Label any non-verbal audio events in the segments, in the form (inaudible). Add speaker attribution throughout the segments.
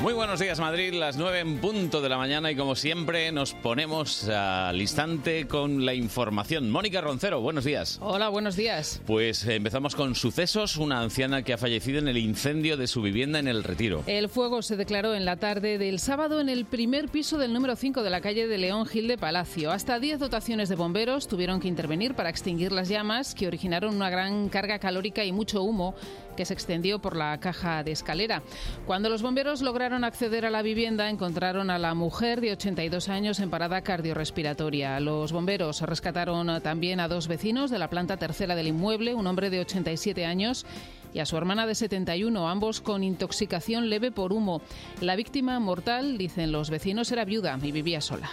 Speaker 1: Muy buenos días Madrid, las 9 en punto de la mañana y como siempre nos ponemos al instante con la información. Mónica Roncero, buenos días.
Speaker 2: Hola, buenos días.
Speaker 1: Pues empezamos con sucesos, una anciana que ha fallecido en el incendio de su vivienda en el retiro.
Speaker 2: El fuego se declaró en la tarde del sábado en el primer piso del número 5 de la calle de León Gil de Palacio. Hasta 10 dotaciones de bomberos tuvieron que intervenir para extinguir las llamas que originaron una gran carga calórica y mucho humo que se extendió por la caja de escalera. Cuando los bomberos lograron acceder a la vivienda, encontraron a la mujer de 82 años en parada cardiorrespiratoria. Los bomberos rescataron también a dos vecinos de la planta tercera del inmueble, un hombre de 87 años y a su hermana de 71, ambos con intoxicación leve por humo. La víctima mortal, dicen los vecinos, era viuda y vivía sola.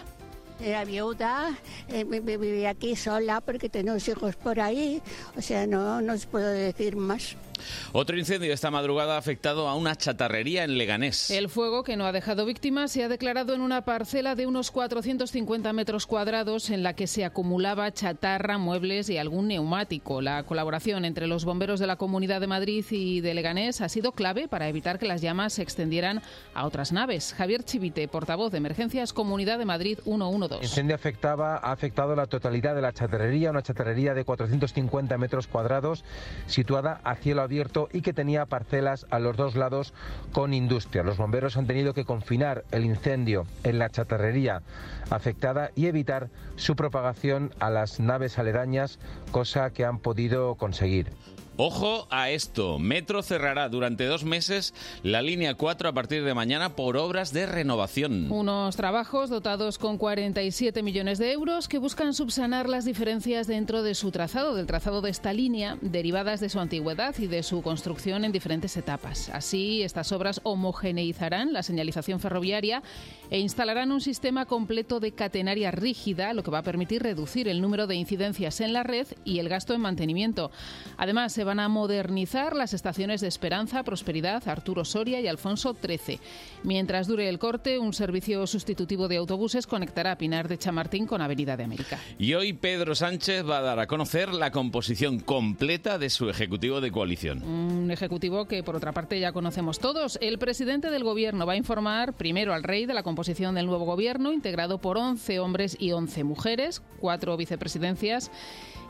Speaker 3: Era viuda, eh, vi- vi- vivía aquí sola porque tenemos hijos por ahí, o sea, no, no os puedo decir más.
Speaker 1: Otro incendio esta madrugada ha afectado a una chatarrería en Leganés.
Speaker 2: El fuego, que no ha dejado víctimas, se ha declarado en una parcela de unos 450 metros cuadrados en la que se acumulaba chatarra, muebles y algún neumático. La colaboración entre los bomberos de la Comunidad de Madrid y de Leganés ha sido clave para evitar que las llamas se extendieran a otras naves. Javier Chivite, portavoz de Emergencias Comunidad de Madrid 112.
Speaker 4: El incendio afectaba, ha afectado la totalidad de la chatarrería, una chatarrería de 450 metros cuadrados situada a cielo abierto y que tenía parcelas a los dos lados con industria. Los bomberos han tenido que confinar el incendio en la chatarrería afectada y evitar su propagación a las naves aledañas, cosa que han podido conseguir.
Speaker 1: Ojo a esto, Metro cerrará durante dos meses la línea 4 a partir de mañana por obras de renovación.
Speaker 2: Unos trabajos dotados con 47 millones de euros que buscan subsanar las diferencias dentro de su trazado, del trazado de esta línea, derivadas de su antigüedad y de su construcción en diferentes etapas. Así, estas obras homogeneizarán la señalización ferroviaria e instalarán un sistema completo de catenaria rígida, lo que va a permitir reducir el número de incidencias en la red y el gasto en mantenimiento. Además, se van a modernizar las estaciones de Esperanza, Prosperidad, Arturo Soria y Alfonso XIII. Mientras dure el corte, un servicio sustitutivo de autobuses conectará Pinar de Chamartín con Avenida de América.
Speaker 1: Y hoy Pedro Sánchez va a dar a conocer la composición completa de su ejecutivo de coalición.
Speaker 2: Un ejecutivo que, por otra parte, ya conocemos todos. El presidente del gobierno va a informar primero al rey de la composición del nuevo gobierno, integrado por 11 hombres y 11 mujeres, cuatro vicepresidencias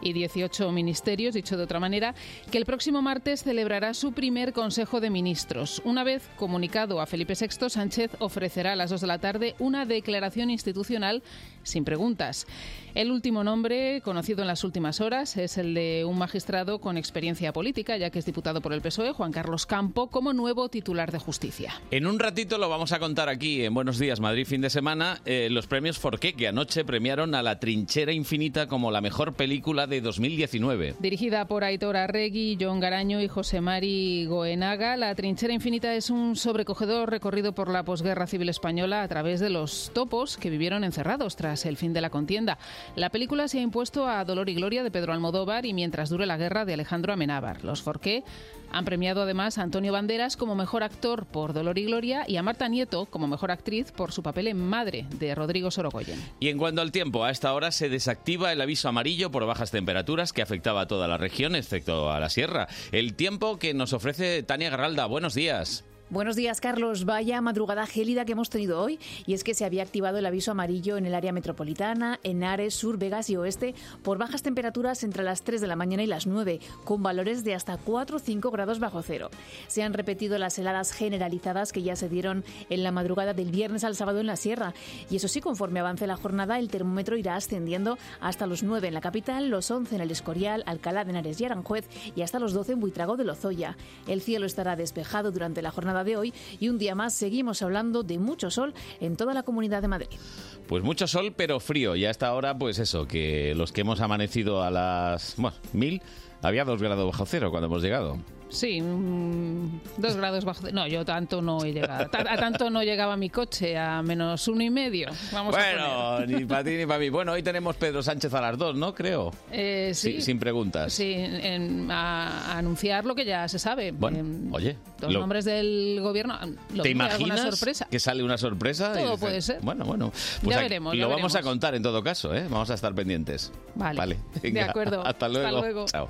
Speaker 2: y 18 ministerios, dicho de otra manera, que el próximo martes celebrará su primer Consejo de Ministros. Una vez comunicado a Felipe VI, Sánchez ofrecerá a las 2 de la tarde una declaración institucional sin preguntas. El último nombre conocido en las últimas horas es el de un magistrado con experiencia política, ya que es diputado por el PSOE, E, Juan Carlos Campo, como nuevo titular de justicia.
Speaker 1: En un ratito lo vamos a contar aquí en Buenos Días Madrid fin de semana eh, los premios Forqué que anoche premiaron a La Trinchera Infinita como la mejor película de 2019.
Speaker 2: Dirigida por Aitor Arregui, John Garaño y José Mari Goenaga, La Trinchera Infinita es un sobrecogedor recorrido por la posguerra civil española a través de los topos que vivieron encerrados tras el fin de la contienda. La película se ha impuesto a Dolor y Gloria de Pedro Almodóvar y Mientras dure la guerra de Alejandro Amenábar. Los Forqué han premiado además a Antonio Banderas como mejor actor por Dolor y Gloria y a Marta Nieto como mejor actriz por su papel en Madre de Rodrigo Sorogoyen.
Speaker 1: Y en cuanto al tiempo, a esta hora se desactiva el aviso amarillo por bajas temperaturas que afectaba a toda la región, excepto a la sierra. El tiempo que nos ofrece Tania Garralda. Buenos días.
Speaker 5: Buenos días, Carlos. Vaya madrugada gélida que hemos tenido hoy. Y es que se había activado el aviso amarillo en el área metropolitana, en Ares, Sur, Vegas y Oeste, por bajas temperaturas entre las 3 de la mañana y las 9, con valores de hasta 4 o 5 grados bajo cero. Se han repetido las heladas generalizadas que ya se dieron en la madrugada del viernes al sábado en la sierra. Y eso sí, conforme avance la jornada, el termómetro irá ascendiendo hasta los 9 en la capital, los 11 en el Escorial, Alcalá de Henares y Aranjuez y hasta los 12 en Buitrago de Lozoya. El cielo estará despejado durante la jornada de hoy y un día más seguimos hablando de mucho sol en toda la comunidad de Madrid.
Speaker 1: Pues mucho sol, pero frío. Y a esta hora, pues eso, que los que hemos amanecido a las bueno, mil, había dos grados bajo cero cuando hemos llegado.
Speaker 2: Sí, mm, dos grados bajo. de- No, yo tanto no he llegado. Ta- A tanto no llegaba mi coche, a menos uno y medio. Vamos a
Speaker 1: bueno, (laughs) ni para ti ni para mí. Bueno, hoy tenemos Pedro Sánchez a las dos, ¿no? Creo.
Speaker 2: poner. Eh, sí,
Speaker 1: Sí, sin preguntas.
Speaker 2: sí, en- a, a anunciar lo que ya se sabe.
Speaker 1: Bueno, oye,
Speaker 2: Los
Speaker 1: lo-
Speaker 2: Em, nombres del gobierno. ¿Lo
Speaker 1: ¿te
Speaker 2: mismo hay
Speaker 1: imaginas
Speaker 2: alguna sorpresa?
Speaker 1: que sale una sorpresa?
Speaker 2: Todo
Speaker 1: dices,
Speaker 2: puede ser.
Speaker 1: Bueno, bueno. pues
Speaker 2: Ya
Speaker 1: aquí-
Speaker 2: veremos,
Speaker 1: Lo
Speaker 2: ya
Speaker 1: vamos a
Speaker 2: veremos.
Speaker 1: contar en todo caso, ¿eh? Vamos a estar pendientes.
Speaker 2: Vale. De
Speaker 1: venga,
Speaker 2: acuerdo.
Speaker 1: (laughs) Hasta
Speaker 2: Hasta
Speaker 1: luego.
Speaker 2: luego.
Speaker 1: Chao.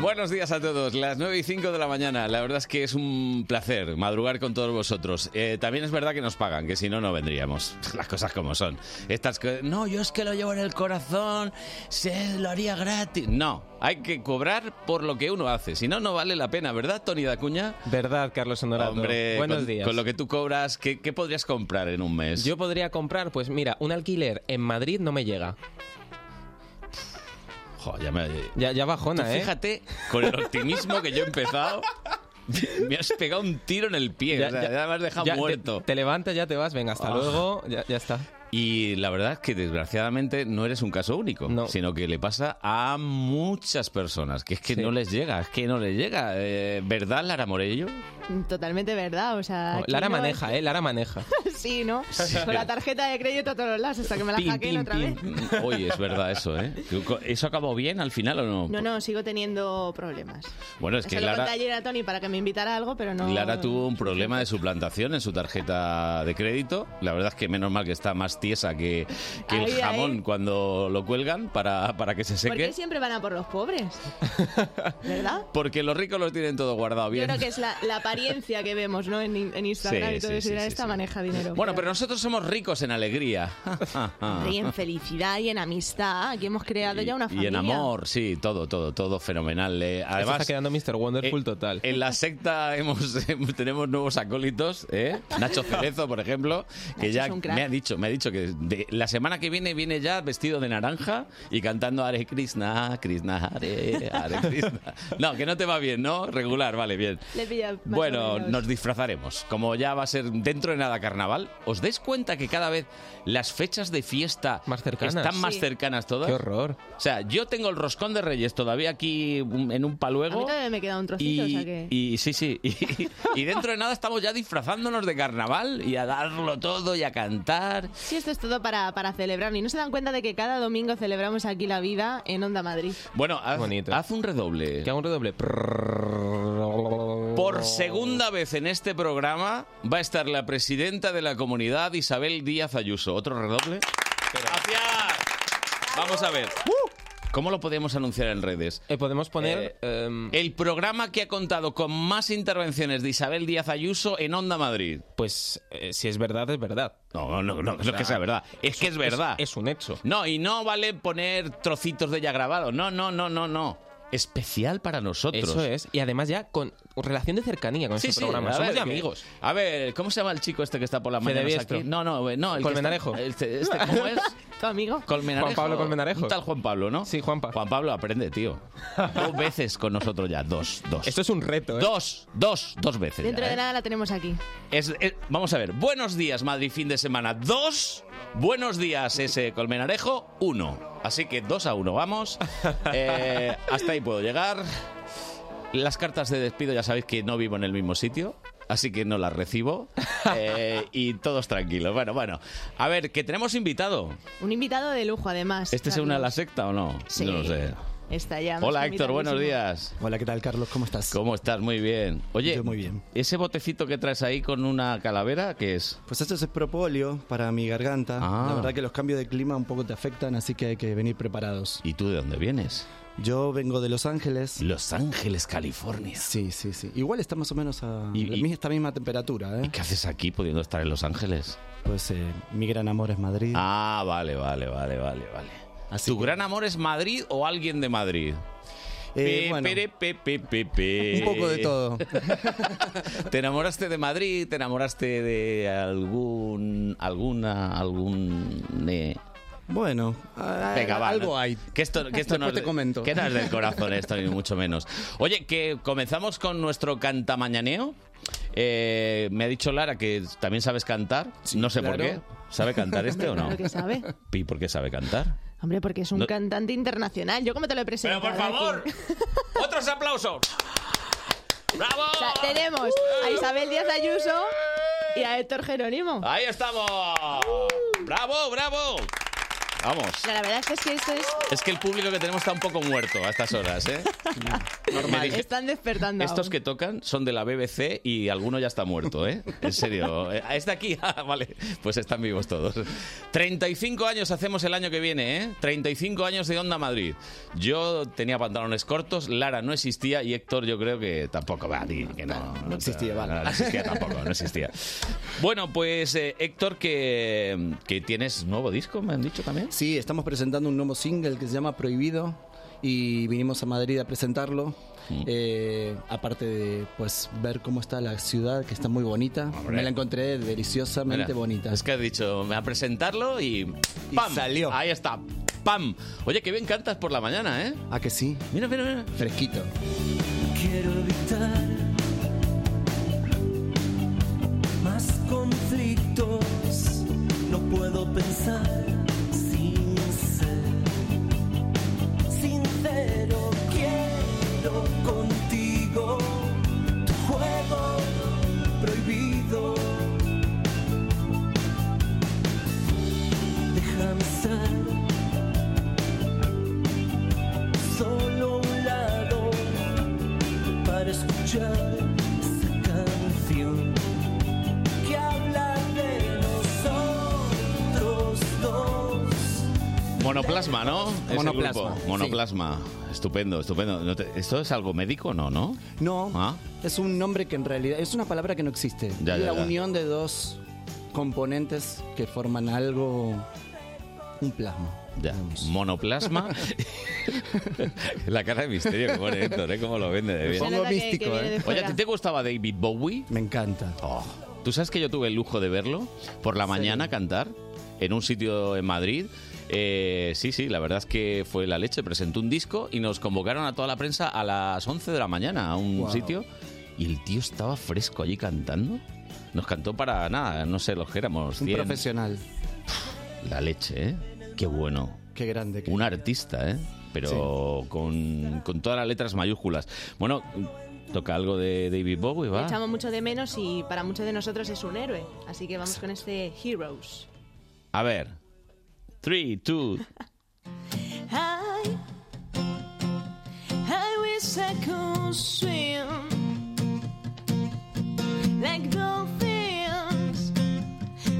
Speaker 1: Buenos días a todos, las 9 y 5 de la mañana. La verdad es que es un placer madrugar con todos vosotros. Eh, también es verdad que nos pagan, que si no, no vendríamos. (laughs) Las cosas como son. Estas co- No, yo es que lo llevo en el corazón, se lo haría gratis. No, hay que cobrar por lo que uno hace. Si no, no vale la pena, ¿verdad, Tony Dacuña?
Speaker 6: Verdad, Carlos Honorato.
Speaker 1: Hombre,
Speaker 6: Buenos
Speaker 1: con,
Speaker 6: días.
Speaker 1: con lo que tú cobras, ¿qué, qué podrías comprar en un mes?
Speaker 6: Yo podría comprar, pues mira, un alquiler en Madrid no me llega.
Speaker 1: Jo, ya me...
Speaker 6: Ya, ya bajona,
Speaker 1: Tú
Speaker 6: ¿eh?
Speaker 1: Fíjate, con el
Speaker 6: (laughs)
Speaker 1: optimismo que yo he empezado, me has pegado un tiro en el pie. o sea, ya me has dejado
Speaker 6: ya te-
Speaker 1: muerto.
Speaker 6: Te, levantas, ya te vas, venga, hasta
Speaker 1: Ah.
Speaker 6: luego, ya, ya está.
Speaker 1: Y la verdad es que desgraciadamente no eres un caso único,
Speaker 6: No.
Speaker 1: sino que le pasa a muchas personas, que es que
Speaker 6: Sí.
Speaker 1: no les llega, es que no les llega. Eh, ¿Verdad, Lara Morello?
Speaker 7: Totalmente verdad, o
Speaker 1: Oh,
Speaker 7: sea... aquí
Speaker 6: Lara
Speaker 7: no-
Speaker 6: maneja, ¿eh? Lara maneja.
Speaker 7: (laughs) Sí, ¿no? Con la tarjeta de crédito a todos lados, hasta que me la
Speaker 6: Pim,
Speaker 7: hackeen
Speaker 6: pim,
Speaker 7: otra
Speaker 6: pim.
Speaker 7: vez.
Speaker 1: (laughs) Oye, es verdad eso, ¿eh? ¿Eso acabó bien al final o no?
Speaker 7: No, no, sigo teniendo problemas.
Speaker 1: Bueno, es
Speaker 7: Se
Speaker 1: que
Speaker 7: lo
Speaker 1: Lara...
Speaker 7: conté ayer a Tony para que me invitara a algo, pero no...
Speaker 1: Lara tuvo un problema de suplantación en su tarjeta de crédito. La verdad es que menos mal que está más tiesa que, que
Speaker 7: Ahí,
Speaker 1: el
Speaker 7: ahí.
Speaker 1: jamón cuando lo cuelgan para, para que se
Speaker 7: ¿Por qué
Speaker 1: seque.
Speaker 7: siempre van a por
Speaker 1: (laughs)
Speaker 7: los pobres? ¿Verdad?
Speaker 1: Porque los ricos los tienen todo guardado bien.
Speaker 7: Yo creo que es la, la apariencia que vemos, ¿no? En, en Instagram
Speaker 1: Sí,
Speaker 7: y todo
Speaker 1: sí,
Speaker 7: eso.
Speaker 1: sí,
Speaker 7: Mira,
Speaker 1: sí,
Speaker 7: esta
Speaker 1: sí.
Speaker 7: maneja dinero.
Speaker 1: (laughs) Bueno, pero nosotros somos ricos en
Speaker 7: (laughs)
Speaker 1: alegría.
Speaker 7: Y en felicidad y en amistad. Aquí hemos creado ya una
Speaker 1: Y- y
Speaker 7: familia.
Speaker 1: en amor, sí, todo, todo, todo fenomenal. Eh, además,
Speaker 6: Eso está quedando Mr. Wonderful
Speaker 1: eh,
Speaker 6: total.
Speaker 1: En la secta hemos, (laughs) hemos- tenemos nuevos acólitos, ¿eh?
Speaker 7: (laughs)
Speaker 1: Nacho Cerezo, por ejemplo, que
Speaker 7: Nacho
Speaker 1: ya
Speaker 7: es un crack.
Speaker 1: me ha dicho, me ha dicho que de- la semana que viene viene ya vestido de naranja y cantando Hare Krishna, Krishna Hare, Hare Krishna.
Speaker 7: (laughs)
Speaker 1: No, que no te va bien, ¿no? Regular, vale, bien.
Speaker 7: Le pilla más o
Speaker 1: Bueno,
Speaker 7: menos.
Speaker 1: nos disfrazaremos. Como ya va a ser dentro de nada carnaval, ¿os dais cuenta que cada vez las fechas de fiesta
Speaker 6: Más cercanas.
Speaker 1: están más
Speaker 7: Sí.
Speaker 1: cercanas todas?
Speaker 6: Qué horror.
Speaker 1: O sea, yo tengo el roscón de Reyes todavía aquí um, en un
Speaker 7: A mí
Speaker 1: paluego.
Speaker 7: todavía me queda un trocito, o
Speaker 1: Y,
Speaker 7: sea que...
Speaker 1: y- sí, sí. Y, y dentro de nada estamos ya disfrazándonos de carnaval y a darlo todo y a cantar.
Speaker 7: Sí, esto es todo para, para celebrar. Y no se dan cuenta de que cada domingo celebramos aquí la vida en Onda Madrid.
Speaker 1: Bueno, haz,
Speaker 6: bonito.
Speaker 1: haz un redoble.
Speaker 6: Que hago un redoble.
Speaker 1: Por segunda vez en este programa va a estar la presidenta de la comunidad, Isabel Díaz Ayuso. ¿Otro redoble? ¡Gracias! Vamos a ver. Uh. ¿Cómo lo podemos anunciar en redes?
Speaker 6: Eh, podemos poner... em,
Speaker 1: El programa que ha contado con más intervenciones de Isabel Díaz Ayuso en Onda Madrid.
Speaker 6: pues eh, si es verdad, es verdad.
Speaker 1: No, no, no, no es que sea verdad. Es que es verdad.
Speaker 6: Es, es un hecho.
Speaker 1: No, y no vale poner trocitos de ella grabados. No, no, no, no, no. Especial para nosotros.
Speaker 6: Eso es. Y además ya con relación de cercanía con
Speaker 1: Sí,
Speaker 6: este
Speaker 1: sí,
Speaker 6: programa.
Speaker 1: a
Speaker 6: Somos
Speaker 1: ver,
Speaker 6: de
Speaker 1: que-
Speaker 6: amigos.
Speaker 1: A ver, ¿cómo se llama el chico este que está por la
Speaker 6: Fede
Speaker 1: mañana
Speaker 6: Biestro.
Speaker 1: aquí? No, no, eh, no, el que está-
Speaker 6: Colmenarejo.
Speaker 1: este, este, ¿Cómo
Speaker 8: (laughs)
Speaker 1: es?
Speaker 7: ¿Tu amigo?
Speaker 1: Colmenarejo.
Speaker 6: Juan Pablo Colmenarejo.
Speaker 1: Un tal Juan Pablo, ¿no?
Speaker 6: Sí, Juanpa.
Speaker 1: Juan Pablo aprende, tío. Dos veces con nosotros ya, dos, dos.
Speaker 6: Esto es un reto, ¿eh?
Speaker 1: Dos, dos, dos veces.
Speaker 7: Dentro
Speaker 1: ya,
Speaker 7: de
Speaker 1: ¿eh?
Speaker 7: nada la tenemos aquí.
Speaker 1: Es- es- vamos a ver, buenos días Madrid fin de semana 2, buenos días ese Colmenarejo 1. Así que 2 a
Speaker 6: (laughs)
Speaker 1: 1, vamos. Eh, hasta ahí puedo llegar. Las cartas de despido ya sabéis que no vivo en el mismo sitio, así que no
Speaker 6: (laughs)
Speaker 1: las recibo. Eh, y todos tranquilos. Bueno, bueno. A ver, que tenemos invitado.
Speaker 7: Un invitado de lujo, además.
Speaker 1: ¿Este se
Speaker 7: Carlos.
Speaker 1: une a la secta o no?
Speaker 7: Sí.
Speaker 1: No lo sé.
Speaker 7: Está ya. más
Speaker 1: Hola
Speaker 7: que
Speaker 1: Héctor, buenos
Speaker 7: invitadísimo.
Speaker 1: días.
Speaker 9: Hola, ¿qué tal, Carlos? ¿Cómo estás?
Speaker 1: ¿Cómo estás? Muy bien. Oye,
Speaker 9: Yo muy bien.
Speaker 1: ese botecito que traes ahí con una calavera, ¿qué es?
Speaker 9: Pues esto es propóleo para mi garganta.
Speaker 1: Ah.
Speaker 9: La verdad que los cambios de clima un poco te afectan, así que hay que venir preparados.
Speaker 1: ¿Y tú de dónde vienes?
Speaker 9: Yo vengo de Los Ángeles.
Speaker 1: Los Ángeles, California.
Speaker 9: Sí, sí, sí. Igual está más o menos a
Speaker 1: Y- y-
Speaker 9: la mi- esta misma temperatura,
Speaker 1: ¿Y
Speaker 9: ¿eh?
Speaker 1: qué haces aquí pudiendo estar en Los Ángeles?
Speaker 9: Pues eh, mi gran amor es Madrid.
Speaker 1: Ah, vale, vale, vale, vale, vale.
Speaker 9: Así
Speaker 1: ¿Tu
Speaker 9: que-
Speaker 1: gran amor es Madrid o alguien de Madrid?
Speaker 9: Eh,
Speaker 1: Pe,
Speaker 9: bueno,
Speaker 1: pere, pe, pe, pe, pe.
Speaker 9: un poco de todo.
Speaker 1: (laughs) ¿Te enamoraste de Madrid? ¿Te enamoraste de algún. alguna. algún. eh,
Speaker 9: Bueno, a- a-
Speaker 1: Venga, va.
Speaker 9: algo
Speaker 1: ¿no?
Speaker 9: hay.
Speaker 1: Que esto, que esto
Speaker 9: Después
Speaker 1: no es
Speaker 9: te
Speaker 1: de-
Speaker 9: comento.
Speaker 1: que no es del corazón esto, ni mucho menos. Oye, que comenzamos con nuestro cantamañaneo. Eh, me ha dicho Lara que también sabes cantar. no sé por
Speaker 8: claro.
Speaker 1: qué. ¿Sabe cantar este o
Speaker 7: (laughs)
Speaker 1: no?
Speaker 8: Hombre, claro que sabe.
Speaker 1: (laughs) ¿Y por qué sabe cantar?
Speaker 8: Hombre, porque es un
Speaker 1: No-
Speaker 8: cantante internacional. Yo como te lo he presentado.
Speaker 1: por favor, ¡Otros aplausos! ¡Bravo!
Speaker 8: O sea, tenemos a Isabel Díaz Ayuso y a Héctor Jerónimo.
Speaker 1: ¡Ahí estamos! ¡Bravo, bravo! Vamos.
Speaker 8: O sea, la verdad es que, es que esto es
Speaker 1: Es que el público que tenemos está un poco muerto a estas horas, ¿eh? Me
Speaker 8: normal.
Speaker 1: dije-
Speaker 8: Están despertando.
Speaker 1: Estos
Speaker 8: aún.
Speaker 1: que tocan son de la BBC y alguno ya está muerto, ¿eh? En (laughs) serio. Eh, ¿Es de aquí? Ah, vale. Pues están vivos todos. 35 años hacemos el año que viene, ¿eh? 35 años de Onda Madrid. Yo tenía pantalones cortos, Lara no existía y Héctor yo creo que tampoco. Va, di que no. No existía, vale. No, existía (laughs) tampoco, no existía. Bueno, pues eh, Héctor, que, que tienes nuevo disco, me han dicho también.
Speaker 9: Sí, estamos presentando un nuevo single que se llama Prohibido y vinimos a Madrid a presentarlo. Eh, aparte de pues ver cómo está la ciudad, que está muy bonita. Me la encontré deliciosamente
Speaker 1: Mira,
Speaker 9: bonita.
Speaker 1: Es que has dicho, a presentarlo y ¡pam! salió. Ahí está, ¡pam! Oye, qué bien cantas por la mañana, ¿eh?
Speaker 9: ¿A Ah, que sí?
Speaker 1: Mira, mira, mira.
Speaker 9: Fresquito.
Speaker 10: Quiero evitar más conflictos. No puedo pensar sin ser sincero. Quiero contigo tu juego prohibido. Déjame ser solo un lado para escuchar esa canción que habla de nosotros dos.
Speaker 1: Monoplasma, ¿no? Es el
Speaker 9: Monoplasma,
Speaker 1: grupo.
Speaker 9: sí.
Speaker 1: Monoplasma. Estupendo, estupendo. No te- ¿Esto es algo médico? No, ¿no?
Speaker 9: No,
Speaker 1: Ah.
Speaker 9: es un nombre que en realidad es una palabra que no existe.
Speaker 1: Ya,
Speaker 9: Es
Speaker 1: ya,
Speaker 9: la
Speaker 1: ya.
Speaker 9: unión de dos componentes que forman algo, un plasma.
Speaker 1: Ya.
Speaker 8: (laughs)
Speaker 1: Monoplasma. la cara de misterio que pone Héctor, ¿eh? Cómo lo vende de
Speaker 8: Se
Speaker 1: bien.
Speaker 8: nota que- que viene de
Speaker 1: Oye,
Speaker 8: fuera.
Speaker 1: ¿a ti te gustaba David Bowie?
Speaker 9: Me encanta.
Speaker 1: Oh, ¿Tú sabes que yo tuve el lujo de verlo por la mañana cantar en un sitio en Madrid? Eh, sí, sí, la verdad es que fue la leche. Presentó un disco y nos convocaron a toda la prensa a las 11 de la mañana a un
Speaker 9: Wow.
Speaker 1: sitio y el tío estaba fresco allí cantando. Nos cantó para nada, no sé, los que éramos
Speaker 9: Un
Speaker 1: 100.
Speaker 9: profesional.
Speaker 1: La leche, ¿eh? Qué bueno.
Speaker 9: Qué grande. qué-
Speaker 1: Un artista, ¿eh? Pero con, con todas las letras mayúsculas. Bueno, toca algo de David Bowie,
Speaker 8: Le
Speaker 1: ¿va?
Speaker 8: echamos mucho de menos y para muchos de nosotros es un héroe. Así que vamos con este Heroes.
Speaker 1: A ver. 3, 2,
Speaker 8: I, I wish I could swim like dolphins,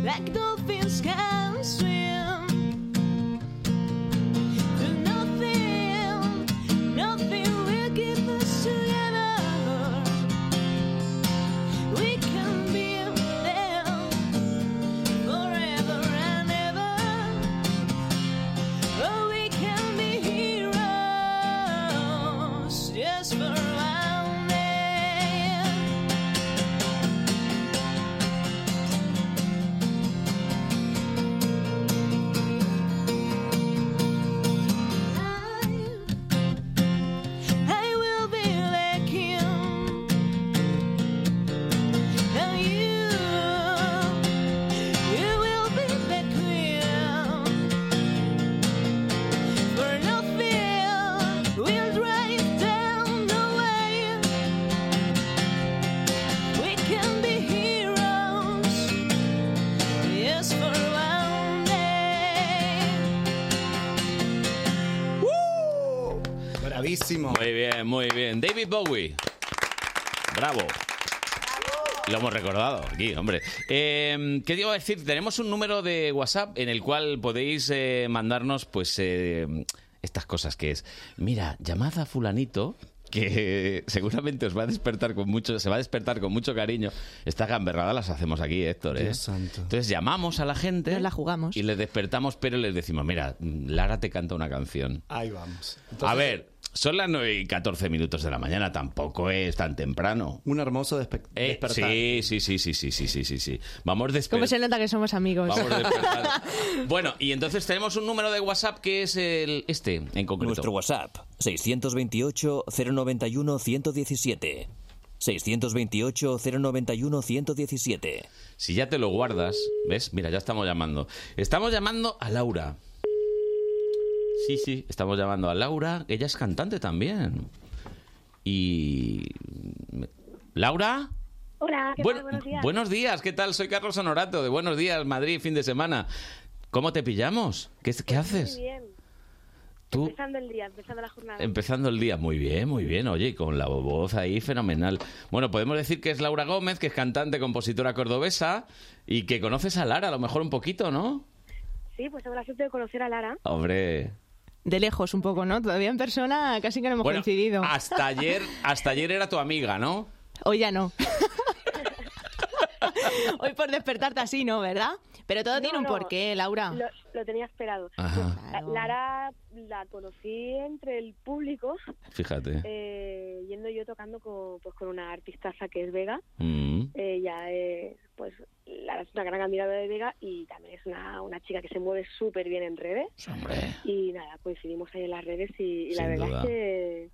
Speaker 8: like dolphins can swim. Do nothing, nothing will keep us together. We can be them forever and ever. Oh, we can be heroes just for one day. I, I will be like him, and you, you will be like him. For nothing will drive down the way. We can be heroes, yes, for one day.
Speaker 9: Bravísimo.
Speaker 1: Muy bien, muy bien. David Bowie. Bravo. Lo hemos recordado aquí, hombre. Eh, ¿Qué digo decir? Tenemos un número de WhatsApp en el cual podéis eh, mandarnos, pues, eh, estas cosas que es. Mira, llamad a fulanito que (laughs) seguramente os va a despertar con mucho, se va a despertar con mucho cariño. Estas gamberradas las hacemos aquí, Héctor. ¿eh?
Speaker 9: Dios santo.
Speaker 1: Entonces llamamos a la gente
Speaker 8: Nos la jugamos.
Speaker 1: y les despertamos, pero les decimos, mira, Lara te canta una canción.
Speaker 9: Ahí vamos.
Speaker 1: a ver, Son las 9 y 14 minutos de la mañana, tampoco es tan temprano.
Speaker 9: Un hermoso despe-
Speaker 1: Eh,
Speaker 9: despertar.
Speaker 1: sí, sí, sí, sí, sí, sí, sí, sí, sí. Vamos después.
Speaker 7: ¿Cómo se nota que somos amigos?
Speaker 1: Vamos
Speaker 7: (laughs)
Speaker 1: despertando. Bueno, y entonces tenemos un número de WhatsApp que es el este, en concreto.
Speaker 11: Nuestro WhatsApp, 628-091-117. 628-091-117.
Speaker 1: Si ya te lo guardas, ¿ves? Mira, ya estamos llamando. Estamos llamando a Laura. Sí, sí, estamos llamando a Laura. que Ella es cantante también. Y... ¿Laura?
Speaker 12: Hola, ¿qué
Speaker 1: Bueno,
Speaker 12: tal? Buenos días.
Speaker 1: Buenos días, ¿qué tal? Soy Carlos Honorato, de Buenos Días, Madrid, fin de semana. ¿Cómo te pillamos? ¿Qué, qué haces?
Speaker 12: Pues Muy bien.
Speaker 1: Tú Eh.
Speaker 12: Empezando el día, empezando la jornada.
Speaker 1: empezando el día. Muy bien, muy bien. Oye, y con la voz ahí fenomenal. Bueno, podemos decir que es Laura Gómez, que es cantante, compositora cordobesa y que conoces a Lara a lo mejor un poquito, ¿no?
Speaker 12: Sí, pues tengo la suerte de conocer a Lara.
Speaker 1: Hombre.
Speaker 7: De lejos un poco, ¿no? Todavía en persona casi que no hemos
Speaker 1: Bueno,
Speaker 7: coincidido.
Speaker 1: hasta ayer, hasta ayer era tu amiga, ¿no?
Speaker 7: (laughs) Hoy ya no. (laughs) Hoy por despertarte así, ¿no? ¿Verdad? Pero todo
Speaker 12: No,
Speaker 7: tiene un
Speaker 12: no,
Speaker 7: porqué, Laura.
Speaker 12: Lo, lo tenía esperado.
Speaker 1: Ajá.
Speaker 12: La- Lara la conocí entre el público.
Speaker 1: Fíjate.
Speaker 12: eh, yendo yo tocando con, pues, con una artistaza que es Vega.
Speaker 1: Mm.
Speaker 12: Ella es, eh, pues, Lara es una gran admiradora de Vega y también es una, una chica que se mueve súper bien en redes. Y nada, coincidimos ahí en las redes y, y la
Speaker 1: Sin
Speaker 12: verdad
Speaker 1: duda.
Speaker 12: es que,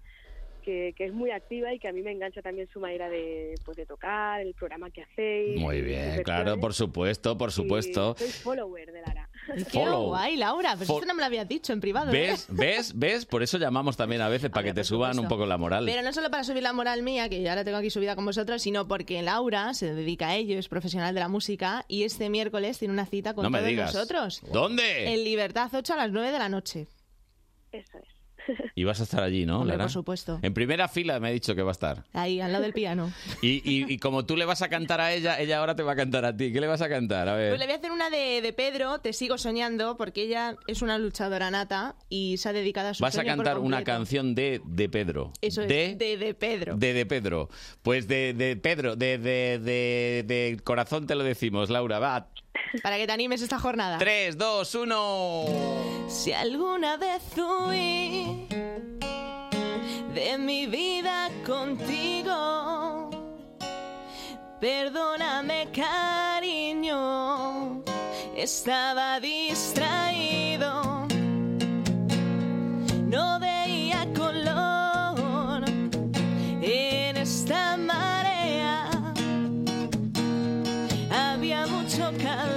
Speaker 12: que, que es muy activa y que a mí me engancha también su manera de, pues, de tocar, el programa que hacéis.
Speaker 1: Muy
Speaker 12: sus
Speaker 1: bien,
Speaker 12: versiones.
Speaker 1: claro, por supuesto, por supuesto.
Speaker 12: Y Soy follower de Lara.
Speaker 7: Qué
Speaker 1: Follow.
Speaker 7: guay, Laura. Pero
Speaker 1: Fo-
Speaker 7: esto no me lo habías dicho en privado. ¿eh?
Speaker 1: ¿Ves? ¿Ves? ¿Ves? Por eso llamamos también a veces, para que te suban un
Speaker 7: supuesto.
Speaker 1: poco la moral.
Speaker 7: Pero no solo para subir la moral mía, que yo ahora tengo aquí subida con vosotros, sino porque Laura se dedica a ello, es profesional de la música y este miércoles tiene una cita con
Speaker 1: No me
Speaker 7: todos
Speaker 1: digas.
Speaker 7: nosotros.
Speaker 1: ¿Dónde?
Speaker 7: En Libertad 8 a las 9 de la noche.
Speaker 12: Eso es.
Speaker 1: Y vas a estar allí, ¿no,
Speaker 7: Hombre,
Speaker 1: Lara?
Speaker 7: por supuesto.
Speaker 1: En primera fila me ha dicho que va a estar.
Speaker 7: (laughs) Ahí, al lado del
Speaker 1: (laughs)
Speaker 7: piano.
Speaker 1: Y, y- y como tú le vas a cantar a ella, ella ahora te va a cantar a ti. ¿Qué le vas a cantar? A
Speaker 7: Pues le
Speaker 1: ver.
Speaker 7: voy a hacer una de, de Pedro, Te sigo soñando, porque ella es una luchadora nata y se ha dedicado a su
Speaker 1: Vas a
Speaker 7: sueño por
Speaker 1: cantar una
Speaker 7: completo.
Speaker 1: canción de, de Pedro.
Speaker 7: Eso es,
Speaker 1: de,
Speaker 7: de, de Pedro.
Speaker 1: de, de Pedro. Pues de, de Pedro, de, de, de, de corazón te lo decimos, Laura. Va,
Speaker 7: Para que te animes esta jornada.
Speaker 1: 3, 2, 1.
Speaker 7: Si alguna vez huí de mi vida contigo, perdóname cariño, estaba distraído, no veía color en esta marea, había mucho calor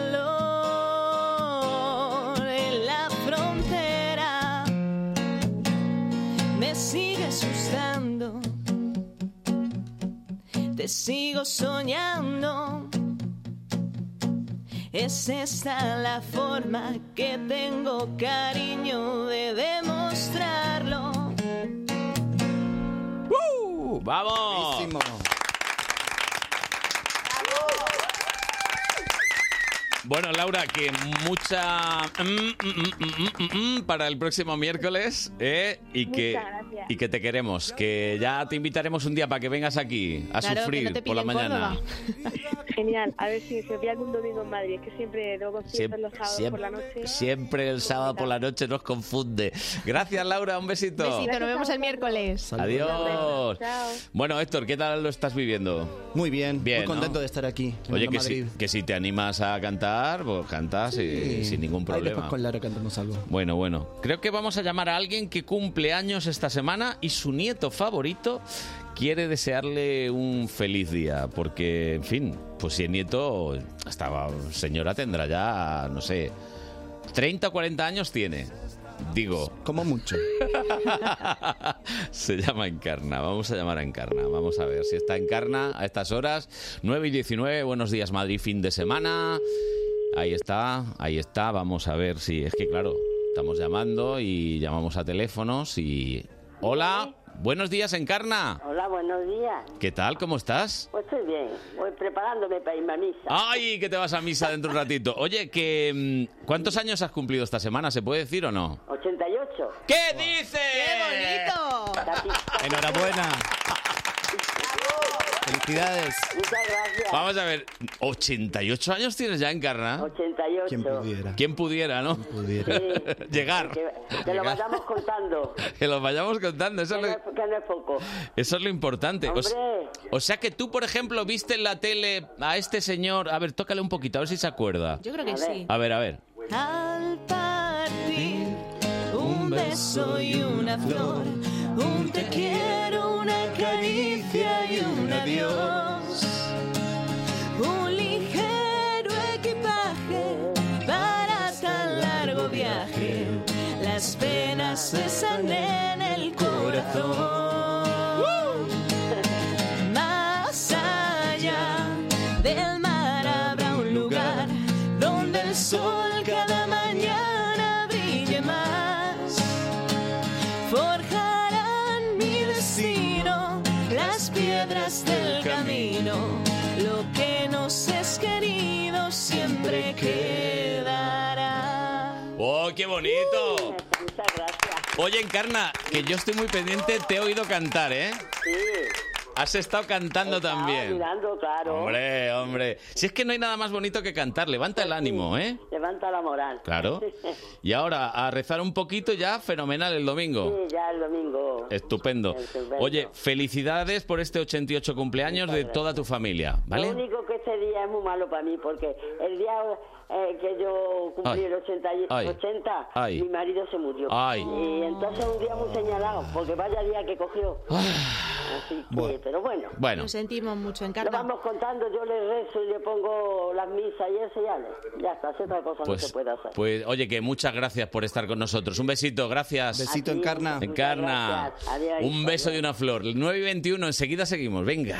Speaker 7: en la frontera. Me sigue asustando. Te sigo soñando. Es esta la forma que tengo cariño de demostrarlo.
Speaker 1: ¡Vamos! Bueno, Laura, que mucha mm, mm, mm, mm, mm, mm, para el próximo miércoles ¿eh? y,
Speaker 12: Muchas
Speaker 1: que,
Speaker 12: gracias.
Speaker 1: y que te queremos, que ya te invitaremos un día para que vengas aquí a
Speaker 12: Claro, que
Speaker 1: sufrir
Speaker 12: no te
Speaker 1: por la
Speaker 12: pille en
Speaker 1: mañana.
Speaker 12: (laughs) Genial, a ver si se ve algún domingo en Madrid, que siempre debo conciertos los sábados por la noche.
Speaker 1: siempre el sábado por la noche nos confunde. Gracias, Laura, un besito.
Speaker 7: Besito, nos vemos el miércoles.
Speaker 1: Adiós.
Speaker 7: Chao.
Speaker 1: Bueno, Héctor, ¿qué tal lo estás viviendo?
Speaker 9: Muy bien,
Speaker 1: Bien,
Speaker 9: muy
Speaker 1: ¿no?
Speaker 9: contento de estar aquí. en
Speaker 1: Oye, que
Speaker 9: Madrid.
Speaker 1: si, que si te animas a cantar, pues cantas y- sin ningún
Speaker 9: Ahí después
Speaker 1: problema.
Speaker 9: con Lara cantamos algo.
Speaker 1: Bueno, bueno. Creo que vamos a llamar a alguien que cumple años esta semana y su (laughs) nieto favorito quiere desearle un feliz día. Porque, en fin, pues si el nieto, esta señora tendrá ya, no sé, 30 o 40 años tiene. Digo.
Speaker 9: Como mucho.
Speaker 1: (laughs) Se llama Encarna. Vamos a llamar a Encarna. Vamos a ver si está Encarna a estas horas. 9 y 19. Buenos días, Madrid. Fin de semana. Ahí está. Ahí está. Vamos a ver si. Es que, claro, estamos llamando y llamamos a teléfonos y. Hola. Buenos días, Encarna.
Speaker 13: Hola, buenos días.
Speaker 1: ¿Qué tal? ¿Cómo estás?
Speaker 13: Pues estoy bien. Voy preparándome para irme a misa.
Speaker 1: ¡Ay! Que te vas a misa dentro de un ratito. Oye, que. mm, ¿Cuántos años has cumplido esta semana? ¿Se puede decir o no?
Speaker 13: 88.
Speaker 1: ¿Qué dices?
Speaker 13: ¡Qué bonito!
Speaker 1: Enhorabuena. Felicidades.
Speaker 13: Muchas gracias.
Speaker 1: Vamos a ver, 88 años tienes ya, Encarna.
Speaker 13: 88.
Speaker 1: Quien pudiera, ¿no?
Speaker 13: Sí.
Speaker 1: (laughs) Llegar.
Speaker 13: Que, que lo vayamos contando.
Speaker 1: Que los vayamos contando. Eso
Speaker 13: Que
Speaker 1: es
Speaker 13: no,
Speaker 1: lo,
Speaker 13: es, que no es poco.
Speaker 1: eso es lo importante. O, s-
Speaker 13: Hombre.
Speaker 1: o sea que tú, por ejemplo, viste en la tele a este señor. A ver, tócale un poquito, a ver si se acuerda.
Speaker 7: Yo creo que sí.
Speaker 1: A ver, a ver.
Speaker 8: Al partir un beso y una flor, un te quiero, una caricia y un adiós. Un ligero equipaje para tan largo viaje, las penas cesan en el corazón. Más allá del mar habrá un lugar donde el sol cada mañana brille más. Forjarán mi destino las piedras del camino. Lo que nos es querido siempre quedará.
Speaker 1: ¡Oh, qué bonito! Oye, Encarna, que yo estoy muy pendiente, te he oído cantar, ¿eh? Has estado cantando también.
Speaker 13: Ah, Mirando, claro.
Speaker 1: Hombre, hombre. Si es que no hay nada más bonito que cantar, levanta el ánimo, ¿eh?
Speaker 13: Levanta la moral. (laughs)
Speaker 1: Claro. Y ahora, a rezar un poquito ya, fenomenal el
Speaker 13: Sí,
Speaker 1: domingo.
Speaker 13: ya el domingo.
Speaker 1: Estupendo.
Speaker 13: Estupendo.
Speaker 1: Oye, felicidades por este 88 cumpleaños de toda tu familia,
Speaker 13: Lo
Speaker 1: ¿vale?
Speaker 13: único que este día es muy malo para mí, porque el día eh, que yo cumplí
Speaker 1: Ay.
Speaker 13: el 80, y-
Speaker 1: Ay.
Speaker 13: 80,
Speaker 1: Ay.
Speaker 13: mi marido se murió.
Speaker 1: Ay.
Speaker 13: Y entonces un día muy señalado, porque vaya día que cogió.
Speaker 6: Ah.
Speaker 13: Así que,
Speaker 1: Bueno.
Speaker 13: pero bueno.
Speaker 1: Bueno. Lo
Speaker 13: sentimos mucho, encargo. Lo vamos contando, yo le rezo y le pongo las misas y eso ya, le- ya está, si otra cosa no se
Speaker 1: Pues,
Speaker 13: puede hacer.
Speaker 1: pues, oye, que muchas gracias por estar con nosotros. Un besito, gracias.
Speaker 13: Besito, A ti, Encarna. muchas
Speaker 1: Encarna.
Speaker 13: gracias. Adiós.
Speaker 1: Un beso y una flor. 9 y 21, enseguida seguimos. Venga.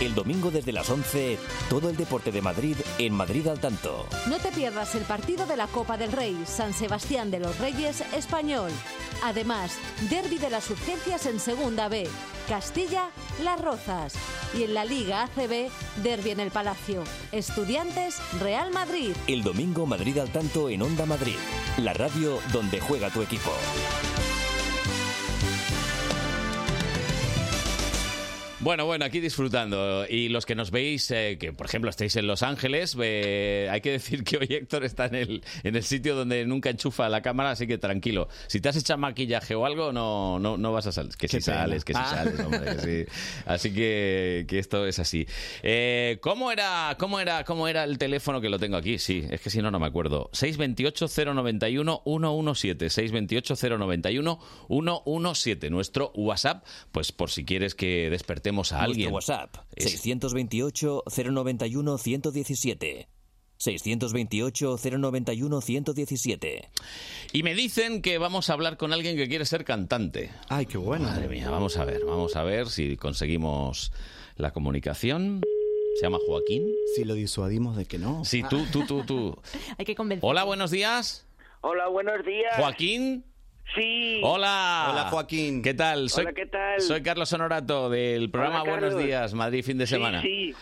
Speaker 11: El domingo desde las 11, todo el deporte de Madrid en Madrid al tanto.
Speaker 14: No te pierdas el partido de la Copa del Rey, San Sebastián de los Reyes Español. Además, Derby de las Urgencias en Segunda B, Castilla, Las Rozas. Y en la Liga ACB, Derby en el Palacio, Estudiantes, Real Madrid.
Speaker 11: El domingo Madrid al tanto en Onda Madrid, la radio donde juega tu equipo.
Speaker 1: Bueno, bueno, aquí disfrutando. Y los que nos veis, eh, que por ejemplo estáis en Los Ángeles, eh, hay que decir que hoy Héctor está en el, en el sitio donde nunca enchufa la cámara, así que tranquilo. Si te has echado maquillaje o algo, no, no, no vas a salir. Que si
Speaker 15: pena.
Speaker 1: sales, que si
Speaker 15: Ah.
Speaker 1: sales, Pues, hombre. sí. Así que, que esto es así. Eh, ¿cómo, era, cómo, era, ¿Cómo era el teléfono que lo tengo aquí? Sí, es que si no, no me acuerdo. 628-091-117. 628-091-117. Nuestro WhatsApp, pues por si quieres que despertemos a alguien.
Speaker 11: Nuestro WhatsApp, 628-091-117. 628-091-117.
Speaker 1: Y me dicen que vamos a hablar con alguien que quiere ser cantante. Ay, qué bueno. Madre mía, vamos a ver, vamos a ver si conseguimos la comunicación. Se llama Joaquín.
Speaker 9: Si lo disuadimos de que no.
Speaker 1: Sí, tú, tú, tú,
Speaker 9: (laughs)
Speaker 1: tú.
Speaker 7: Hay que convencer.
Speaker 1: Hola, buenos días.
Speaker 10: Hola, buenos días.
Speaker 1: Joaquín.
Speaker 10: Sí.
Speaker 1: Hola.
Speaker 10: Hola,
Speaker 1: Joaquín. ¿Qué tal? Soy,
Speaker 10: Hola, ¿qué tal?
Speaker 1: Soy Carlos Honorato del programa
Speaker 10: Hola,
Speaker 1: Buenos
Speaker 10: Carlos.
Speaker 1: Días, Madrid Fin de
Speaker 10: Sí,
Speaker 1: Semana.
Speaker 10: sí.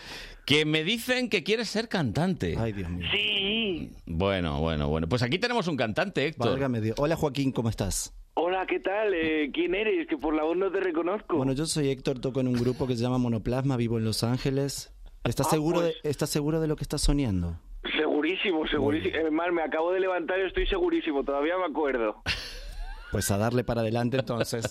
Speaker 1: Que me dicen que quieres ser cantante. Ay, Dios mío.
Speaker 10: Sí.
Speaker 1: Bueno, bueno, bueno. Pues aquí tenemos un cantante, Héctor.
Speaker 9: Válgame Dios. Hola Joaquín, ¿cómo estás?
Speaker 10: Hola, ¿qué tal? Eh, ¿Quién eres? Que por la voz no te reconozco.
Speaker 9: Bueno, yo soy Héctor, toco en un grupo que se llama Monoplasma, vivo en Los Ángeles.
Speaker 1: Ah,
Speaker 9: ¿Estás, seguro,
Speaker 1: pues.
Speaker 9: de, ¿estás seguro de lo que estás soñando?
Speaker 10: Segurísimo, segurísimo. Es más, me acabo de levantar y estoy segurísimo. Todavía me acuerdo.
Speaker 9: Pues a darle para adelante
Speaker 1: (laughs)
Speaker 9: entonces.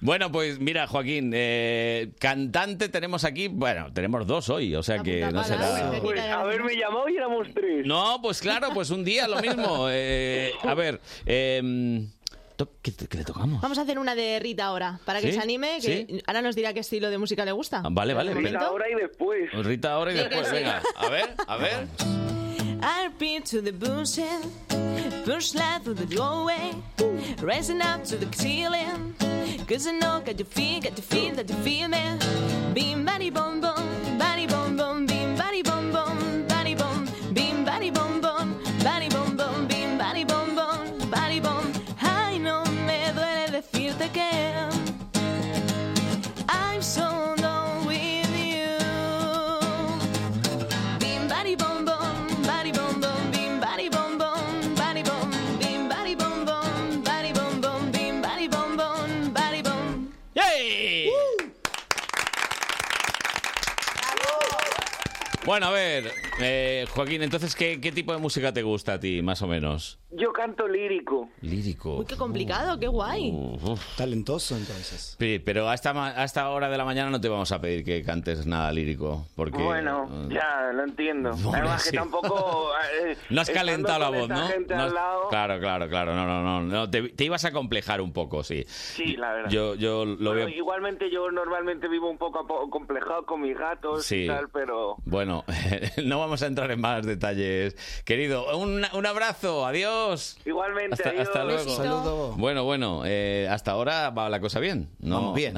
Speaker 1: Bueno, pues mira, Joaquín, eh, cantante tenemos aquí, bueno, tenemos dos hoy, o sea que no será...
Speaker 10: Pues haberme llamado y éramos tres.
Speaker 1: No, pues claro, pues un día lo
Speaker 10: (laughs)
Speaker 1: mismo. Eh, a ver, eh, to- ¿qué, te- qué le tocamos?
Speaker 7: Vamos a hacer una de Rita ahora, para que
Speaker 1: ¿Sí?
Speaker 7: se anime, que
Speaker 1: ¿Sí?
Speaker 7: ahora nos dirá qué estilo de música le gusta.
Speaker 1: Ah, Vale, vale.
Speaker 7: Rita
Speaker 10: ahora y después.
Speaker 1: Rita ahora y
Speaker 7: Sí, que
Speaker 1: después,
Speaker 7: sí.
Speaker 1: venga. A ver, a ver.
Speaker 7: I've been to the bushing, push life through the doorway, rising up to the ceiling. Cause I know, got you feel, got you feel, that you feel me. Be mighty boom boom,
Speaker 8: bari bom bom, bim bari bom bom, bari bom, bim bari bom bom, bari bom bom, bim bari bom bom, bari bom. Ay, no me duele decirte que I'm so done with you. Bim bari bom bom, bari bom bom, bim bari bom bom, bari bom, bim bari bom bom, bari bom bom, bim bari bom bom, bari bom.
Speaker 1: ¡Yay!
Speaker 13: Uh.
Speaker 1: Bueno, a ver, eh, Joaquín, entonces, ¿qué, qué tipo de música te gusta a ti, más o menos?
Speaker 13: Yo canto lírico.
Speaker 1: Lírico.
Speaker 7: Uy, qué complicado, qué guay.
Speaker 9: Talentoso, entonces.
Speaker 1: Sí, pero a esta, ma- a esta hora de la mañana no te vamos a pedir que cantes nada lírico, porque...
Speaker 13: Bueno,
Speaker 1: eh,
Speaker 13: ya, lo entiendo.
Speaker 1: Hombre,
Speaker 13: Además
Speaker 1: sí.
Speaker 13: que tampoco... eh,
Speaker 1: No has
Speaker 13: estando
Speaker 1: calentado la
Speaker 13: con
Speaker 1: voz,
Speaker 13: esta
Speaker 1: ¿no?
Speaker 13: gente
Speaker 1: No
Speaker 13: al
Speaker 1: has-
Speaker 13: lado-
Speaker 1: Claro, claro, claro. No, no, no. no, te, te ibas a complejar un poco, sí.
Speaker 13: Sí, la verdad.
Speaker 1: Yo, yo lo
Speaker 13: Bueno,
Speaker 1: veo.
Speaker 13: Igualmente yo normalmente vivo un poco, a poco complejado con mis gatos
Speaker 1: Sí.
Speaker 13: y tal, pero...
Speaker 1: Bueno, (laughs) no vamos a entrar en más detalles. Querido, un, un abrazo, adiós.
Speaker 13: Igualmente,
Speaker 1: Hasta,
Speaker 13: adiós.
Speaker 1: hasta luego.
Speaker 13: Besito. Saludo.
Speaker 1: Bueno, bueno, eh, hasta ahora va la cosa bien. ¿no?
Speaker 9: Vamos bien.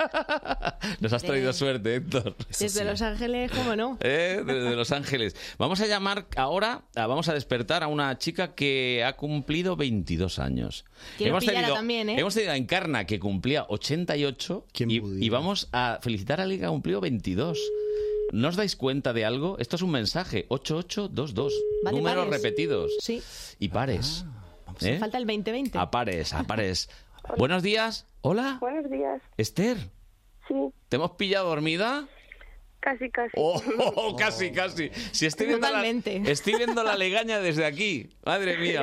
Speaker 1: (laughs) Nos has traído suerte, Héctor.
Speaker 7: Desde Los Ángeles, ¿cómo no?
Speaker 1: (laughs) Eh, Desde Los Ángeles. Vamos a llamar ahora, ah, vamos a despertar a una chica que ha cumplido 22 años.
Speaker 7: Quiero pillarla también, ¿eh?
Speaker 1: hemos tenido a Encarna que cumplía 88 y, y vamos a felicitar a alguien que ha cumplido 22. ¿No os dais cuenta de algo? Esto es un mensaje, 8822.
Speaker 7: Vale,
Speaker 1: números
Speaker 7: pares.
Speaker 1: repetidos.
Speaker 7: Sí.
Speaker 1: Y pares.
Speaker 9: Ah,
Speaker 1: ¿Eh?
Speaker 7: Falta el 2020.
Speaker 1: A pares, a
Speaker 12: (laughs)
Speaker 1: pares. Buenos días. Hola.
Speaker 12: Buenos días.
Speaker 1: Esther,
Speaker 12: Sí,
Speaker 1: ¿te hemos pillado dormida?
Speaker 12: casi, casi.
Speaker 1: Oh, (laughs) oh, oh, casi, casi. Si estoy viendo, la,
Speaker 12: Totalmente.
Speaker 1: estoy viendo la legaña desde aquí. Madre
Speaker 12: (laughs)
Speaker 1: mía.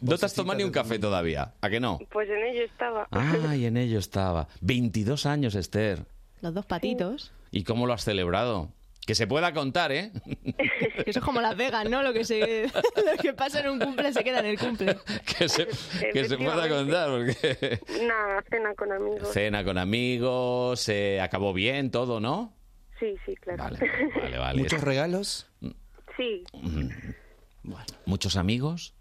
Speaker 1: No te has tomado ni un café todavía. ¿A que no?
Speaker 12: Pues en ello estaba.
Speaker 1: Ay, en ello estaba. 22 años, Esther.
Speaker 7: Los dos patitos.
Speaker 1: ¿Y cómo lo has celebrado? Que se pueda contar, ¿eh? (laughs)
Speaker 7: (laughs) Que eso es como Las Vegas, ¿no? Lo que, se, (laughs) lo que pasa en un cumple se queda en el cumple.
Speaker 1: Que se, que se pueda contar, porque... (laughs)
Speaker 12: Una cena con amigos.
Speaker 1: Cena con amigos, se acabó bien todo, ¿no?
Speaker 12: Sí, sí, claro. (laughs)
Speaker 1: Vale, vale. Mm,
Speaker 9: Muchos regalos.
Speaker 12: sí, (laughs)
Speaker 1: Muchos amigos.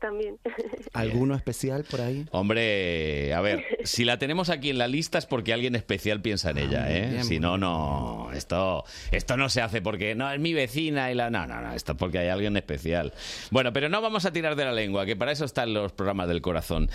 Speaker 12: también. (laughs)
Speaker 9: ¿Alguno especial por ahí?
Speaker 1: Hombre, a
Speaker 7: (laughs)
Speaker 1: ver, si la tenemos aquí en la lista es porque alguien especial piensa en ella, ¿eh?
Speaker 9: Ah, bien,
Speaker 1: si no, no, esto, esto no se hace porque no es mi vecina y la... No, no, no, esto es porque hay alguien especial. Bueno, pero no vamos a tirar de la lengua, que para eso están los programas del corazón.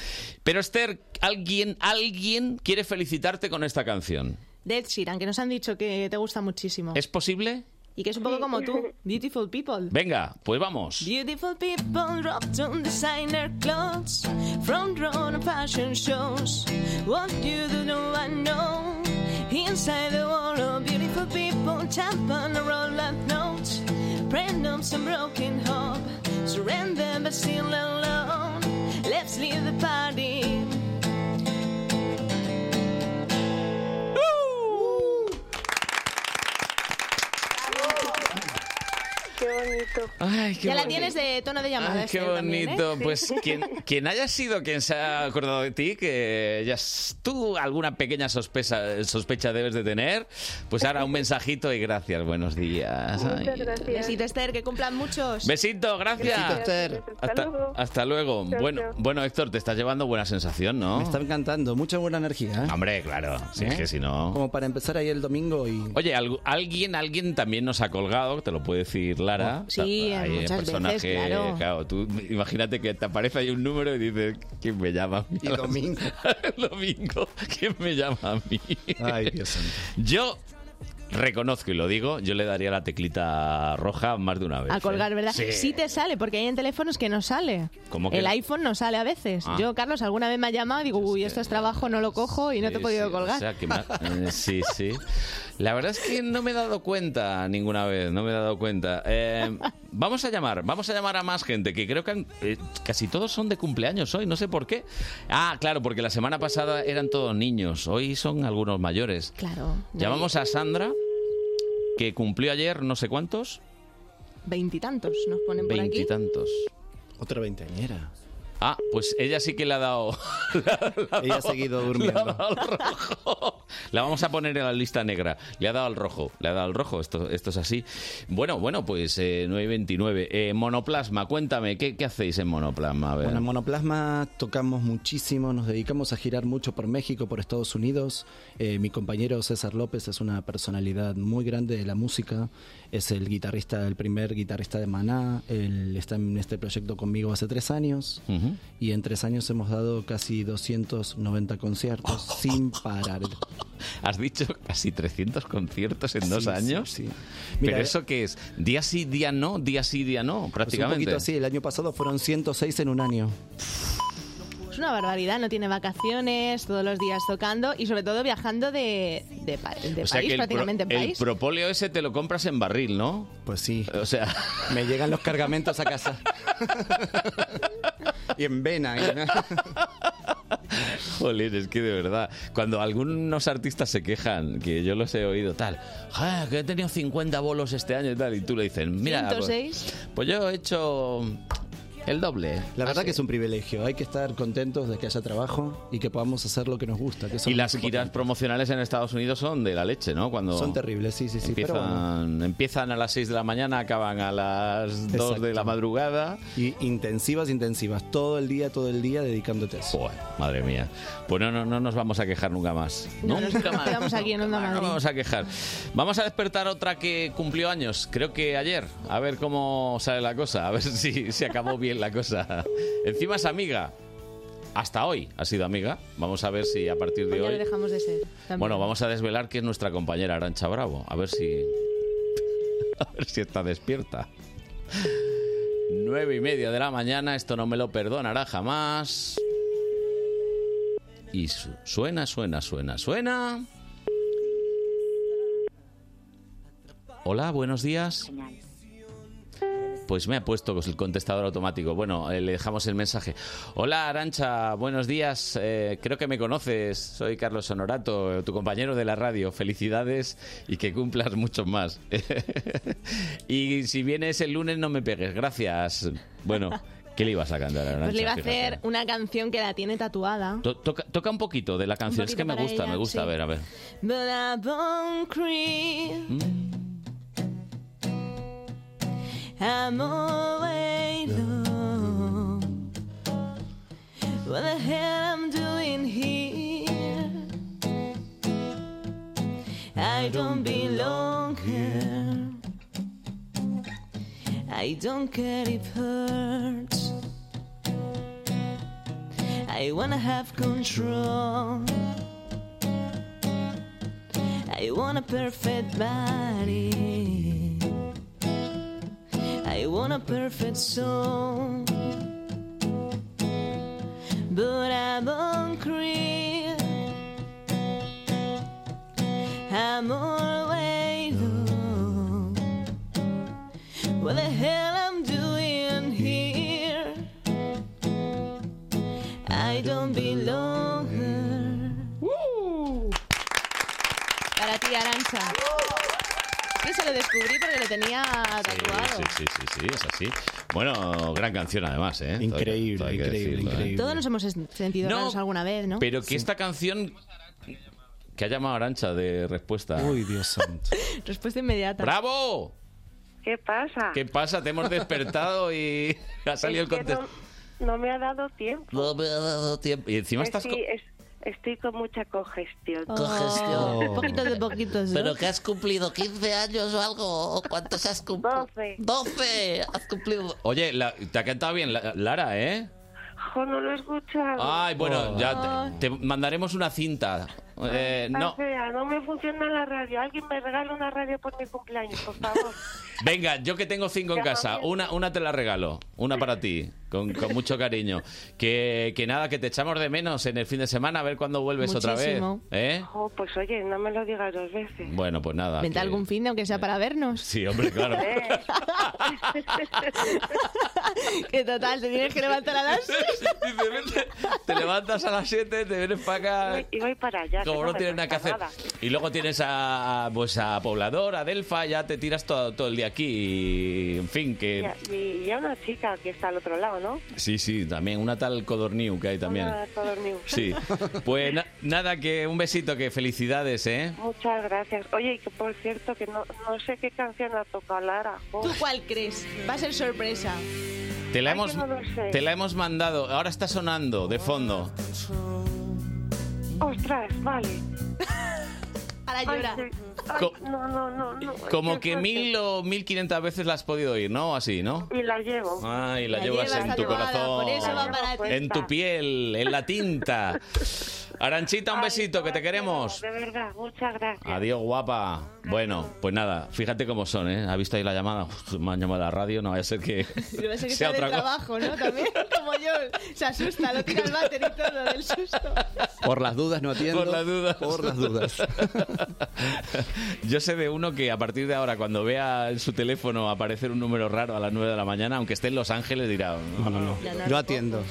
Speaker 1: Pero Esther, alguien, alguien quiere felicitarte con esta canción.
Speaker 7: Dead Sheeran, que nos han dicho que te gusta muchísimo.
Speaker 1: ¿Es posible?
Speaker 7: Y que es un poco como tú, Beautiful People.
Speaker 1: Venga, pues vamos.
Speaker 8: Beautiful people wrapped on designer clothes from drawn fashion shows. What you do, no one know. Inside the world of beautiful people, tap on a roll of notes. Randoms and broken hope. Surrender but still alone. Let's leave the party.
Speaker 12: Qué bonito.
Speaker 1: Ay, qué
Speaker 7: ya la
Speaker 1: bonito.
Speaker 7: tienes de tono de llamada.
Speaker 1: Ay, qué
Speaker 7: Esther, también, ¿eh?
Speaker 1: bonito.
Speaker 7: (laughs)
Speaker 1: Pues quien, quien haya sido quien se ha acordado de ti, que ya s- tú alguna pequeña sospecha, sospecha debes de tener, pues ahora un mensajito y gracias, buenos días. Ay.
Speaker 7: gracias. Besito, Esther, que cumplan muchos.
Speaker 1: Besito, gracias.
Speaker 7: Besito, Esther.
Speaker 1: Hasta,
Speaker 7: Hasta luego.
Speaker 1: hasta luego.
Speaker 7: Chao,
Speaker 1: Bueno,
Speaker 7: chao.
Speaker 1: bueno, Héctor, te estás llevando buena sensación, ¿no?
Speaker 9: Me está encantando, mucha buena energía. ¿eh?
Speaker 1: Hombre, claro. Si es
Speaker 9: ¿Eh?
Speaker 1: que si no.
Speaker 9: Como para empezar ahí el domingo y...
Speaker 1: Oye, algu- alguien, alguien también nos ha colgado, te lo puede decir Lara.
Speaker 9: Sí, muchas
Speaker 1: hay un
Speaker 9: veces,
Speaker 1: personaje,
Speaker 9: claro.
Speaker 1: tú imagínate que te aparece ahí un número y dices, ¿quién me llama? Y domingo. (laughs) domingo, ¿quién me llama a mí? Ay, Dios santo. Yo reconozco y lo digo, yo le daría la teclita roja más de una vez.
Speaker 7: A colgar,
Speaker 1: ¿eh?
Speaker 7: ¿verdad?
Speaker 1: Sí.
Speaker 7: Sí te sale, porque hay en teléfonos que no sale.
Speaker 1: ¿Cómo que
Speaker 7: el
Speaker 1: no?
Speaker 7: iPhone no sale a veces.
Speaker 1: Ah.
Speaker 7: Yo, Carlos, alguna vez me ha llamado y digo, uy, esto es trabajo, no lo cojo y no te he
Speaker 1: Sí,
Speaker 7: podido
Speaker 1: sí,
Speaker 7: colgar.
Speaker 1: o sea,
Speaker 7: (laughs)
Speaker 1: que me ha- eh, sí, sí. La verdad es que no me he dado cuenta ninguna vez, no me he dado cuenta. Eh, vamos a llamar, vamos a llamar a más gente, que creo que han- eh, casi todos son de cumpleaños hoy, no sé por qué. Ah, claro, porque la semana pasada eran todos niños, hoy son algunos mayores.
Speaker 7: Claro.
Speaker 1: Llamamos a Sandra, que cumplió ayer no sé cuántos,
Speaker 7: Veintitantos nos ponen por aquí.
Speaker 1: veintitantos.
Speaker 9: Otra veinteañera.
Speaker 1: Ah, pues ella sí que le ha dado. le ha dado-
Speaker 9: Ella ha seguido
Speaker 1: le ha
Speaker 9: durmiendo.
Speaker 1: dado al rojo. La vamos a poner en la lista negra. Le ha dado al rojo, le ha dado al rojo, esto, esto es así. Bueno, bueno, pues eh, 9.29. Eh, monoplasma, cuéntame, ¿qué, qué hacéis en monoplasma? A ver.
Speaker 9: Bueno, en Monoplasma tocamos muchísimo, nos dedicamos a girar mucho por México, por Estados Unidos. Eh, mi compañero César López es una personalidad muy grande de la música, es el guitarrista, el primer guitarrista de Maná, él está en este proyecto conmigo hace tres años y en tres años hemos dado casi 290 conciertos
Speaker 1: (laughs)
Speaker 9: sin parar.
Speaker 1: Has dicho casi 300 conciertos en dos
Speaker 9: Ah, Sí, sí,
Speaker 1: años.
Speaker 9: sí.
Speaker 1: Pero
Speaker 9: Mira,
Speaker 1: eso que es día sí, día no, día sí, día no,
Speaker 9: Pues un
Speaker 1: prácticamente.
Speaker 9: poquito así, el año pasado fueron 106 en un año.
Speaker 7: Es una barbaridad, no tiene vacaciones, todos los días tocando y sobre todo viajando de, de, pa- de
Speaker 1: o sea que
Speaker 7: país,
Speaker 1: el, pro-
Speaker 7: prácticamente en
Speaker 1: el
Speaker 7: país.
Speaker 1: propóleo ese te lo compras en barril, ¿no?
Speaker 9: Pues sí.
Speaker 1: O sea,
Speaker 9: me llegan los cargamentos a casa. y en vena. ¿eh?
Speaker 1: Jolín, es que de verdad, cuando algunos artistas se quejan, que yo los he oído tal, "Ah, que he tenido 50 bolos este año y tal, y tú le dices, mira, pues-
Speaker 7: 106.
Speaker 1: pues yo he hecho el doble.
Speaker 9: La verdad
Speaker 1: Así.
Speaker 9: que es un privilegio. Hay que estar contentos de que haya trabajo y que podamos hacer lo que nos gusta. Que eso
Speaker 1: Y
Speaker 9: es lo
Speaker 1: las
Speaker 9: más
Speaker 1: giras promocionales en Estados Unidos son de la leche, ¿no? Cuando
Speaker 9: Son terribles, sí, sí, sí, pero
Speaker 1: Empiezan, empiezan a las 6 de la mañana, acaban a las 2 de la madrugada.
Speaker 9: Y intensivas, intensivas. Todo el día, todo el día dedicándote a eso.
Speaker 1: Madre mía. Pues no, no, no nos vamos a quejar nunca más.
Speaker 7: No, nos quedamos aquí en Onda
Speaker 1: No
Speaker 7: Madrid.
Speaker 1: vamos a quejar. Vamos a despertar otra que cumplió años, creo que ayer. A ver cómo sale la cosa, a ver (laughs) si se acabó bien la cosa. Encima es amiga. Hasta hoy ha sido amiga. Vamos a ver si a partir de
Speaker 7: Ya lo
Speaker 1: hoy.
Speaker 7: dejamos de ser. también.
Speaker 1: Bueno, vamos a desvelar que es nuestra compañera Arancha Bravo. A ver si. (laughs) A ver si está despierta. Nueve y media de la mañana, esto no me lo perdonará jamás. Y su- suena, suena, suena, suena. Hola, buenos días. Pues me ha puesto el contestador automático. Bueno, eh, le dejamos el mensaje. Hola, Arancha, buenos días. Eh, creo que me conoces. Soy Carlos Honorato, eh, tu compañero de la radio. Felicidades y que cumplas muchos más. (laughs) y si vienes el lunes, no me pegues. Gracias. Bueno, ¿qué le ibas a cantar, Arancha?
Speaker 7: Pues le iba a
Speaker 1: Fíjate.
Speaker 7: hacer una canción que la tiene tatuada.
Speaker 1: To- toca, toca un poquito de la canción. Es
Speaker 7: poquito
Speaker 1: que me
Speaker 7: para
Speaker 1: gusta,
Speaker 7: ella,
Speaker 1: me gusta.
Speaker 7: sí.
Speaker 1: A ver, a ver.
Speaker 8: But I won't creep. I'm always alone. What the hell I'm doing here? I don't belong here. I don't care if hurts. I wanna have control. I want a perfect body. I want a perfect soul. But I won't creep. I'm always alone. What the hell I'm doing here? I don't belong here.
Speaker 7: Uh. Para ti, Arancha. Que se lo descubrí porque lo tenía tatuado.
Speaker 1: Sí, sí, sí, sí, es así. Bueno, gran canción además, ¿eh? Increíble,
Speaker 9: increíble,
Speaker 1: ¿eh?
Speaker 9: increíble.
Speaker 7: Todos nos hemos es- sentido
Speaker 1: No,
Speaker 7: raros alguna vez, ¿no?
Speaker 1: Pero que esta canción que ha llamado Arancha de respuesta. Uy,
Speaker 9: Dios santo.
Speaker 7: Respuesta inmediata.
Speaker 1: ¡Bravo!
Speaker 12: ¿Qué pasa?
Speaker 1: ¿Qué pasa? Te hemos despertado y ha salido
Speaker 12: Es
Speaker 1: el
Speaker 12: que
Speaker 1: contexto.
Speaker 12: No, no me ha dado tiempo.
Speaker 1: No me ha dado tiempo. Y encima
Speaker 12: Es-
Speaker 1: estás.
Speaker 12: sí,
Speaker 1: co-
Speaker 12: es- estoy con mucha congestión.
Speaker 7: Oh.
Speaker 1: Congestión.
Speaker 7: Un poquito de poquitos. ¿no?
Speaker 1: Pero que has cumplido 15 años o algo. ¿Cuántos has cumplido?
Speaker 12: 12.
Speaker 1: 12. eh, Has cumplido. Oye, la- te ha cantado bien, la- Lara, ¿eh?
Speaker 12: Jo, no lo he escuchado.
Speaker 1: Ay, bueno,
Speaker 7: Oh.
Speaker 1: ya te, te mandaremos una cinta. Eh,
Speaker 12: Ah,
Speaker 1: no,
Speaker 12: espera, no me funciona la radio. Alguien me regala una radio por mi cumpleaños, por
Speaker 1: (laughs)
Speaker 12: favor.
Speaker 1: Venga, yo que tengo cinco en
Speaker 12: Ya,
Speaker 1: casa, una, una te la regalo, una para ti, con, con mucho cariño. Que, que nada, que te echamos de menos en el fin de semana, a ver cuándo vuelves
Speaker 7: Muchísimo.
Speaker 1: otra vez. ¿eh?
Speaker 12: Jo, pues oye, no me lo digas dos veces.
Speaker 1: Bueno, pues nada.
Speaker 7: Vente
Speaker 1: que-
Speaker 7: algún fin, de, aunque sea para vernos.
Speaker 1: Sí, hombre, claro.
Speaker 7: (laughs) que total, te tienes que levantar a las...
Speaker 1: Te levantas a las 7, te vienes para acá.
Speaker 12: Y voy para allá.
Speaker 1: como no
Speaker 12: pasa
Speaker 1: tienes nada que hacer.
Speaker 12: nada.
Speaker 1: Y luego tienes a, a, pues a Poblador, a Delfa, ya te tiras todo, todo el día aquí. y, en fin, que.
Speaker 12: Y, y- y a una chica que está al otro lado, ¿no?
Speaker 1: Sí, sí, también una tal Codorniu que hay también.
Speaker 12: Hola, Codorniu. (laughs)
Speaker 1: Sí. Pues na- nada, que un besito, que felicidades, ¿eh?
Speaker 12: Muchas gracias. Oye, y que por cierto, que no, no sé qué canción ha tocado Lara.
Speaker 7: ¿Tú cuál crees? Va a ser sorpresa.
Speaker 1: Te la,
Speaker 7: Ay,
Speaker 1: hemos,
Speaker 7: que no lo sé.
Speaker 1: te la hemos mandado, ahora está sonando de fondo.
Speaker 12: Ostras, vale.
Speaker 7: Para
Speaker 12: llorar.
Speaker 1: Co-
Speaker 12: no, no, no, no.
Speaker 1: Como
Speaker 12: Qué
Speaker 1: que
Speaker 12: fuerte.
Speaker 1: mil o mil quinientas veces la has podido oír, ¿no? Así, ¿no?
Speaker 12: Y la llevo.
Speaker 1: Ay, la,
Speaker 12: La
Speaker 1: llevas
Speaker 12: llevas
Speaker 1: en tu
Speaker 12: tatuada,
Speaker 1: corazón,
Speaker 12: por eso va para ti.
Speaker 1: en tu piel, en
Speaker 12: (laughs)
Speaker 1: la tinta. Aranchita, un besito, que te queremos.
Speaker 12: De verdad, muchas gracias.
Speaker 1: Adiós, guapa. Bueno, pues nada, fíjate cómo son, ¿eh? ¿Ha visto ahí la llamada? Uf, me han llamado a la radio, no vaya a ser que
Speaker 7: Yo pensé que
Speaker 1: sea
Speaker 7: sea de
Speaker 1: otra cosa.
Speaker 7: trabajo, ¿no? También, como yo. Se asusta, lo tira el váter y todo del susto.
Speaker 9: Por las dudas no atiendo.
Speaker 1: Por las dudas.
Speaker 9: Por las dudas.
Speaker 1: (laughs) Yo sé de uno que a partir de ahora, cuando vea en su teléfono aparecer un número raro a las 9 de la mañana, aunque esté en Los Ángeles, dirá... No, no, no.
Speaker 9: Yo atiendo.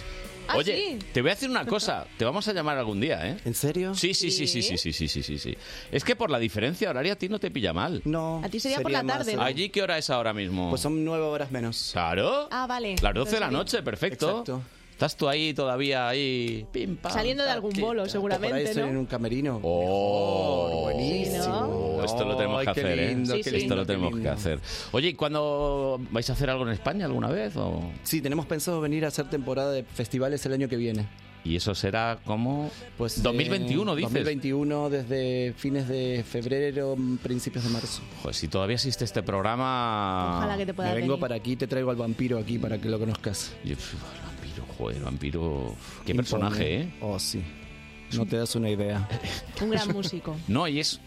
Speaker 7: Ah,
Speaker 1: Oye,
Speaker 7: sí.
Speaker 1: te voy a decir una cosa. Te vamos a llamar algún día, ¿eh?
Speaker 9: ¿En serio?
Speaker 1: Sí, sí, sí, sí, sí, sí, sí, sí, sí, sí. Es que por la diferencia horaria a ti no te pilla mal.
Speaker 9: No.
Speaker 7: A ti sería por la Sería más, tarde, ¿no? ¿no?
Speaker 1: ¿Allí qué hora es ahora mismo? Pues
Speaker 9: son nueve horas menos.
Speaker 1: Claro.
Speaker 7: Ah, vale.
Speaker 1: Las 12 de la
Speaker 7: Entonces,
Speaker 1: noche, perfecto. Estás tú ahí todavía ahí. Pim, pam.
Speaker 7: Saliendo de algún bolo,
Speaker 9: Por ahí
Speaker 7: seguramente,
Speaker 9: estoy en
Speaker 7: ¿no?
Speaker 9: un camerino.
Speaker 1: Oh,
Speaker 9: buenísimo.
Speaker 1: Oh, esto lo tenemos
Speaker 9: Ay,
Speaker 1: que
Speaker 9: qué
Speaker 1: hacer, ¿eh?
Speaker 9: lindo, Sí, qué sí.
Speaker 1: Esto
Speaker 9: lindo,
Speaker 1: lo
Speaker 9: qué
Speaker 1: tenemos que
Speaker 9: lindo.
Speaker 1: hacer. Oye, ¿y cuándo vais a hacer algo en España alguna vez? O...
Speaker 9: Sí, tenemos pensado venir a hacer temporada de festivales el año que viene.
Speaker 1: Y eso será como...
Speaker 9: Pues, eh,
Speaker 1: 2021, dices.
Speaker 9: 2021, desde fines de febrero, mm, principios de marzo.
Speaker 1: Joder, si todavía existe este programa...
Speaker 9: Me vengo para aquí, te traigo al vampiro aquí para que lo conozcas.
Speaker 1: Y, pf, el vampiro, joder, el vampiro... Qué personaje, ¿eh?
Speaker 9: Oh, sí. No te das una idea.
Speaker 7: Un gran músico.
Speaker 1: No, y es...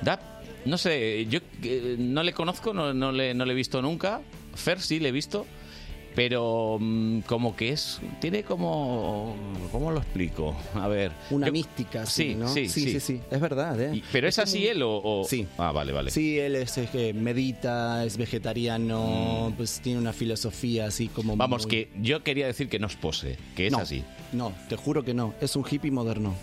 Speaker 1: Da, no sé, yo eh, no le conozco, no, no le, no le he visto nunca. Fer sí le he visto. Pero mm, como que es... Tiene como... ¿Cómo lo explico? A ver...
Speaker 9: Una
Speaker 1: yo-
Speaker 9: mística, sí,
Speaker 1: Sí,
Speaker 9: ¿no?
Speaker 1: sí,
Speaker 9: sí,
Speaker 1: sí.
Speaker 9: Es verdad, ¿eh?
Speaker 1: Y- ¿Pero es
Speaker 9: como-
Speaker 1: así él o, o-
Speaker 9: Sí.
Speaker 1: Ah, vale, vale.
Speaker 9: Sí, él es, es que medita, es vegetariano, pues tiene una filosofía así como.
Speaker 1: Mm. Vamos,
Speaker 9: muy-
Speaker 1: que yo quería decir que no es pose, que es
Speaker 9: No.
Speaker 1: así.
Speaker 9: No, te juro que no. Es un hippie moderno.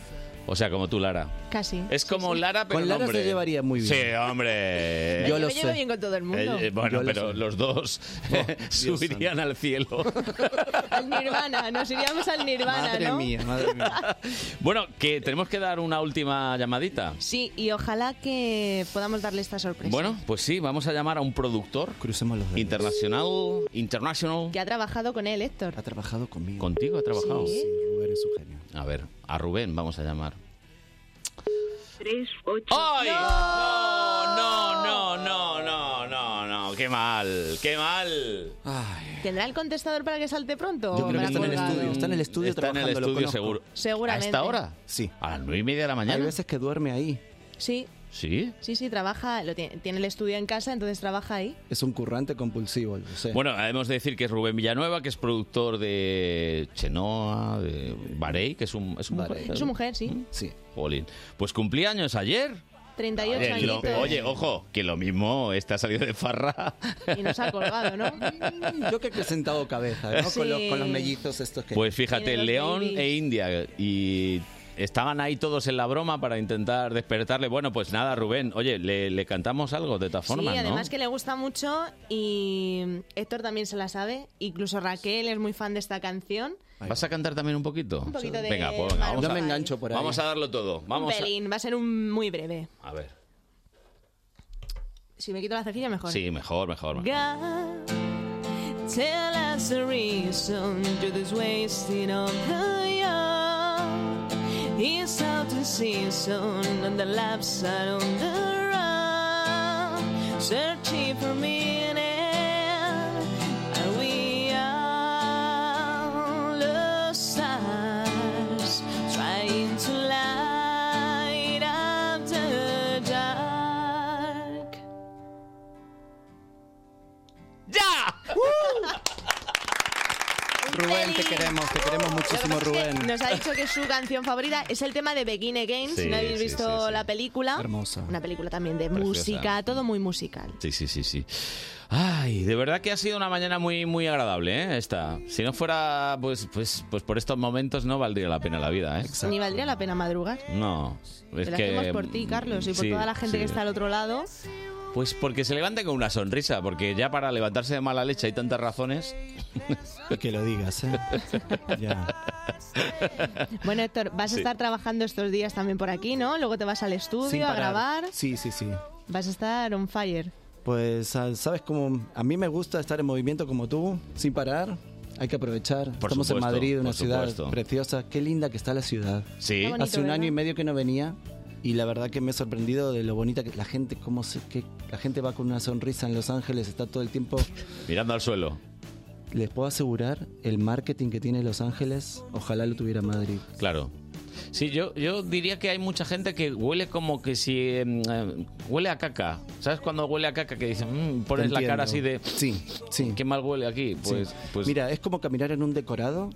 Speaker 1: O sea, como tú, Lara.
Speaker 7: Casi.
Speaker 1: Es como Lara, pero
Speaker 9: Con Lara
Speaker 1: hombre.
Speaker 9: se llevaría muy bien.
Speaker 1: Sí, hombre.
Speaker 9: Yo
Speaker 7: me
Speaker 9: lo
Speaker 7: llevo
Speaker 9: sé.
Speaker 7: bien con todo el mundo.
Speaker 1: Eh, eh, bueno,
Speaker 9: Yo lo
Speaker 1: pero
Speaker 9: sé. Oh,
Speaker 1: los dos (laughs) subirían al cielo.
Speaker 7: Al Nirvana, nos iríamos al Nirvana, ¿no?
Speaker 9: madre
Speaker 1: mía. (laughs) bueno, que tenemos que dar una última llamadita.
Speaker 7: Sí, y ojalá que podamos darle esta sorpresa.
Speaker 1: Bueno, pues sí, vamos a llamar a un productor internacional, international.
Speaker 7: Que ha trabajado con él, Héctor.
Speaker 9: Ha trabajado conmigo.
Speaker 1: Contigo ha trabajado.
Speaker 7: Sí.
Speaker 9: eres un genio.
Speaker 1: A ver, a Rubén vamos a llamar.
Speaker 8: Tres,
Speaker 1: ¡Ay! No, no, no, no, no, no, qué mal, qué mal.
Speaker 7: ¿Tendrá el contestador para que salte pronto?
Speaker 1: Yo
Speaker 7: o
Speaker 1: creo que
Speaker 7: habrá
Speaker 1: está en el
Speaker 7: colgado?
Speaker 1: estudio, está en el estudio Está en el trabajando, lo estudio conozco. seguro.
Speaker 7: Seguramente.
Speaker 1: ¿A esta hora?
Speaker 9: Sí.
Speaker 1: ¿A las nueve y media de la mañana?
Speaker 9: Hay veces que duerme ahí.
Speaker 7: Sí,
Speaker 1: ¿Sí?
Speaker 7: sí, sí, trabaja, lo tiene, tiene el estudio en casa, entonces trabaja ahí.
Speaker 9: Es un currante compulsivo, lo sé.
Speaker 1: Bueno, hemos de decir que es Rubén Villanueva, que es productor de Chenoa, de Barey, que es un... Es un
Speaker 7: Es su mujer,
Speaker 1: Mm.
Speaker 7: sí.
Speaker 9: Sí.
Speaker 1: Jolín. Pues cumplía años ayer.
Speaker 7: 38
Speaker 1: Oye, lo-
Speaker 7: añitos.
Speaker 1: oye, ojo, que lo mismo está salido de farra.
Speaker 7: Y nos ha colgado, ¿no?
Speaker 9: Mm, Yo que he presentado cabeza, ¿no?
Speaker 7: Sí.
Speaker 9: Con, los, con los mellizos estos que...
Speaker 1: Pues fíjate,
Speaker 9: Tiene dos
Speaker 1: León
Speaker 9: babies.
Speaker 1: e India. Y estaban ahí todos en la broma para intentar despertarle. Bueno, pues nada, Rubén. Oye, le, le cantamos algo de todas formas,
Speaker 7: sí, además
Speaker 1: ¿no?
Speaker 7: que le gusta mucho y Héctor también se la sabe. Incluso Raquel es muy fan de esta canción.
Speaker 1: ¿Vas a cantar también un poquito?
Speaker 7: Un poquito de
Speaker 1: Venga, pues venga,
Speaker 7: Maroon
Speaker 1: vamos
Speaker 7: Yo
Speaker 1: a,
Speaker 7: me
Speaker 9: engancho por ahí.
Speaker 1: Vamos a darlo todo. Vamos
Speaker 7: un pelín, va a ser un muy breve.
Speaker 1: a... a ver.
Speaker 7: Si me quito la cejilla, mejor.
Speaker 1: Sí, mejor, mejor, mejor.
Speaker 8: God, tell us the reason to this wasting of the young. It's out in season and the laps are on the run, searching for meaning. Are we all lost stars trying to light up the dark?
Speaker 1: ¡Ya!
Speaker 7: (laughs)
Speaker 1: ¡Uh!
Speaker 9: Rubén, te queremos. queremos, te queremos muchísimo, Rubén.
Speaker 7: Nos ha dicho que su canción favorita es el tema de Begin Again,
Speaker 1: Sí,
Speaker 7: si no habéis
Speaker 1: sí,
Speaker 7: visto
Speaker 1: sí, sí.
Speaker 7: la película.
Speaker 1: Hermosa.
Speaker 7: Una película también de
Speaker 1: Preciosa.
Speaker 7: música, todo muy musical.
Speaker 1: Sí, sí, sí, sí. Ay, de verdad que ha sido una mañana muy, muy agradable, ¿eh? Esta. Si no fuera, pues, pues, pues por estos momentos no valdría la pena la vida, ¿eh?
Speaker 7: Ni valdría la pena madrugar.
Speaker 1: No, es
Speaker 7: Te lo
Speaker 1: que...
Speaker 7: hacemos por ti, Carlos, y por
Speaker 1: sí,
Speaker 7: toda la gente
Speaker 1: sí.
Speaker 7: que está al otro lado.
Speaker 1: Pues porque se levante con una sonrisa, porque ya para levantarse de mala leche hay tantas razones.
Speaker 9: Y (laughs) que lo digas,
Speaker 1: (laughs)
Speaker 9: ¿eh? (laughs)
Speaker 7: Bueno, Héctor, vas
Speaker 9: Sí.
Speaker 7: a estar trabajando estos días también por aquí, ¿no? Luego te vas al
Speaker 9: Sin
Speaker 7: estudio a
Speaker 9: parar.
Speaker 7: grabar.
Speaker 9: Sí, sí, sí.
Speaker 7: Vas a estar on fire.
Speaker 9: Pues, ah, ¿sabes cómo? A mí me gusta estar en movimiento como tú, sin parar. Hay que aprovechar. Estamos
Speaker 1: supuesto,
Speaker 9: en Madrid, una
Speaker 1: por
Speaker 9: ciudad
Speaker 1: supuesto.
Speaker 9: preciosa. Qué linda que está la ciudad.
Speaker 1: Sí. Está bonito,
Speaker 9: Hace un
Speaker 1: ¿verdad?
Speaker 9: año y medio que no venía y la verdad que me he sorprendido de lo bonita que la gente, cómo se, que la gente va con una sonrisa en Los Ángeles, está todo el tiempo
Speaker 1: Mirando al suelo.
Speaker 9: Les puedo asegurar el marketing que tiene Los Ángeles, ojalá lo tuviera Madrid.
Speaker 1: Claro. Sí, yo, yo diría que hay mucha gente que huele como que si... eh, eh, huele a caca. ¿Sabes cuando huele a caca que dicen, "Mm", pones
Speaker 9: Te
Speaker 1: la cara así
Speaker 9: entiendo.
Speaker 1: de...
Speaker 9: Sí, sí.
Speaker 1: Qué mal huele aquí. Pues,
Speaker 9: Sí.
Speaker 1: pues
Speaker 9: Mira, es como caminar en un decorado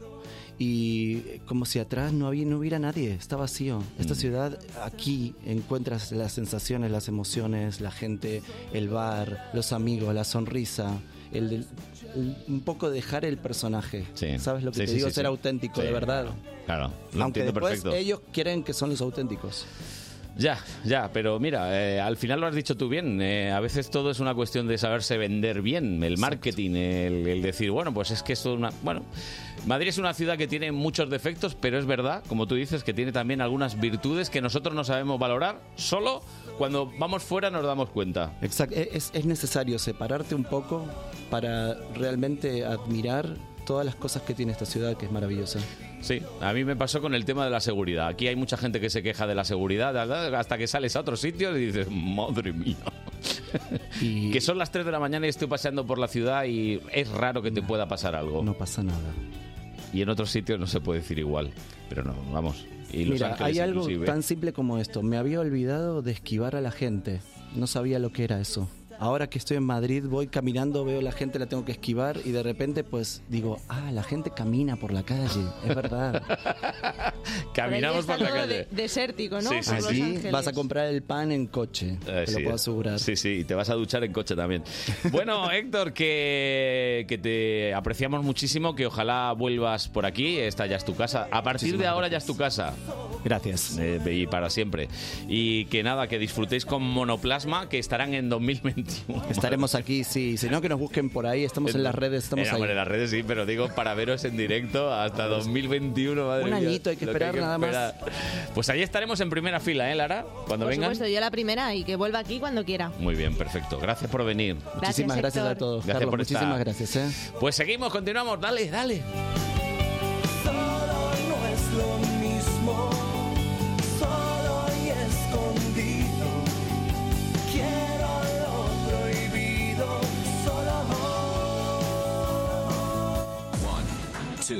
Speaker 9: y como si atrás no, había, no hubiera nadie, está vacío.
Speaker 1: Mm.
Speaker 9: Esta ciudad, aquí encuentras las sensaciones, las emociones, la gente, el bar, los amigos, la sonrisa. El, el- un poco dejar el personaje. ¿Sabes lo que
Speaker 1: Sí,
Speaker 9: te
Speaker 1: sí,
Speaker 9: digo?
Speaker 1: sí,
Speaker 9: ser
Speaker 1: sí.
Speaker 9: auténtico,
Speaker 1: Sí,
Speaker 9: de verdad.
Speaker 1: Claro, lo
Speaker 9: Aunque
Speaker 1: entiendo
Speaker 9: después
Speaker 1: perfecto.
Speaker 9: ellos quieren que son los auténticos.
Speaker 1: Ya, ya, pero mira, eh, al final lo has dicho tú bien. eh, a veces todo es una cuestión de saberse vender bien, el marketing, el, el decir, bueno, pues es que esto es una. Bueno, Madrid es una ciudad que tiene muchos defectos, pero es verdad, como tú dices, que tiene también algunas virtudes que nosotros no sabemos valorar, solo cuando vamos fuera nos damos cuenta.
Speaker 9: Exacto, e- es, es necesario separarte un poco para realmente admirar todas las cosas que tiene esta ciudad, que es maravillosa.
Speaker 1: Sí, a mí me pasó con el tema de la seguridad. Aquí hay mucha gente que se queja de la seguridad, ¿verdad? hasta que sales a otros sitios y dices, madre mía. (laughs) Que son las 3 de la mañana y estoy paseando por la ciudad y es raro que te pueda pasar algo.
Speaker 9: No pasa nada.
Speaker 1: Y en otros sitios no se puede decir igual, pero no, vamos. Y Los
Speaker 9: Mira,
Speaker 1: Ángeles
Speaker 9: hay algo
Speaker 1: inclusive.
Speaker 9: tan simple como esto. Me había olvidado de esquivar a la gente. No sabía lo que era eso. Ahora que estoy en Madrid, voy caminando, veo la gente, la tengo que esquivar y de repente pues digo, ah, la gente camina por la calle, es verdad.
Speaker 1: (laughs) Caminamos por
Speaker 7: Por allí
Speaker 1: la
Speaker 7: está todo
Speaker 1: calle.
Speaker 7: de- desértico, ¿no?
Speaker 1: Sí, sí,
Speaker 7: Por Los
Speaker 1: sí.
Speaker 7: Ángeles.
Speaker 9: Vas a comprar el pan en coche,
Speaker 1: Eh,
Speaker 9: te lo
Speaker 1: sí,
Speaker 9: puedo asegurar.
Speaker 1: Sí, sí, y te vas a duchar en
Speaker 9: (laughs)
Speaker 1: coche también. Bueno, Héctor, que, que te apreciamos muchísimo, que ojalá vuelvas por aquí, esta ya es tu casa. A partir de ahora ya es tu casa. Eh,
Speaker 9: Gracias.
Speaker 1: y para siempre. Y que nada, que disfrutéis con Monoplasma, que estarán en 2021.
Speaker 9: Estaremos aquí, sí. Si no, que nos busquen por ahí. Estamos en las redes, estamos
Speaker 1: Eh,
Speaker 9: ahí.
Speaker 1: bueno, en las redes sí, pero digo para veros en directo hasta 2021, madre
Speaker 9: Un
Speaker 1: mía,
Speaker 9: añito hay que
Speaker 1: lo
Speaker 9: esperar, nada más.
Speaker 1: esperar. Pues ahí estaremos en primera fila, ¿eh, Lara? Cuando
Speaker 7: Por
Speaker 1: vengan.
Speaker 7: supuesto, yo la primera y que vuelva aquí cuando quiera.
Speaker 1: Muy bien, perfecto. Gracias por venir.
Speaker 7: Muchísimas gracias a Héctor.
Speaker 9: todos,
Speaker 1: Gracias
Speaker 9: Carlos,
Speaker 1: por estar.
Speaker 9: muchísimas gracias, ¿eh?
Speaker 1: Pues seguimos, continuamos. Dale, dale.
Speaker 10: Solo no es lo mismo, solo y escondido. Quiero lo prohibido,
Speaker 6: (laughs)
Speaker 11: One, two.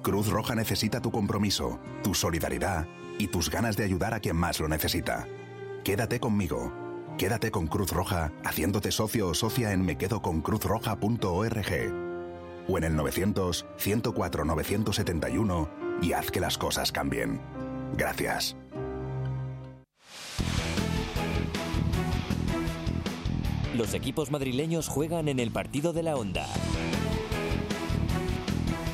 Speaker 16: Cruz Roja necesita tu compromiso, tu solidaridad y tus ganas de ayudar a quien más lo necesita. Quédate conmigo. Quédate con Cruz Roja haciéndote socio o socia en mequedoconcruzroja.org o en el 900 104 971 y haz que las cosas cambien. Gracias.
Speaker 17: Los equipos madrileños juegan en el partido de la onda.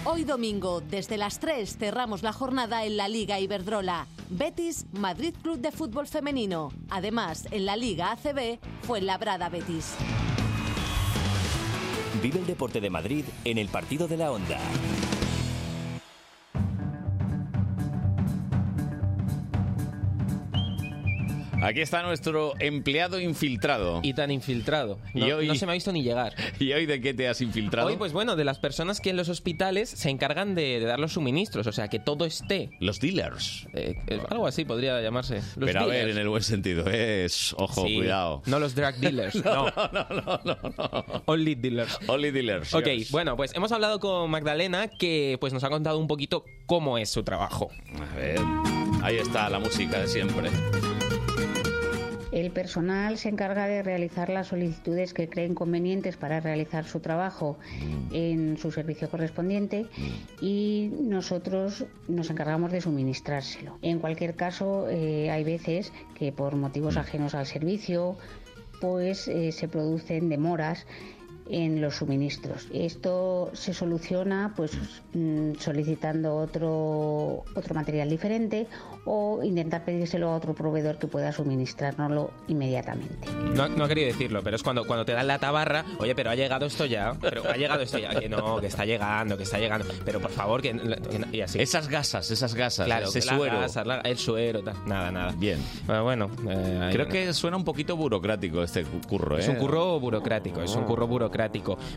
Speaker 14: Hoy domingo, desde las 3, cerramos la jornada en la Liga Iberdrola. Betis, Madrid Club de Fútbol Femenino. Además, en la Liga ACB, Fuenlabrada Betis.
Speaker 17: Vive el deporte de Madrid en el partido de la onda.
Speaker 1: Aquí está nuestro empleado infiltrado.
Speaker 6: Y tan infiltrado. No,
Speaker 1: Y hoy-
Speaker 6: no se me ha visto ni llegar.
Speaker 1: ¿Y hoy de qué te has infiltrado?
Speaker 6: Hoy, pues bueno, de las personas que en los hospitales se encargan de, de dar los suministros, o sea, que todo esté. Eh,
Speaker 1: Los dealers.
Speaker 6: algo así podría llamarse. Los
Speaker 1: Pero a
Speaker 6: dealers.
Speaker 1: ver, en el buen sentido, es. Ojo,
Speaker 6: Sí.
Speaker 1: cuidado.
Speaker 6: No los
Speaker 1: (laughs)
Speaker 6: drug dealers. no. Only dealers.
Speaker 1: Only dealers.
Speaker 6: Ok,
Speaker 1: yes.
Speaker 6: bueno, pues hemos hablado con Magdalena que pues nos ha contado un poquito cómo es su trabajo.
Speaker 1: A ver. Ahí está la música de siempre.
Speaker 3: El personal se encarga de realizar las solicitudes que creen convenientes para realizar su trabajo en su servicio correspondiente y nosotros nos encargamos de suministrárselo. En cualquier caso, eh, hay veces que por motivos ajenos al servicio, pues eh, se producen demoras en los suministros. Esto se soluciona pues mm, solicitando otro otro material diferente o intentar pedírselo a otro proveedor que pueda suministrárnoslo inmediatamente.
Speaker 6: No, no quería decirlo, pero es cuando, cuando te dan la tabarra, oye, pero ha llegado esto ya, pero ha llegado esto ya, que no, que está llegando, que está llegando, pero por favor, que, que no- y así.
Speaker 1: Esas gasas, esas gasas,
Speaker 6: claro,
Speaker 1: ese
Speaker 6: que las
Speaker 1: suero.
Speaker 6: gasas, la- el suero, tal. nada, nada.
Speaker 1: Bien.
Speaker 6: Bueno, eh, ahí-
Speaker 1: Creo que suena un poquito burocrático este cu- curro, ¿eh?
Speaker 6: Es un curro burocrático, es un curro burocrático.